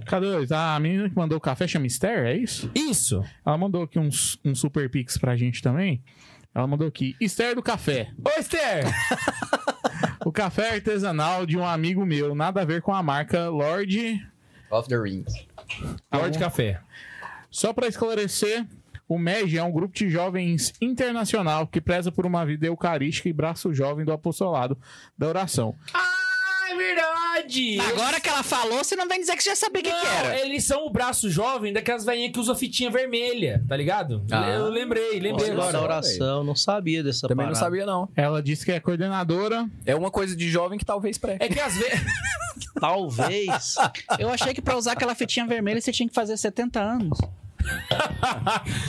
Oh.
Cadu, a menina que mandou o café chama Esther, é isso?
Isso.
Ela mandou aqui uns, um super pix pra gente também. Ela mandou aqui, Esther do café.
Ô,
[laughs]
Esther!
O café é artesanal de um amigo meu, nada a ver com a marca Lorde.
[laughs] Off the Rings.
Hora de café.
Só pra esclarecer, o MEG é um grupo de jovens internacional que preza por uma vida eucarística e braço jovem do apostolado da oração.
Ah, é verdade!
Agora que ela falou, você não vem dizer que você já sabia o
Não, eles são o braço jovem daquelas velhinhas que usa fitinha vermelha, tá ligado?
Ah.
Eu lembrei, lembrei
Nossa,
agora.
da oração, não sabia dessa
Também não
parada.
sabia, não.
Ela disse que é coordenadora.
É uma coisa de jovem que talvez pré.
É que às
[laughs]
vezes.
Talvez.
Eu achei que pra usar aquela fitinha vermelha você tinha que fazer 70 anos.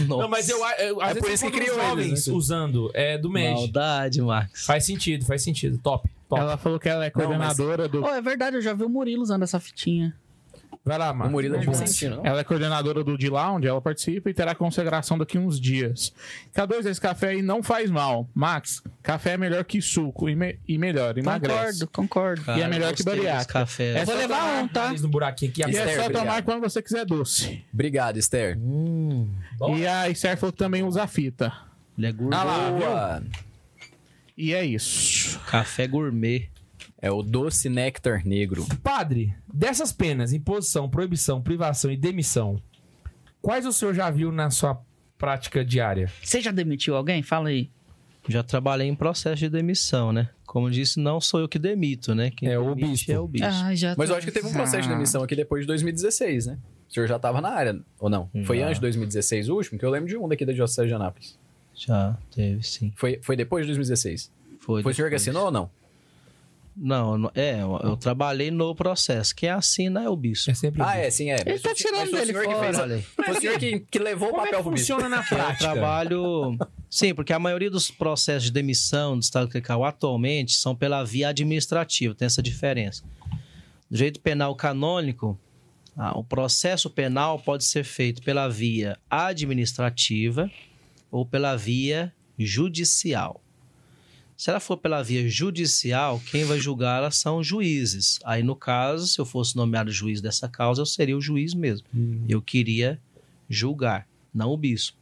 Não, mas eu, eu às
É por
vezes
isso que
encontro
criou
jovens
eles, né?
usando é do MEG.
Maldade, Max.
Faz sentido, faz sentido. Top, top.
Ela falou que ela é coordenadora do.
Oh, é verdade, eu já vi o Murilo usando essa fitinha.
Vai lá,
O
mano.
Murilo é de Vicentino, não?
Ela é coordenadora do D-Lá, onde ela participa e terá consagração daqui uns dias. K2, esse café aí não faz mal. Max, café é melhor que suco e, me- e melhor, emagrece.
Concordo, concordo.
E é melhor que
gostei desse
bariátrica.
Café.
É
vou
só
levar um, tá?
No buraquinho aqui.
E
agora.
é só
Esther,
tomar
obrigado.
quando você quiser
né?
doce.
Obrigado, Esther.
Bom.
E a Esther falou que também usa fita.
Ele é gourmet.
Ah lá, viu?
Boa.
E é isso.
Café gourmet.
É o Doce Néctar Negro.
Padre, dessas penas, imposição, proibição, privação e demissão, quais o senhor já viu na sua prática diária?
Você já demitiu alguém? Fala aí.
Já trabalhei em processo de demissão, né? Como disse, não sou eu que demito, né? Quem
É o
demite
bispo.
É o bispo.
já
Mas eu acho que teve um processo
Ah.
de demissão aqui depois de 2016, né? O senhor já tava na área, ou não? Foi
Não.
antes de 2016 o último, que eu lembro de um daqui da Diocese de Anápolis.
Já teve, sim.
Foi, foi depois de 2016.
Foi,
Foi o senhor que
depois.
assinou ou não?
Não, não- é, eu, eu trabalhei no processo. Quem assina é o bispo.
É sempre
Ah, é, sim, é.
Ele tá
Mas o-
tirando
mas foi o
dele
senhor que
fora.
fez a-
Olha aí.
Foi o senhor que, que levou o
Como é
papel
que
pro bispo.
funciona na
Que é o
prática?
trabalho. Sim, porque a maioria dos processos de demissão do Estado Clerical atualmente são pela via administrativa, tem essa diferença. Do jeito penal canônico, ah, o processo penal pode ser feito pela via administrativa ou pela via judicial. Se ela for pela via judicial, quem vai julgá-la são os juízes. Aí, no caso, se eu fosse nomeado juiz dessa causa, eu seria o juiz mesmo.
Hum.
Eu queria julgar, não o bispo.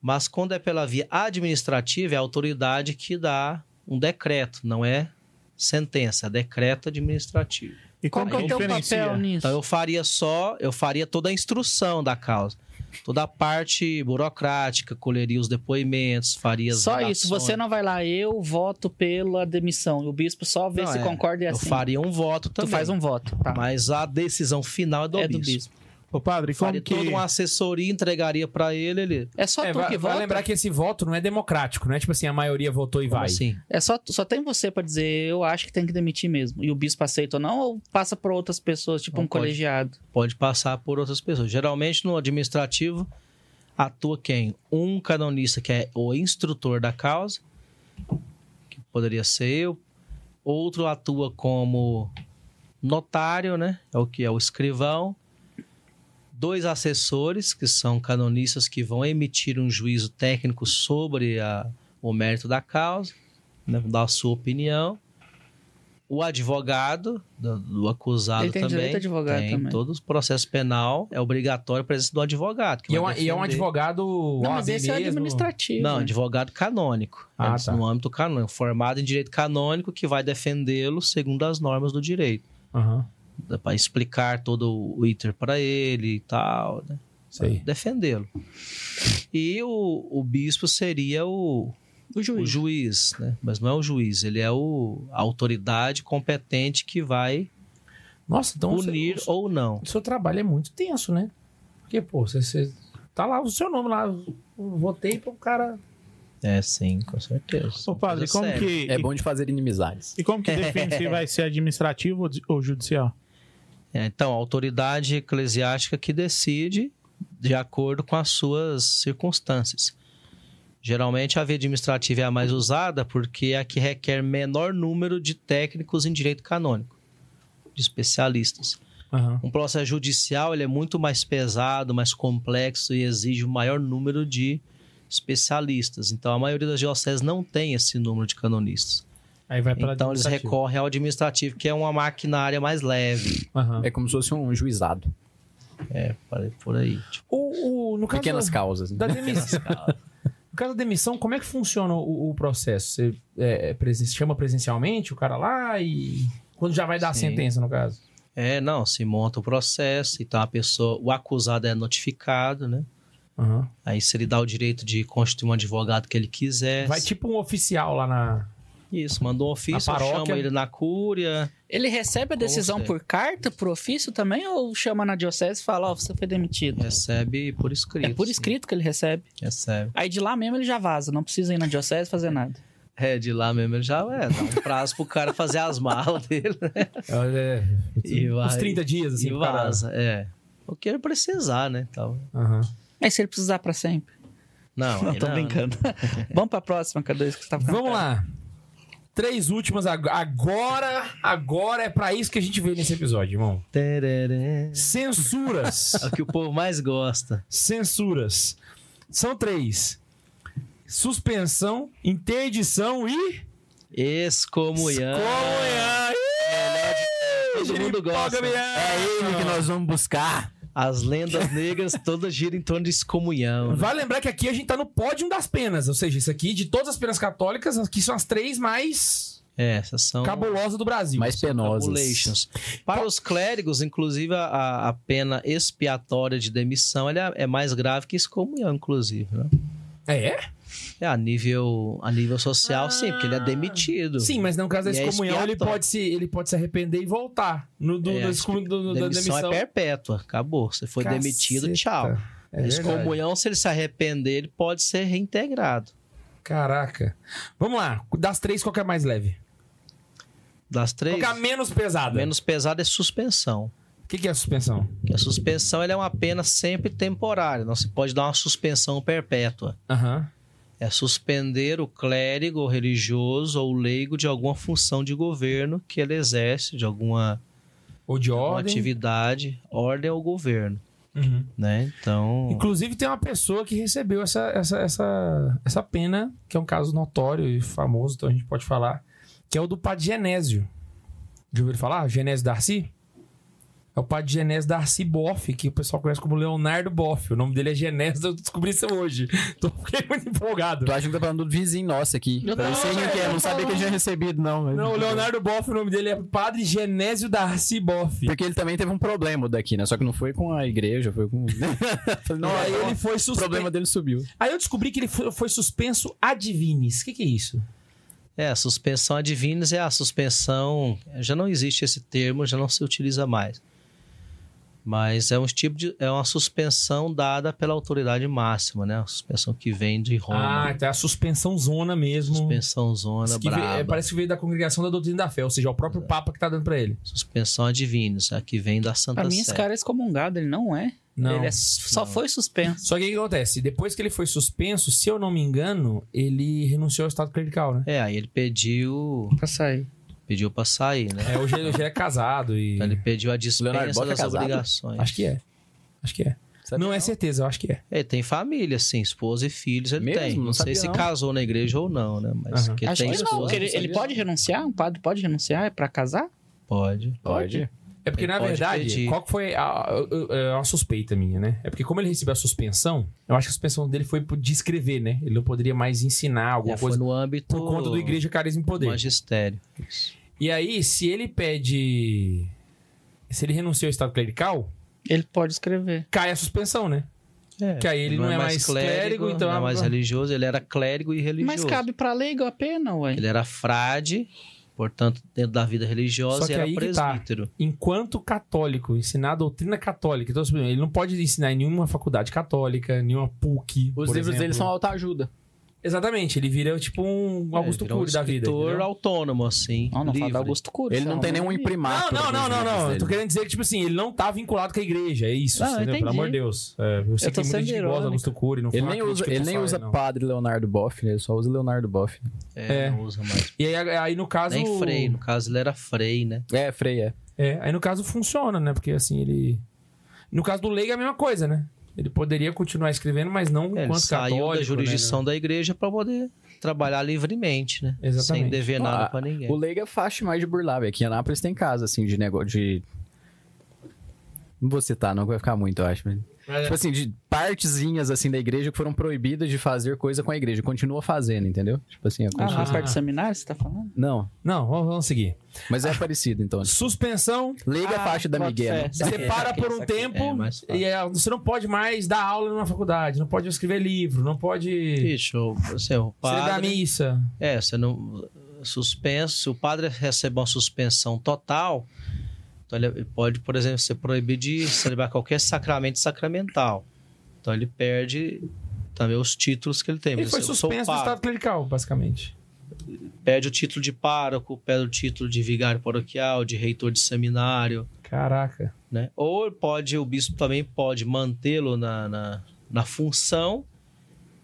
Mas quando é pela via administrativa, é a autoridade que dá um decreto, não é sentença, é decreto administrativo.
E
Qual
como
que
que
é o teu
diferencia?
papel nisso?
Então eu faria só, eu faria toda a instrução da causa. Toda a parte burocrática, colheria os depoimentos, faria as
Só
relações.
isso, você não vai lá, eu voto pela demissão. E o bispo só vê
Não,
se
é.
concorda e
Eu
assim.
faria um voto
tu
também.
faz um voto, tá?
Mas a decisão final é do
é
bispo.
do bispo.
Ô, padre, como
Faria
que...
um
toda uma assessoria, entregaria pra ele, ele...
É só
É,
tu
vai,
que
vai
vota.
lembrar que esse voto não é democrático, não é tipo assim, a maioria votou e
Como
vai.
assim?
É só, só tem você pra dizer, eu acho que tem que demitir mesmo. E o bispo aceita ou não, ou passa por outras pessoas, tipo
Não
um
pode.
colegiado.
Pode passar por outras pessoas. Geralmente no administrativo atua quem? Um canonista que é o instrutor da causa, que poderia ser eu. Outro atua como notário, né? É o que é o escrivão. Dois assessores, que são canonistas que vão emitir um juízo técnico sobre a- o mérito da causa, né? dar a sua opinião. O advogado do, do acusado
Ele tem
também.
direito a advogado
tem,
também.
Todo o processo penal é obrigatório a presença do advogado. que
E é,
vai
um, e é um
defender.
advogado.
Não,
ó,
mas esse é o
mesmo.
administrativo.
Não,
né?
advogado canônico.
Ah,
né?
tá.
No âmbito canônico, formado em direito canônico, que vai defendê-lo segundo as normas do direito.
Aham,
Para explicar todo o iter para ele e tal, né?
sei.
defendê-lo. E o, o bispo seria o,
o juiz.
o juiz, né? Mas não é o juiz, ele é o, a autoridade competente que vai
Nossa, então.
punir
você-
ou não.
o seu trabalho é muito tenso, né? Porque, pô, você, você- Tá lá o seu nome lá. eu Votei pro cara.
É, sim, com certeza.
Ô, padre,
Coisa
como
séria.
que...
É bom de fazer inimizades.
E como que defende se vai ser administrativo ou di- ou judicial?
É, então, a autoridade eclesiástica que decide de acordo com as suas circunstâncias. Geralmente a via administrativa é a mais usada porque é a que requer menor número de técnicos em direito canônico, de especialistas.
Aham.
Um processo judicial ele é muito mais pesado, mais complexo e exige um maior número de especialistas. Então a maioria das dioceses não tem esse número de canonistas.
Aí vai pra
Então eles
É administrativo.
recorrem ao administrativo, que é uma maquinária mais leve,
Aham.
É como se fosse um juizado.
por aí.
O, o- no caso
Pequenas
da-
causas. né?
da [laughs] demissão. No caso da demissão, como é que funciona o, o processo? Você é, presen- chama presencialmente o cara lá e. Quando já vai dar
Sim.
a sentença, no caso?
É, não, se monta o processo, então a pessoa, o acusado é notificado, né?
Aham.
Aí se ele dá o direito de constituir um advogado que ele quiser.
Vai tipo um oficial lá na.
Isso, mandou um ofício,
Na paróquia.
chama ele na cúria.
Ele recebe a decisão
Ou seja.
por carta, por ofício também, ou chama na diocese e fala, ó, você foi demitido?
Recebe por escrito.
É por escrito que ele recebe.
sim, Recebe.
Aí de lá mesmo ele já vaza, não precisa ir na diocese fazer nada.
É, de lá mesmo ele já é, dá um prazo pro cara fazer as malas dele
[laughs] É,
E
uns
vai-
30 dias, assim,
e
pro cara-
vaza. É. O que ele precisar, né? Então,
Aham.
Aí se ele precisar pra sempre.
não,
Não,
aí
tô
não, né? [laughs]
brincando. Vamos pra próxima, K2, que você tá falando.
Vamos lá. Três últimas ag- agora. Agora é pra isso que a gente veio nesse episódio, irmão.
Tereré.
Censuras.
É o que o povo mais gosta.
Censuras. São três. Suspensão, interdição e.
Excomunhão.
Comunhão. Ih!
Todo mundo gosta.
Gabriel.
ele que nós vamos buscar.
As lendas negras todas giram em torno de excomunhão. né?
Vai lembrar que aqui a gente tá no pódio das penas. Ou seja, isso aqui, de todas as penas católicas, aqui são as três mais
É, essas são
cabulosas do Brasil.
Mais penosas.
regulations. Para os clérigos, inclusive, a, a pena expiatória de demissão ela é mais grave que excomunhão, inclusive. né?
É?
É, a, nível, a nível social,
Ah.
sim, porque ele é demitido.
Sim, mas no caso da
E é
excomunhão, ele,
expiatório.
pode se, ele pode se arrepender e voltar. No, do,
É,
do
a
excomun- do- da
demissão,
demissão.
é perpétua, acabou. Você foi
Caceta.
demitido, tchau.
É verdade.
excomunhão, se ele se arrepender, ele pode ser reintegrado.
Caraca. Vamos lá. Das três, qual que é a mais leve?
Das três,
Qual que é a menos
a
pesada?
menos pesada é suspensão.
O que, que é a suspensão?
Que a suspensão ela é uma pena sempre temporária, não se pode dar uma suspensão perpétua.
Aham.
É suspender o clérigo, o religioso ou o leigo de alguma função de governo que ele exerce, de alguma,
Ou de
alguma
ordem. Uhum.
atividade, ordem ou governo. né? Então,
Inclusive, tem uma pessoa que recebeu essa, essa, essa, essa pena, que é um caso notório e famoso, então a gente pode falar, que é o do Padre Genésio. Já ouviram falar? Genésio Darcy? É o Padre Genésio Darcy Boff, que o pessoal conhece como Leonardo Boff. O nome dele é Genésio, eu descobri isso hoje. [laughs] Tô fiquei muito empolgado.
Tu acha que tá falando do vizinho nosso aqui?
Eu
Eu não
tava-
sei nem o que é, não sabia que eu tinha recebido, não.
Não, o Leonardo Boff, o nome dele é Padre Genésio Darcy Boff.
Porque ele também teve um problema daqui, né? Só que não foi com a igreja, foi com. [laughs]
Não, aí ele foi
O
suspenso.
problema dele subiu.
Aí eu descobri que ele foi, foi suspenso ad vinis. O que, que é isso?
É, a suspensão adivinhas é a suspensão. Já não existe esse termo, já não se utiliza mais. Mas é um tipo de. É uma suspensão dada pela autoridade máxima, né? A suspensão que vem de
Ah,
Roma.
então é a suspensão zona mesmo.
suspensão zona
Diz que veio-
braba.
é, parece que veio da congregação da doutrina da fé, ou seja, é o próprio Papa que tá dando pra ele.
Suspensão adivinhas, a que vem da Santa
Pra mim, esse
Sé.
cara é excomungado, ele não é.
Não.
Ele é- só
Tá Não.
foi suspenso.
Só que o que acontece? Depois que ele foi suspenso, se eu não me engano, ele renunciou ao estado clerical, né?
É, aí ele pediu.
Pra sair.
Pediu pra sair, né?
É, hoje, ele- hoje ele é casado e.
Então ele pediu a
Leonardo
dispensa
Boff é
das
casado?
obrigações.
Acho que é. Acho que é.
Sabe
não, é certeza, eu acho que é.
Ele tem família, sim, esposa e filhos ele
Mesmo?
tem.
Não
Não, sei
sabia,
se
não.
casou na igreja ou não, né? Mas
Aham.
que
Acho
tem
que não,
esposa.
porque ele,
sabia.
ele pode renunciar? Um padre pode renunciar? É pra casar?
Pode.
Pode.
É porque,
Ele
na
pode
verdade,
pedir.
qual que foi a, a- a- a suspeita minha, né? É porque como ele recebeu a suspensão, eu acho que a suspensão dele foi por descrever, né? Ele não poderia mais ensinar alguma
É, foi
coisa
no âmbito
por conta do Igreja Carisma e
do
Poder.
magistério.
E aí, se ele pede... Se ele renunciou ao estado clerical,
Ele pode escrever.
cai a suspensão, né?
É,
Que aí ele não é mais clérigo, então
não é
a-
mais religioso, ele era clérigo e religioso.
Mas cabe pra leigo a pena, ué.
Ele era frade, portanto, dentro da vida
Só
religiosa,
que
e era
aí que tá.
presbítero.
Enquanto católico, ensinar a doutrina católica. Então, assim, ele não pode ensinar em nenhuma faculdade católica, nenhuma PUC.
Os
por
livros
exemplo.
dele são autoajuda.
Exatamente, ele vira tipo um Augusto
virou um
Cury da vida.
escritor
entendeu?
autônomo, assim.
Ah, Não, não fala
livre.
do Augusto Cury. um
Ele não tem nenhum
Não,
imprimato.
não, não,
nos
não,
livros
não. Eu tô
dele.
querendo dizer que, tipo assim, ele não tá vinculado com a igreja, é isso.
Não, eu
entendeu? Pelo
entendi.
amor de Deus. É, eu sei
Eu
que
tô
tem muita
sendo
gente que gosta do
irônica.
Augusto Cury, não é foi
Ele
uma
nem usa,
crítica
ele nem
pessoal,
usa
não.
padre Leonardo Boff, né? ele só usa Leonardo Boff. né?
É,
É.
não usa mais.
E aí, aí, no caso.
Nem frei, no caso ele era frei, né?
É, Frei, é.
É, aí no caso funciona, né? Porque assim, ele. No caso do leigo é a mesma coisa, né? Ele poderia continuar escrevendo, mas não
É, Ele
enquanto
saiu
católico.
da jurisdição
né?
da igreja para poder trabalhar livremente, né?
Exatamente.
Sem dever
Não,
nada
a-
pra ninguém.
O Leiga é fácil demais de burlar, velho. Aqui em Anápolis tem casa, assim, de negócio de. Não vou citar, não, que vai ficar muito, eu acho. mas-
Mas- é.
Tipo assim, de partezinhas, assim, da igreja que foram proibidas de fazer coisa com a igreja. Continua fazendo, entendeu? Tipo assim, é como
Ah,
se
lá
fosse-
perto do seminário, você tá falando?
Não,
Não, vamos, vamos seguir.
mas é parecido, então.
Suspensão,
Leiga é
Ah,
faixa da
bota
Miguel.
fé.
né?
você
Saquei,
para
saquei,
por um
saquei.
tempo
É, mais fácil.
e é, você não pode mais dar aula numa faculdade, não pode escrever livro, não pode
Bicho, o- assim,
é
o
celebrar
padre...
missa.
É, você não... Suspenso, se o padre recebe uma suspensão total, então ele pode, por exemplo, ser proibido de celebrar qualquer sacramento sacramental. Então ele perde também os títulos que ele tem.
Ele
Por
foi
exemplo, assim, eu sou
suspenso tá- do
padre.
estado clerical, basicamente.
perde o título de pároco, perde o título de vigário paroquial, de reitor de seminário,
Caraca.
né? Ou pode, o bispo também pode mantê-lo na, na, na função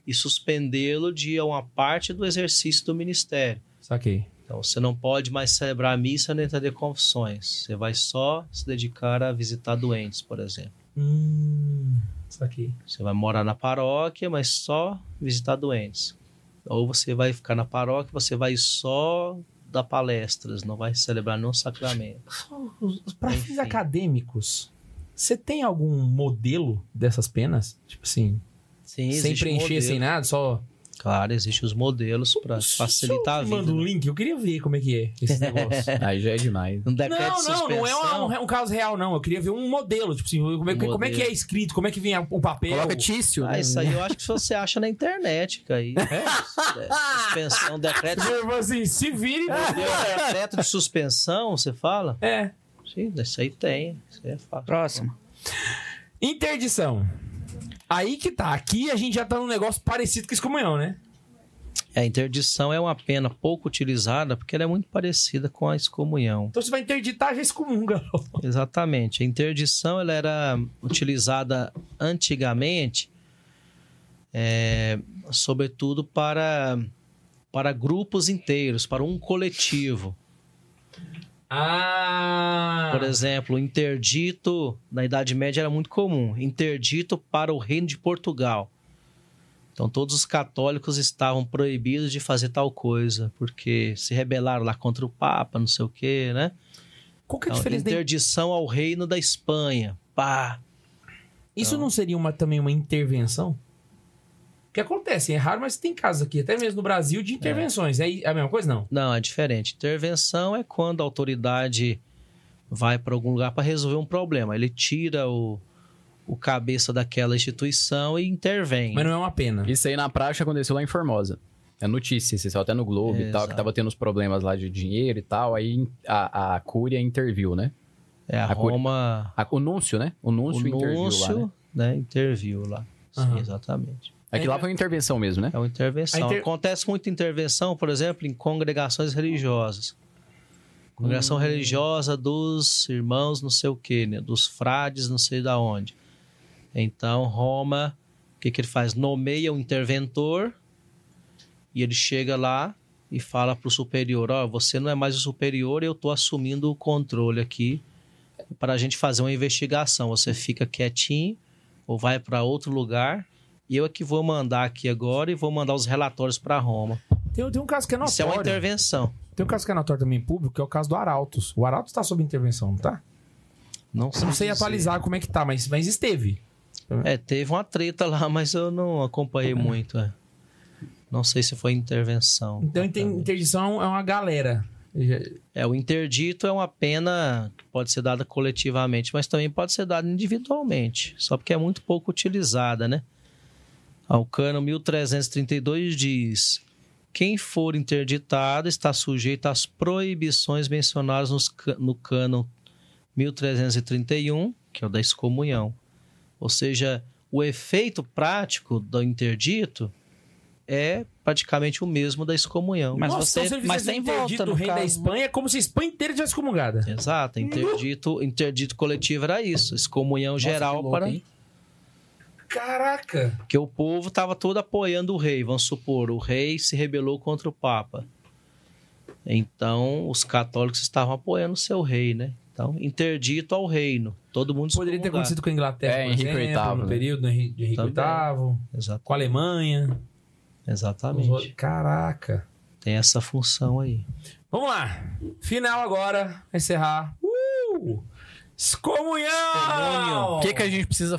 e suspendê-lo de uma parte do exercício do ministério.
Saquei.
Então, você não pode mais celebrar a missa nem atender confissões. Você vai só se dedicar a visitar doentes, por exemplo.
Hum, saquei.
Você vai morar na paróquia, mas só visitar doentes. Ou você vai ficar na paróquia, você vai só dar palestras, não vai celebrar nenhum sacramento.
Os, os pra fins
Enfim.
acadêmicos, você tem algum modelo dessas penas? Tipo assim, sem
Sim, existe um
preencher,
modelo.
sem nada, só.
Claro, existem os modelos para
Só
facilitar a vida.
Manda um
né?
link, eu queria ver como é que é
[laughs]
esse negócio.
Aí já é demais.
Um decreto
Não,
de
não, não é
suspensão.
um, um caso real, não. Eu queria ver um modelo, tipo assim, como é,
Um
que- como é que é
modelo.
escrito, como é que vem a- o papel.
Coloca tício,
Ah,
né?
isso aí eu acho que você acha na internet, cara. aí. É, suspensão, decreto,
Tipo assim, se
[laughs] É.
vire.
decreto de suspensão, você fala?
É.
Sim, isso aí tem. Isso aí é fácil.
Próximo.
Interdição. Aí que tá. Aqui a gente já tá num negócio parecido com excomunhão, né?
É, A interdição é uma pena pouco utilizada porque ela é muito parecida com a excomunhão.
Então você vai interditar, já [laughs] excomunga.
Exatamente. A interdição ela era utilizada antigamente, é, sobretudo para, para grupos inteiros, para um coletivo.
Ah!
Por exemplo, interdito, na Idade Média era muito comum, interdito para o reino de Portugal. Então todos os católicos estavam proibidos de fazer tal coisa, porque se rebelaram lá contra o Papa, não sei o quê, né?
Qual que é a
Então,
diferença? da-
interdição ao reino da Espanha. Pá!
Isso não seria uma, também uma intervenção? Que acontece, é raro, mas tem casos aqui, até mesmo no Brasil, de intervenções. É, é a mesma coisa? Não.
Não, é diferente. Intervenção é quando a autoridade vai para algum lugar para resolver um problema. Ele tira o, o cabeça daquela instituição e intervém.
Mas não é uma pena.
Isso aí na prática aconteceu lá em Formosa. É notícia, isso saiu até no Globo e tal, que tava tendo os problemas lá de dinheiro e tal. Aí a, a Cúria interviu, né?
É a
A curi-
Roma.
A- o Núncio, né? O
O
Núncio interviu lá, né?
Núncio, né? Interviu lá. Sim,
Aham.
exatamente.
Aqui lá foi uma intervenção mesmo, né?
É uma intervenção.
A inter-
Acontece muita intervenção, por exemplo, em congregações religiosas.
Hum.
Congregação religiosa dos irmãos não sei o quê, né? Dos frades não sei da onde. Então, Roma, o que, que ele faz? Nomeia um interventor e ele chega lá e fala pro superior, ó, você não é mais o superior, eu tô assumindo o controle aqui para a gente fazer uma investigação. Você fica quietinho ou vai para outro lugar e eu é que vou mandar aqui agora e vou mandar os relatórios para Roma.
Tem, tem um caso que é
Isso é uma
notório.
intervenção.
Tem um caso que é notório também em público, que é o caso do Arautos. O Arautos tá sob intervenção, não tá?
Não
Eu não sei
dizer.
atualizar como é que tá, mas, mas esteve.
É, teve uma treta lá, mas eu não acompanhei muito. é. Não sei se foi intervenção.
Então, inter- interdição é uma galera.
É, o interdito é uma pena que pode ser dada coletivamente, mas também pode ser dada individualmente, só porque é muito pouco utilizada, né? Ah, O cano 1332 diz: quem for interditado está sujeito às proibições mencionadas nos ca- no cano 1331, que é o da excomunhão. Ou seja, o efeito prático do interdito é praticamente o mesmo da excomunhão.
Mas
Nossa,
você-
então se ele
mas
fizesse
tem
interdito
volta,
do
no
rei da
caso. né?
Espanha, é como se a Espanha inteira tivesse excomungada.
Exato,
Uhum.
interdito, interdito coletivo era isso, excomunhão geral para
Caraca!
porque o povo estava todo apoiando o rei, vamos supor, o rei se rebelou contra o papa. Então, os católicos estavam apoiando o seu rei, né? Então, interdito ao reino, todo mundo
Poderia ter
excomungado.
acontecido com a Inglaterra,
É,
por
Henrique
exemplo,
VIII,
no
né?
período do Henri- de Henrique
Também.
VIII,
Exa-
com a Alemanha. um
Exatamente.
Caraca!
Tem essa
[laughs]
função aí.
Vamos lá. Final agora. Pra encerrar. Uh! Excomunhão!
O que, que a gente precisa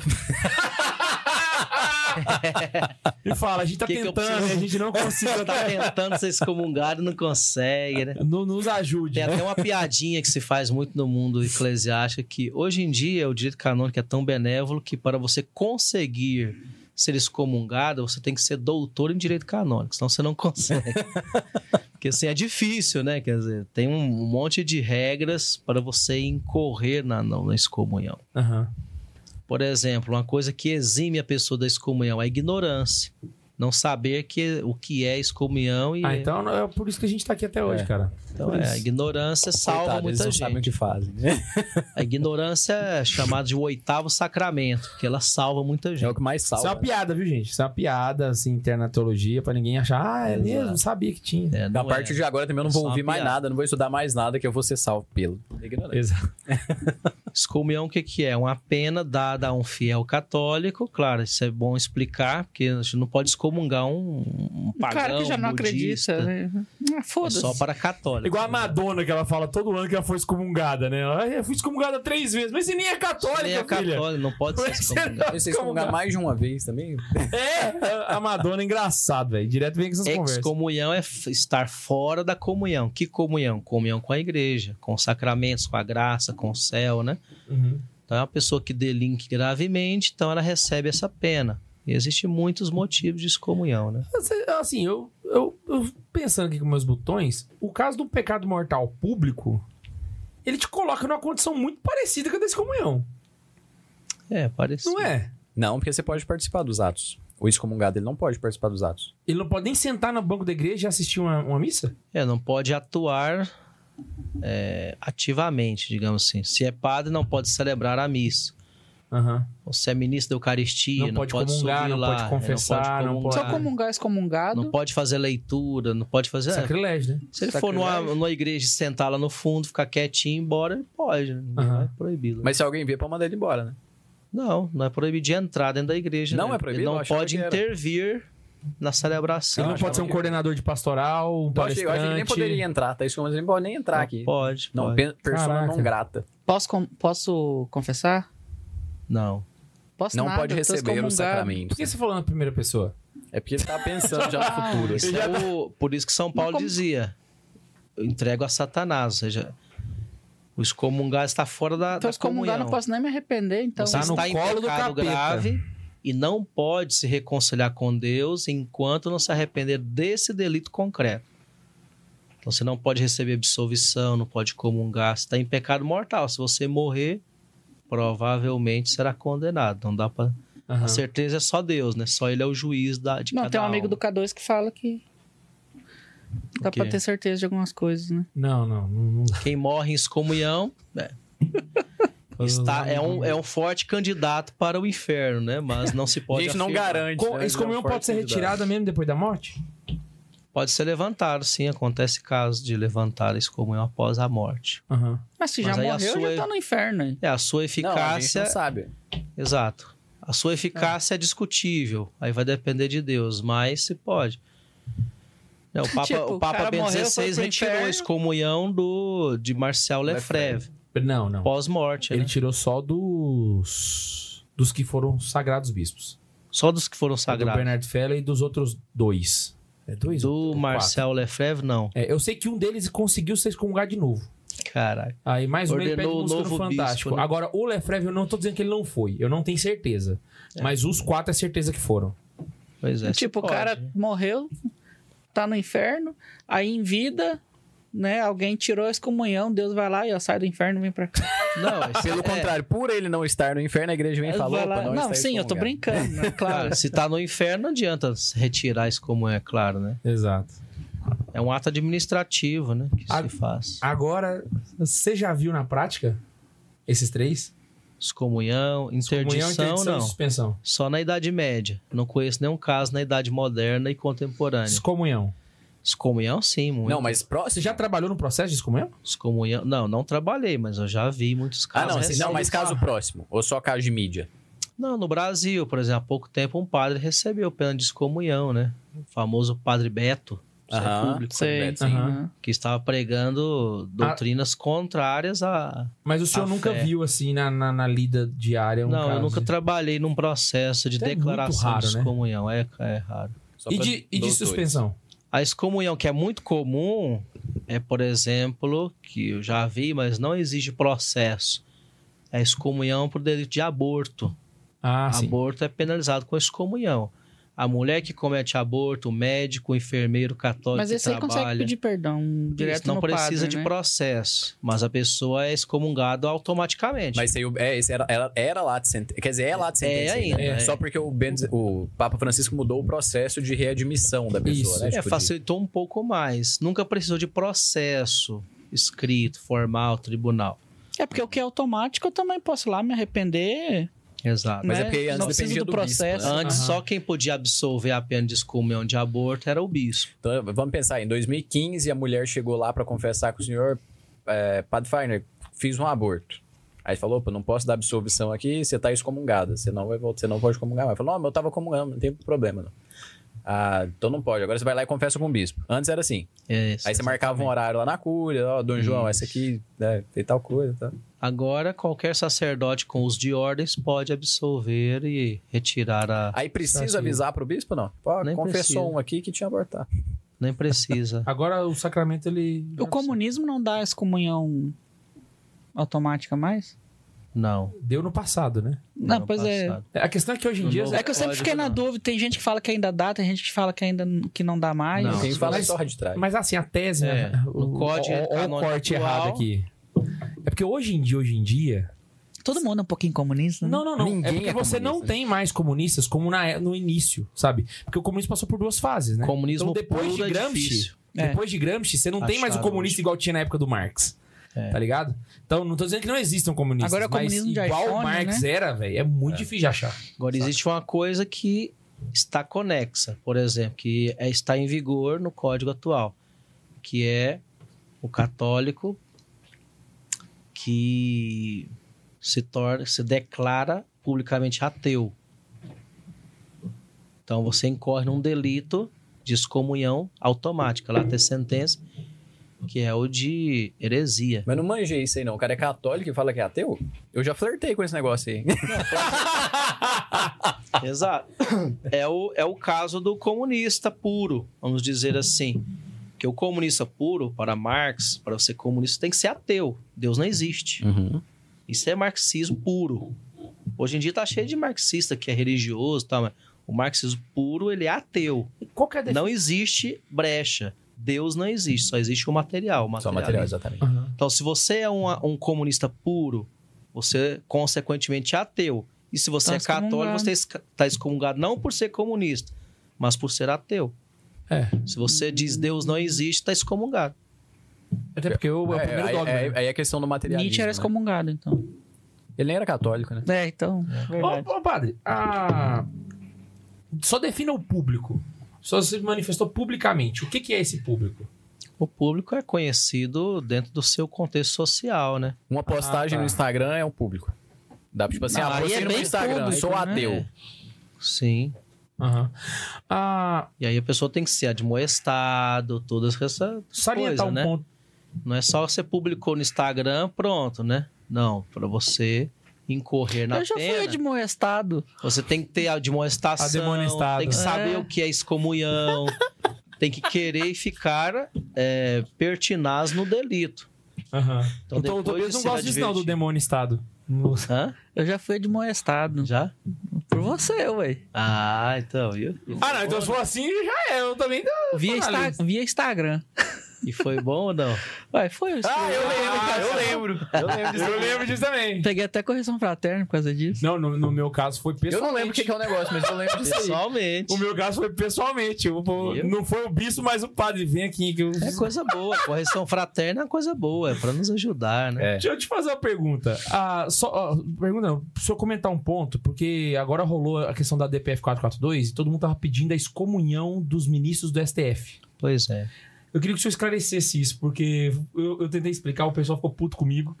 E
[laughs]
fala, a gente tá
Que que eu
tentando,
preciso-
a gente
[laughs]
não conseguiu.
Tá tentando ser excomungado e não consegue, né?
Não nos ajude.
Tem
né?
até uma piadinha que se faz muito no mundo eclesiástico que hoje em dia o direito canônico é tão benévolo que para você conseguir ser excomungado, você tem que ser doutor em direito canônico, senão você não
[laughs]
consegue. Porque assim é difícil, né? Quer dizer, tem um monte de regras para você incorrer na, na, na excomunhão.
Aham.
Por exemplo, uma coisa que exime a pessoa da excomunhão é a ignorância. Não saber que, o que é excomunhão e.
Ah, então não- é por isso que a gente tá aqui até hoje,
É.
cara.
então,
por
é,
isso.
a ignorância salva
Coitado,
muita
eles não
gente.
sabem o que fazem. né?
A ignorância é chamada de o oitavo sacramento, porque ela salva muita
É o
gente.
que mais
Isso é uma
salva.
piada, viu, gente? Isso é uma piada, assim, interna teologia, pra ninguém achar, ah, é mesmo,
Exato.
não sabia que tinha.
É,
Da
não
partir
é.
de agora também eu não
É
vou
só uma
ouvir mais
piada.
nada, não vou estudar mais nada, que eu vou ser salvo pelo.
Exato.
Excomunhão, o que, que é? Uma pena dada a um fiel católico. Claro, isso é bom explicar, porque a gente não pode excomungar um, um
Um
pagão,
cara que já não acredita, né? Ah,
É
Foda-se.
só para católico.
Igual a Madonna, que ela fala todo ano que ela foi excomungada, né? Ela, "Ah, eu fui excomungada três vezes, mas você nem é católica,
Ele é
filha. é
católico, não pode ser
[laughs] Mas
excomungado.
Vocês
é?
comungar mais de uma vez também?
É, a Madonna é engraçado, velho. Direto vem com essas conversas.
Excomunhão é f- estar fora da comunhão. Que comunhão? Comunhão com a igreja, com os sacramentos, com a graça, com o céu, né?
Uhum.
Então, é uma pessoa que delinque gravemente, então ela recebe essa pena. E existem muitos motivos de excomunhão, né?
Assim, Assim, eu, eu, eu pensando aqui com meus botões, o caso do pecado mortal público, ele te coloca numa condição muito parecida com a da excomunhão.
É, parece.
Não é?
Não, porque você pode participar dos atos. O excomungado, ele não pode participar dos atos.
Ele não pode nem sentar no banco da igreja e assistir uma, uma missa?
É, não pode atuar é, ativamente, digamos assim. Se é padre, não pode celebrar a missa.
Aham.
Você é ministro da Eucaristia,
Não
não,
pode comungar,
subir
não
lá,
pode
é,
confessar, não pode-
Só comungar excomungado.
Não pode fazer leitura, não pode fazer. é,
Sacrilégio, né?
se ele for numa, numa igreja e sentar lá no fundo, ficar quietinho, embora, pode. né? Não
Aham.
é proibido.
Mas se alguém vier pra mandar ele embora, né?
Não, não é proibido de entrar dentro da igreja.
Não
né?
é proibido?
Ele
Eu
não
achava
pode
que era.
intervir na celebração.
Ele não
achava
pode ser um
que-
coordenador de pastoral, um
Então, Eu achei, eu achei que ele nem
palestrante.
poderia entrar, tá? Isso que eu não pode nem entrar aqui.
Pode.
Não,
pode.
pe- persona
Caraca.
não grata.
Posso, com- posso confessar?
não.
Posso
Não
nada,
pode
tô
receber
excomungado.
o sacramento.
Por que você falou na primeira pessoa?
É porque ele tá pensando já
[laughs]
no futuro.
Isso é o- por isso que São Paulo
como-
dizia: eu entrego a Satanás. Ou seja, o excomungar está fora da,
Então,
da comunhão.
excomungar, não posso nem me arrepender, então.
Você
Tá no
está em
colo do
pecado
capeta.
grave e não pode se reconciliar com Deus enquanto não se arrepender desse delito concreto. Então você não pode receber absolvição, não pode comungar, você está em pecado mortal. Se você morrer, provavelmente será condenado. Não dá para.
Aham.
A certeza é só Deus, né? Só ele é o juiz da, de
Não,
cada
tem um amigo do [laughs]
alma.
K2 que fala que. Dá
O quê?
pra ter certeza de algumas coisas, né?
Não, não, não. não-
Quem morre em excomunhão
[laughs]
é, está, é, um, é um forte candidato para o inferno, né? Mas não se
A
pode.
gente não
afirmar.
garante.
Com,
né?
esse comunhão
Não
pode ser
forte
retirado mesmo depois da morte?
Pode ser levantado, sim. Acontece caso de levantar a excomunhão após a morte.
Aham.
Mas se
Mas
já
aí a
morreu,
sua-
já tá no inferno aí.
É, a sua
Não, a gente
eficácia.
não sabe.
Exato. A sua eficácia é discutível. Aí vai depender de Deus, mas se pode. É, o Papa,
[laughs] Tipo,
o
o
Papa
cara
Bento
morreu, foi
XVI
pro
retirou
inferno.
a excomunhão do, de Marcel Lefebvre,
Não, não.
pós-morte.
Ele
Né?
tirou só dos dos que foram sagrados bispos.
Só dos que foram
Do
sagrados.
Bernard Feller e dos outros dois. É dois? ou
Do
quatro?
Marcel Lefebvre, não.
É, eu sei que um deles conseguiu se excomungar de novo.
Caralho.
Aí mais um ele pede
Ordenou o
música no
novo
Fantástico.
bispo, né?
Agora, o Lefreve, eu não tô dizendo que ele não foi. Eu não tenho certeza. Mas os quatro é certeza que foram.
Pois é. se
tipo, o
pode,
cara
né?
morreu, tá no inferno, aí em vida, né? Alguém tirou a excomunhão, Deus vai lá e ó, sai do inferno e vem pra cá.
Não, isso
Pelo
é-
contrário, por ele não estar no inferno, a igreja vem e fala,
Vai
opa,
lá-
não,
Não,
está
sim, eu tô
excomungado."
brincando, né? claro.
Cara, se tá no inferno, não adianta se retirar isso como é, claro, né?
Exato.
É um ato administrativo, né? Que
Ah.
se faz.
Agora, você já viu na prática esses três?
Excomunhão, interdição,
Comunhão, interdição e
não.
suspensão.
Só na Idade Média. Não conheço nenhum caso na Idade Moderna e Contemporânea.
Excomunhão.
Excomunhão, sim, muito.
Não, mas
Você
próximo. Ah,
já trabalhou no processo de excomunhão?
Excomunhão... Não, não trabalhei, mas eu já vi muitos
Ah,
casos.
não, assim, não,
recentes.
mas caso próximo. Ou só caso de mídia.
Não, no Brasil, por exemplo, há pouco tempo um padre recebeu pena de excomunhão, né? O famoso padre Beto, isso é
Aham.
público,
Sei.
Sim.
Aham.
que estava pregando doutrinas
Ah.
contrárias a...
Mas o senhor
A
nunca
fé.
viu, assim, na, na, na lida diária um
Ah, é. não, eu
caso
nunca
de-
trabalhei num processo de
Isso é muito
declaração
raro,
de
né?
excomunhão. É, é raro.
Só
E
pra
de, e de
doutores.
suspensão?
A excomunhão que é muito comum é, por exemplo, que eu já vi, mas não exige processo. É excomunhão por delito de aborto.
Ah, sim.
aborto é penalizado com excomunhão. A mulher que comete aborto, o médico, o enfermeiro católico
Mas
que
esse aí consegue
trabalha,
pedir perdão um direto
isso não
no
precisa
padre,
de
né?
processo, mas a pessoa é excomungada automaticamente.
Mas isso aí, o- é, esse era, era, era lá de sentença. Quer dizer, é lá de sentença.
ainda,
né?
é.
Só porque o, Ben- o Papa Francisco mudou o processo de readmissão da pessoa,
Isso.
né?
É,
Tipo, de-
facilitou um pouco mais. Nunca precisou de processo escrito, formal, tribunal.
É porque o que é automático eu também posso ir lá me arrepender.
Exato.
Mas
né?
é porque antes
Não precisa
dependia
do
do bispo, né?
processo.
Antes,
Aham.
só quem podia absolver a pena de excomunhão de aborto era o bispo.
Então, vamos pensar, em 2015 a mulher chegou lá pra confessar com o senhor, é, Padre Farner, fiz um aborto. Aí ele falou, opa, não posso dar absolvição aqui, você tá excomungada, você não, vai, vol- você não pode comungar. Mas falou, não, mas eu tava comungando, não tem problema não. Ah, então não pode, agora você vai lá e confessa com o bispo. Antes era assim,
É,
aí você marcava um horário lá na cúria, ó, Dom João, essa aqui, né, tem tal coisa, tá?
Agora, qualquer sacerdote com uso de ordens pode absolver e retirar a.
Aí precisa
Certo.
avisar pro bispo, não? Ó,
Nem
confessou
precisa.
um aqui que tinha abortado.
Nem precisa.
Agora o sacramento, ele...
O comunismo não dá excomunhão automática mais?
Não.
Deu no passado, né?
Não,
no
pois é.
passado.
A questão é que hoje em
No
dia...
novo
É que eu sempre
Pode,
fiquei na
não.
dúvida. Tem gente que fala que ainda dá, tem gente que fala que ainda n- que não dá mais.
Não.
Quem fala
Mas-
só de trás.
Mas assim, a tese,
É,
né?
no código
ó- ó o
canônico
corte
atual-
errado aqui. É porque hoje em dia, hoje em dia.
Todo mundo é um pouquinho comunista, né?
Não, não, não. é
Ninguém
porque
é
você não
comunista.
tem mais comunistas como na- é, no início, sabe? Porque o comunismo passou por duas fases, né?
Comunismo
Então, depois
puro
de
é
Gramsci,
difícil.
É.
Depois de Gramsci, você não tem mais o
Acharam
comunista
hoje.
igual tinha na época do Marx. Tá ligado? Então, não tô dizendo que não existam comunistas.
Agora, o
mas
comunismo é de
igual
iPhone,
Marx era, velho, é muito difícil de achar.
Agora, existe uma coisa que está conexa, por exemplo, que é- está em vigor no código atual, que é o católico que se torna, se declara publicamente ateu. Então você incorre num delito de excomunhão automática, lá tem sentença, que é o de heresia.
Mas não manjei isso aí, não. O cara é católico e fala que é ateu? Eu já flertei com esse negócio aí.
Exato. É o, é o caso do comunista puro, vamos dizer assim. Que o comunista puro, para Marx, para ser comunista, tem que ser ateu. Deus não existe.
Uhum.
Isso é marxismo puro. Hoje em dia tá cheio de marxista que é religioso e tal, mas o marxismo puro, ele é ateu.
Qual que é a
Não existe brecha. Deus não existe, só existe o material. O
Só
material.
material, exatamente.
Então, se você é uma- um comunista puro, você consequentemente é ateu. E se você
Tá
é católico,
excomungado.
você está excomungado não por ser comunista, mas por ser ateu.
É.
Se você diz Deus não existe, está excomungado.
Até porque eu, é o primeiro
aí,
dogma.
aí- aí é questão do materialismo.
Nietzsche era
né?
excomungado, então.
Ele nem era católico, né?
É, então, verdade.
Ô, ô, padre, a- só defina o público. Só se manifestou publicamente. O que, que é esse público?
O público é conhecido dentro do seu contexto social, né?
Uma postagem
tá.
no Instagram é um público. Dá pra, tipo assim,
Não,
ah,
aí
postei
é
no
bem
Instagram,
público,
sou
né?
ateu.
Sim.
Aham. Ah,
E aí a pessoa tem que ser admoestado, todas essas
salientar
coisas,
um
né?
ponto.
Não é só você publicou no Instagram, pronto, né? Não, para você incorrer na
Eu já fui
pena...
admoestado.
Você tem que ter a
A
demonestação,
demonestado.
tem que saber
É.
o que é excomunhão, [laughs] tem que querer e ficar é, pertinaz no delito.
Aham. Então,
Então,
o
depois
Tobias não
você
gosta
vai
disso, não, do
divertir.
demônio estado. No-
Hã?
Eu já fui admoestado.
Já?
Por você, ué.
Ah, então, viu?
Ah, não, então se for assim, já é. Eu também.
Via, Insta-
Analisa.
via Instagram.
E foi bom ou não?
Ué, foi.
Ah, eu lembro, cara, eu lembro. Eu lembro disso, também.
Peguei até correção fraterna por causa disso.
Não, no, no meu caso foi
Eu
pessoalmente.
não lembro o que que é o negócio, mas
[laughs]
eu lembro disso aí.
Pessoalmente.
O meu caso foi pessoalmente. Eu vou-
Viu?
não foi o bispo, mas o padre. Vem aqui que eu.
É coisa boa. Correção fraterna é coisa boa, é pra nos ajudar, né?
É.
Deixa eu te fazer uma pergunta. Ah, só, ah, pergunta não, preciso comentar um ponto, porque agora rolou a questão da DPF 442 e todo mundo tava pedindo a excomunhão dos ministros do STF.
Pois é.
Eu queria que o senhor esclarecesse isso, porque eu, eu tentei explicar, o pessoal ficou puto comigo.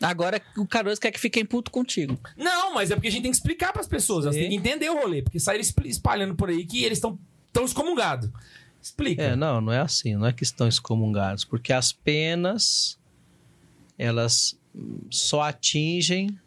Agora o Caruso quer que fiquem puto contigo.
Não, mas é porque a gente tem que explicar pras pessoas, elas
Sim.
têm que entender o rolê, porque saíram espl- espalhando por aí que eles estão tão excomungados. Explica.
É, não, não é assim, não é que estão excomungados, porque as penas elas hum, só atingem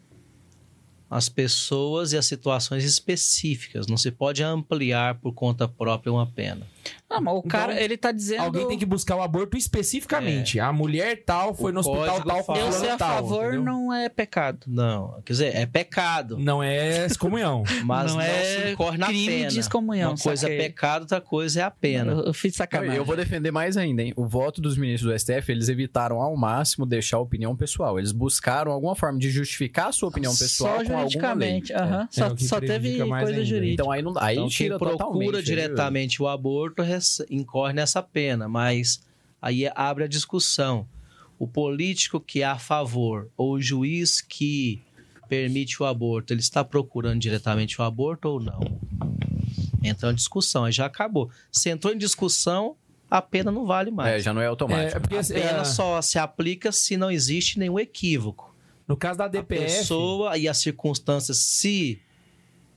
as pessoas e as situações específicas, não se pode ampliar por conta própria uma pena.
Não, mas o cara, ele tá dizendo.
Alguém tem que buscar o aborto especificamente.
É.
A mulher tal foi
O
no hospital
código
tal,
fala-
Eu
fulano
ser a
tal,
favor
entendeu?
não é pecado.
Não, quer dizer, é pecado,
Não é excomunhão.
mas
Não
não,
é
se incorre na
crime
pena.
de excomunhão,
Uma coisa
saquei.
é pecado, outra coisa é a pena.
Eu, eu fiz sacanagem.
Eu vou defender mais ainda, hein? O voto dos ministros do STF, eles evitaram ao máximo deixar a opinião pessoal. Eles buscaram alguma forma de justificar a sua opinião
Só
pessoal com alguma lei.
juridicamente. aham.
É, o
Só,
que
só
prejudica
teve
mais
coisa
ainda.
jurídica.
Então aí não, aí
Então, quem
tira totalmente.
procura
viu? É,
diretamente o aborto rece- incorre nessa pena, mas aí é, abre a discussão. O político que é a favor ou o juiz que permite o aborto, ele está procurando diretamente o aborto ou não? Entrou em discussão, aí já acabou. Se entrou em discussão, a pena [laughs] não vale
É,
mais.
já não é automático.
É, porque
a
assim,
pena
é,
só se aplica se não existe nenhum equívoco
no caso da
a
DPF,
pessoa e as circunstâncias se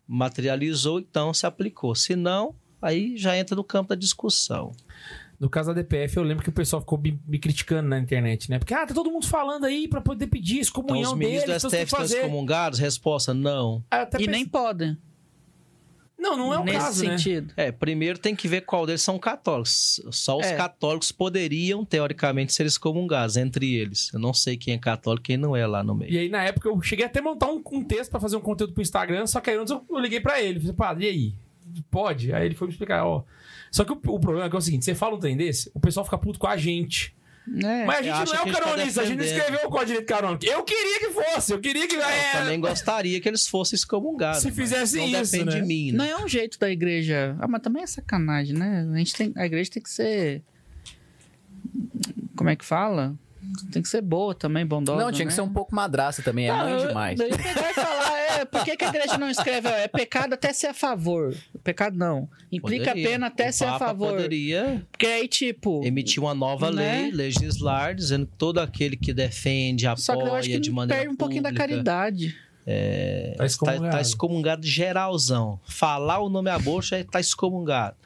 materializou, então se aplicou. Se não, aí já entra no campo da discussão.
no caso da DPF, eu lembro que o pessoal ficou me, me criticando na internet, né? Porque ah, tá todo mundo falando aí pra poder pedir
Então,
excomunhão
os
deles,
ministros do
então você
STF
tem que
estão
fazer.
excomungados? Resposta, não.
Aí eu até
E
penso-
nem podem.
Não, Então, não é o
nesse
caso, né?
sentido.
É, primeiro tem que ver qual deles são católicos. Só os
É.
católicos poderiam, teoricamente, ser excomungados, entre eles. Eu não sei quem é católico e quem não é lá no meio.
E aí, na época, eu cheguei até a montar um, um texto pra fazer um conteúdo pro Instagram, só que aí antes eu, eu liguei pra ele. Falei, padre, e aí? Pode? Aí ele foi me explicar, ó. Só que o, o problema é que é o seguinte: você fala um trem desse, o pessoal fica puto com a gente.
É.
Mas a
acha
gente não é o
que a gente tá
canonista, a gente não
defendendo.
escreveu o Código de Direito Canônico. Eu queria que fosse, eu queria que.
Eu
É,
também gostaria que eles fossem excomungados.
Se
mas
fizessem
não
isso,
depende
né?
de mim,
Não
né?
é um jeito da igreja. Ah, mas também é sacanagem, né? A, gente tem, a igreja tem que ser. Como é que fala? Tem que ser boa também, bondosa.
não, tinha que
né?
ser um pouco madraça também, é
Não,
mãe
eu-
demais.
Daí pegar e falar, é, por que, que a igreja não escreve? ó, É pecado até ser a favor. Pecado não. Implica
Poderia.
pena até
O
ser a
Papa
favor.
poderia
Porque aí, tipo.
emitir uma nova
Né?
lei, legislar, dizendo que todo aquele que defende, apoia
Só que eu acho que
de maneira
perde um pouquinho da
pública,
caridade.
Tá
Tá,
excomungado.
tá excomungado geralzão. Falar o nome à bocha é tá excomungado.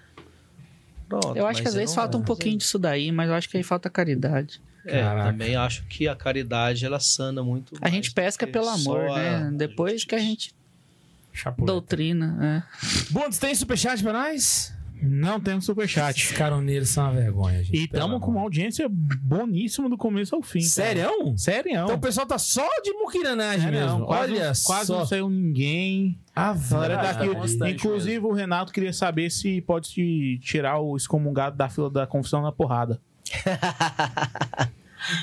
Pronto,
Eu acho que
mas
às vezes
não-
falta um pouquinho disso daí, mas eu acho que aí falta caridade.
É,
Caraca.
também acho que a caridade ela sana muito.
A
mais
gente pesca
do que
pelo
é só
amor,
a-
né? Depois que a gente
Chapuleta.
doutrina. é.
Bundes, tem superchat pra nós?
Não
Esses
temos superchat.
caroneiros são uma vergonha, gente.
E
Então,
estamos
tá
Pelo
com uma
amor.
audiência boníssima do começo ao fim. cara.
Sério?
Sério?
Então o pessoal tá só de muquiranagem
É,
Sério,
mesmo.
Quase,
Olha
um-
quase
só. é
não saiu ninguém.
A
Galera
vara
Ah,
daqui-
tá constante
Inclusive, o Renato queria saber se pode se tirar o excomungado da fila da confissão na porrada.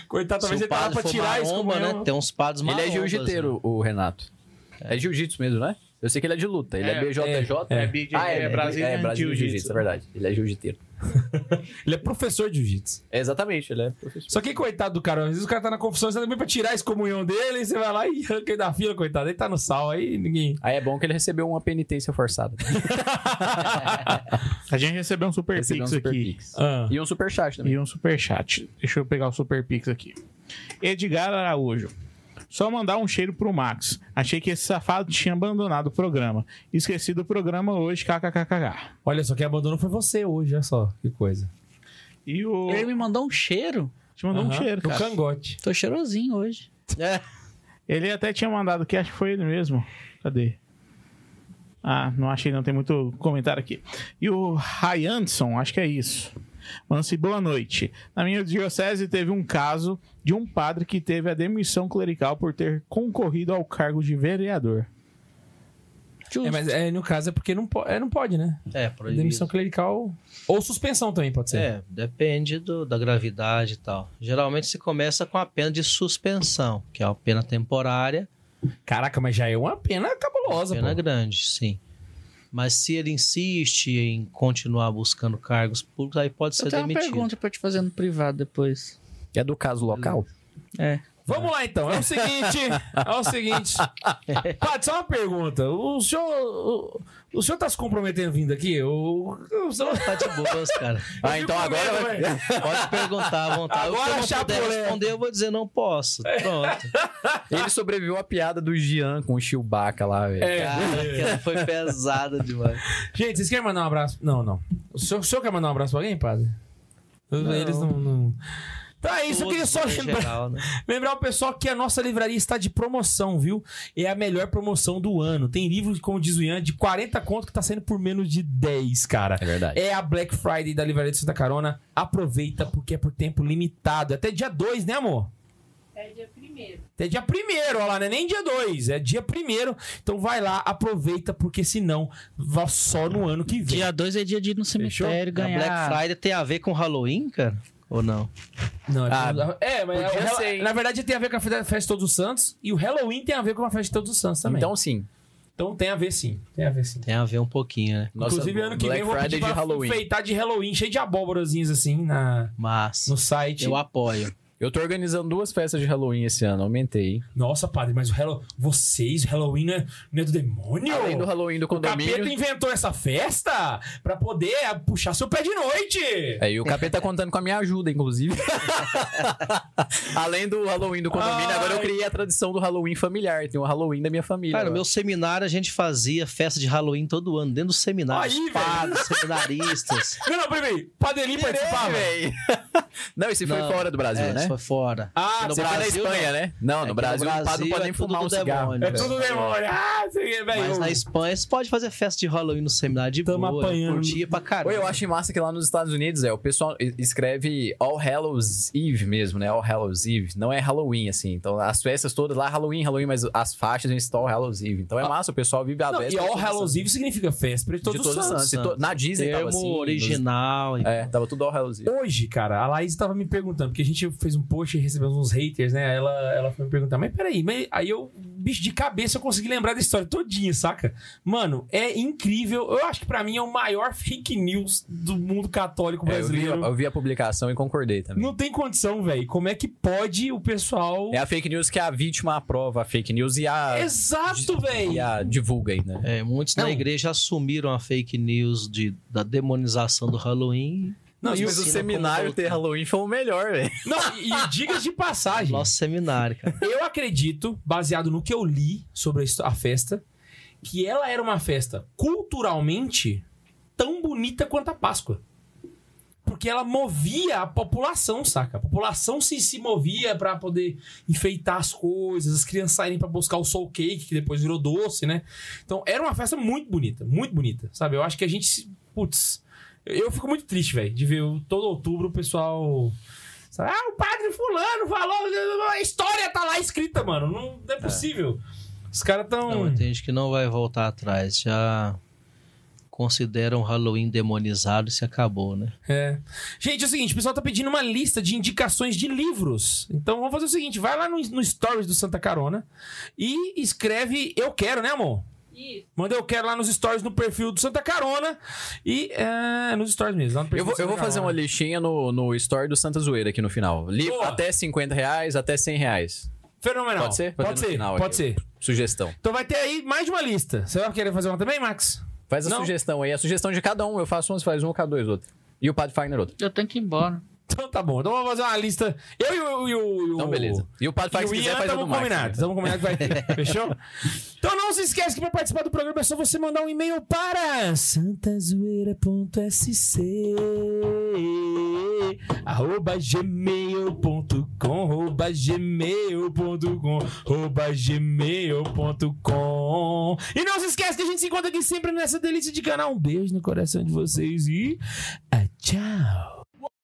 Coitado, talvez
Se
ele
o
tava
padre
pra
for
tirar isso
maromba, né? Tem uns padres
Ele é
marombas,
jiu-jiteiro, o Renato. É jiu-jitsu mesmo, né? Eu sei que ele é de luta. Ele é,
É,
BJJ.
é, é BJ,
ah,
é
é,
Brazilian
Brasília. É, Brasília
Jiu-Jitsu.
Jiu-Jitsu, é verdade. Ele é jiu-jiteiro.
Ele é professor de jiu-jitsu.
É, exatamente, ele é professor.
Só que coitado do cara, às vezes o cara tá na confissão, você tá também pra tirar a excomunhão dele, e você vai lá e arranca ele da fila, coitado. Ele tá no sal, aí ninguém...
Aí é bom que ele recebeu uma penitência forçada.
A gente recebeu um super
Recebeu um
pix
super
aqui.
pix.
Ah.
E um superchat também.
E um superchat. Deixa eu pegar o super pix aqui. Edgar Araújo. Só mandar um cheiro pro Max. Achei que esse safado tinha abandonado o programa. Esqueci do programa hoje, kkkk.
Olha só, quem abandonou foi você hoje, olha só, que coisa.
E o.
Ele me mandou um cheiro.
Te mandou um
Aham,
cheiro,
No
cara.
cangote.
Tô cheirosinho hoje.
É.
Ele até tinha mandado aqui, acho que foi ele mesmo. Cadê? Ah, não achei, não tem muito comentário aqui. E o Ryanson, acho que é isso. Mansi, boa noite. Na minha diocese teve um caso de um padre que teve a demissão clerical por ter concorrido ao cargo de vereador.
Justo.
É, mas é, no caso é porque não, po- é, não pode, né?
É, proibido.
Demissão clerical ou suspensão também pode ser.
É, depende do- da gravidade e tal. Geralmente se começa com a pena de suspensão, que é uma pena temporária,
Caraca, mas já é uma pena cabulosa,
pena
pô.
grande, sim. Mas se ele insiste em continuar buscando cargos públicos, aí pode
eu
ser
tenho uma
demitido.
pergunta pra te fazer no privado depois.
É do caso local?
É.
Vamos lá então, é o seguinte, é o seguinte. Pato, só uma pergunta. O senhor, o, o senhor tá se comprometendo vindo aqui? O, o senhor-
Tá de boas, cara.
Ah,
fico
então
com
agora
medo,
vai.
velho.
Pode perguntar à vontade.
[laughs] Agora, É.
o que eu não puder
chapulé.
responder, eu vou dizer não posso. Pronto.
[laughs] Ele sobreviveu à piada do Gian com o Chewbacca lá, velho.
É.
Cara, aquela foi pesada demais.
Gente, vocês querem mandar um abraço? Não, não. O senhor, o senhor quer mandar um abraço pra alguém, padre? Eles não. não... Então é isso, eu queria só
Todos, em
lembrar.
geral, né?
Lembrar o pessoal que a nossa livraria está de promoção, viu? É a melhor promoção do ano. Tem livros, como diz o Ian, de 40 conto que tá saindo por menos de 10, cara.
É verdade.
É a Black Friday da Livraria de Santa Carona. Aproveita porque é por tempo limitado. É Até dia 2, né, amor?
É dia primeiro.
Até dia 1 olha lá, não é nem dia 2, é dia 1 Então vai lá, aproveita, porque senão vá só no ano que vem.
Dia 2 é dia de ir no cemitério
A
ganhar.
Black Friday tem a ver com Halloween, cara? Ou não?
Não, é,
Ah,
é, mas
podia
é o-
ser, hein?
na verdade tem a ver com a festa de Todos os Santos e o Halloween tem a ver com a festa de Todos os Santos também.
Então sim.
então tem a ver sim, tem a ver sim.
Tem a ver um pouquinho, né?
Nossa,
Inclusive, ano que
Black
vem eu vou
Friday
pedir
de
pra
Halloween.
enfeitar de Halloween, cheio de abóborazinhas assim na,
Mas
no site.
eu apoio.
Eu tô organizando duas festas de Halloween esse ano, aumentei. hein?
Nossa, padre, mas o Halloween. Vocês, o Halloween não é, não é do demônio?
Além do Halloween do
o capeta
condomínio.
inventou essa festa pra poder ah, puxar seu pé de noite.
Aí o capeta tá contando com a minha
[laughs]
ajuda, inclusive. Além do Halloween do condomínio,
Ai.
agora eu criei a tradição do Halloween familiar. Tem o Halloween da minha família.
Cara, no
agora.
meu seminário a gente fazia festa de Halloween todo ano, dentro do seminário.
Aí,
Os
[laughs]
padres, seminaristas.
Não, não, peraí. Padelinho
Tirei,
participava.
véi. [laughs] Não, esse foi
Não,
fora do Brasil,
é,
né?
isso foi fora.
Ah,
no
você foi
Brasil,
na Espanha,
Espanha, né? Não,
Aqui
no
no
Brasil, o padre
Brasil
não pode
é
nem
tudo
fumar um
do
cigarro.
demônio,
É
velho.
tudo demônio. Ah, você- velho.
Mas na Espanha você pode fazer festa de Halloween no seminário de
Tamo
boa.
apanhando.
Curtia pra caramba.
Oi, eu acho massa que lá nos Estados Unidos, é, o pessoal e- escreve All Hallows Eve mesmo, né? All Hallows Eve. Não é Halloween, assim. Então, as festas todas lá, Halloween, Halloween, mas as faixas em All Hallows Eve. Então, é massa, o pessoal vive a
Não, e
véspera de
All
todos os
Hallows Eve significa festa de
Santos.
todos os santos.
De todos os santos. Na Disney
Termo
tava assim. nos-
original. e-
É, tava tudo All Hallows Eve.
Hoje, cara, a Laís tava me perguntando, porque a gente fez um post e recebemos uns haters, né? Ela, ela foi me perguntar, mas peraí, mas aí eu bicho, de cabeça eu consegui lembrar da história todinha, saca? Mano, é incrível. Eu acho que pra mim é o maior [laughs] fake news do mundo católico
É, eu, vi,
brasileiro.
eu vi a publicação e concordei também.
Não tem condição, velho. Como é que pode o pessoal.
É a fake news que a vítima aprova a fake news e a,
Exato,
e
velho.
a divulga aí, né?
É, muitos
Não.
na igreja assumiram a fake news de, da demonização do Halloween.
Não, e o- um
mas o
ensina
seminário
como
ter Halloween foi o melhor, velho.
não, e e digas de
[laughs]
passagem.
Nosso seminário, cara.
Eu acredito, baseado no que eu li sobre a histó- a festa, que ela era uma festa culturalmente tão bonita quanto a Páscoa. Porque ela movia a população, saca? A população se, se movia pra poder enfeitar as coisas, as crianças saírem pra buscar o soul cake, que depois virou doce, né? Então era uma festa muito bonita, muito bonita, sabe? Eu acho que a gente. se- Putz, eu fico muito triste, velho, de ver o- todo outubro o pessoal. sabe? Ah, o padre Fulano falou. A história tá lá escrita, mano. Não, não é possível. Os caras
Hum.
Não, é.
tão.
tem gente que não vai voltar atrás. Já consideram o Halloween demonizado e se acabou, né?
É. Gente, é o seguinte, o pessoal tá pedindo uma lista de indicações de livros. Então vamos fazer o seguinte: vai lá no, no Stories do Santa Carona e escreve Eu Quero, né, amor?
Isso.
Manda Eu Quero lá nos Stories no perfil do Santa Carona. E. É, nos Stories mesmo. lá no perfil
Eu vou,
do
eu
Santa
vou fazer uma
Carona.
listinha no, no story do Santa Zoeira aqui no final. Li
Boa.
até 50 reais, até 100 reais.
Fenomenal.
Pode ser? Fazer
Pode
no
ser.
final
Pode
aqui.
ser.
Sugestão.
Então vai ter aí mais de uma lista. Você vai querer fazer uma também, Max? [laughs]
Faz a
Não.
sugestão aí. A sugestão de cada um. Eu faço um, você faz um, cada dois, outro. E o Padre Fagner, outro.
Eu tenho que ir embora.
Então tá bom. Então vamos fazer uma lista. Eu e o. e o- e o-
Então, beleza. E o Padre
E o
Fagner, se
Ian,
quiser, faz a do
estamos
Max. né?
combinados. Estamos combinados que vai
[laughs]
ter. Fechou? Então não se esquece que para participar do programa é só você mandar um e-mail para santazoeira.sc arroba gmail.com arroba gmail.com arroba gmail.com E não se esquece que a gente se encontra aqui sempre nessa delícia de canal. Um beijo no coração de vocês e ah, tchau.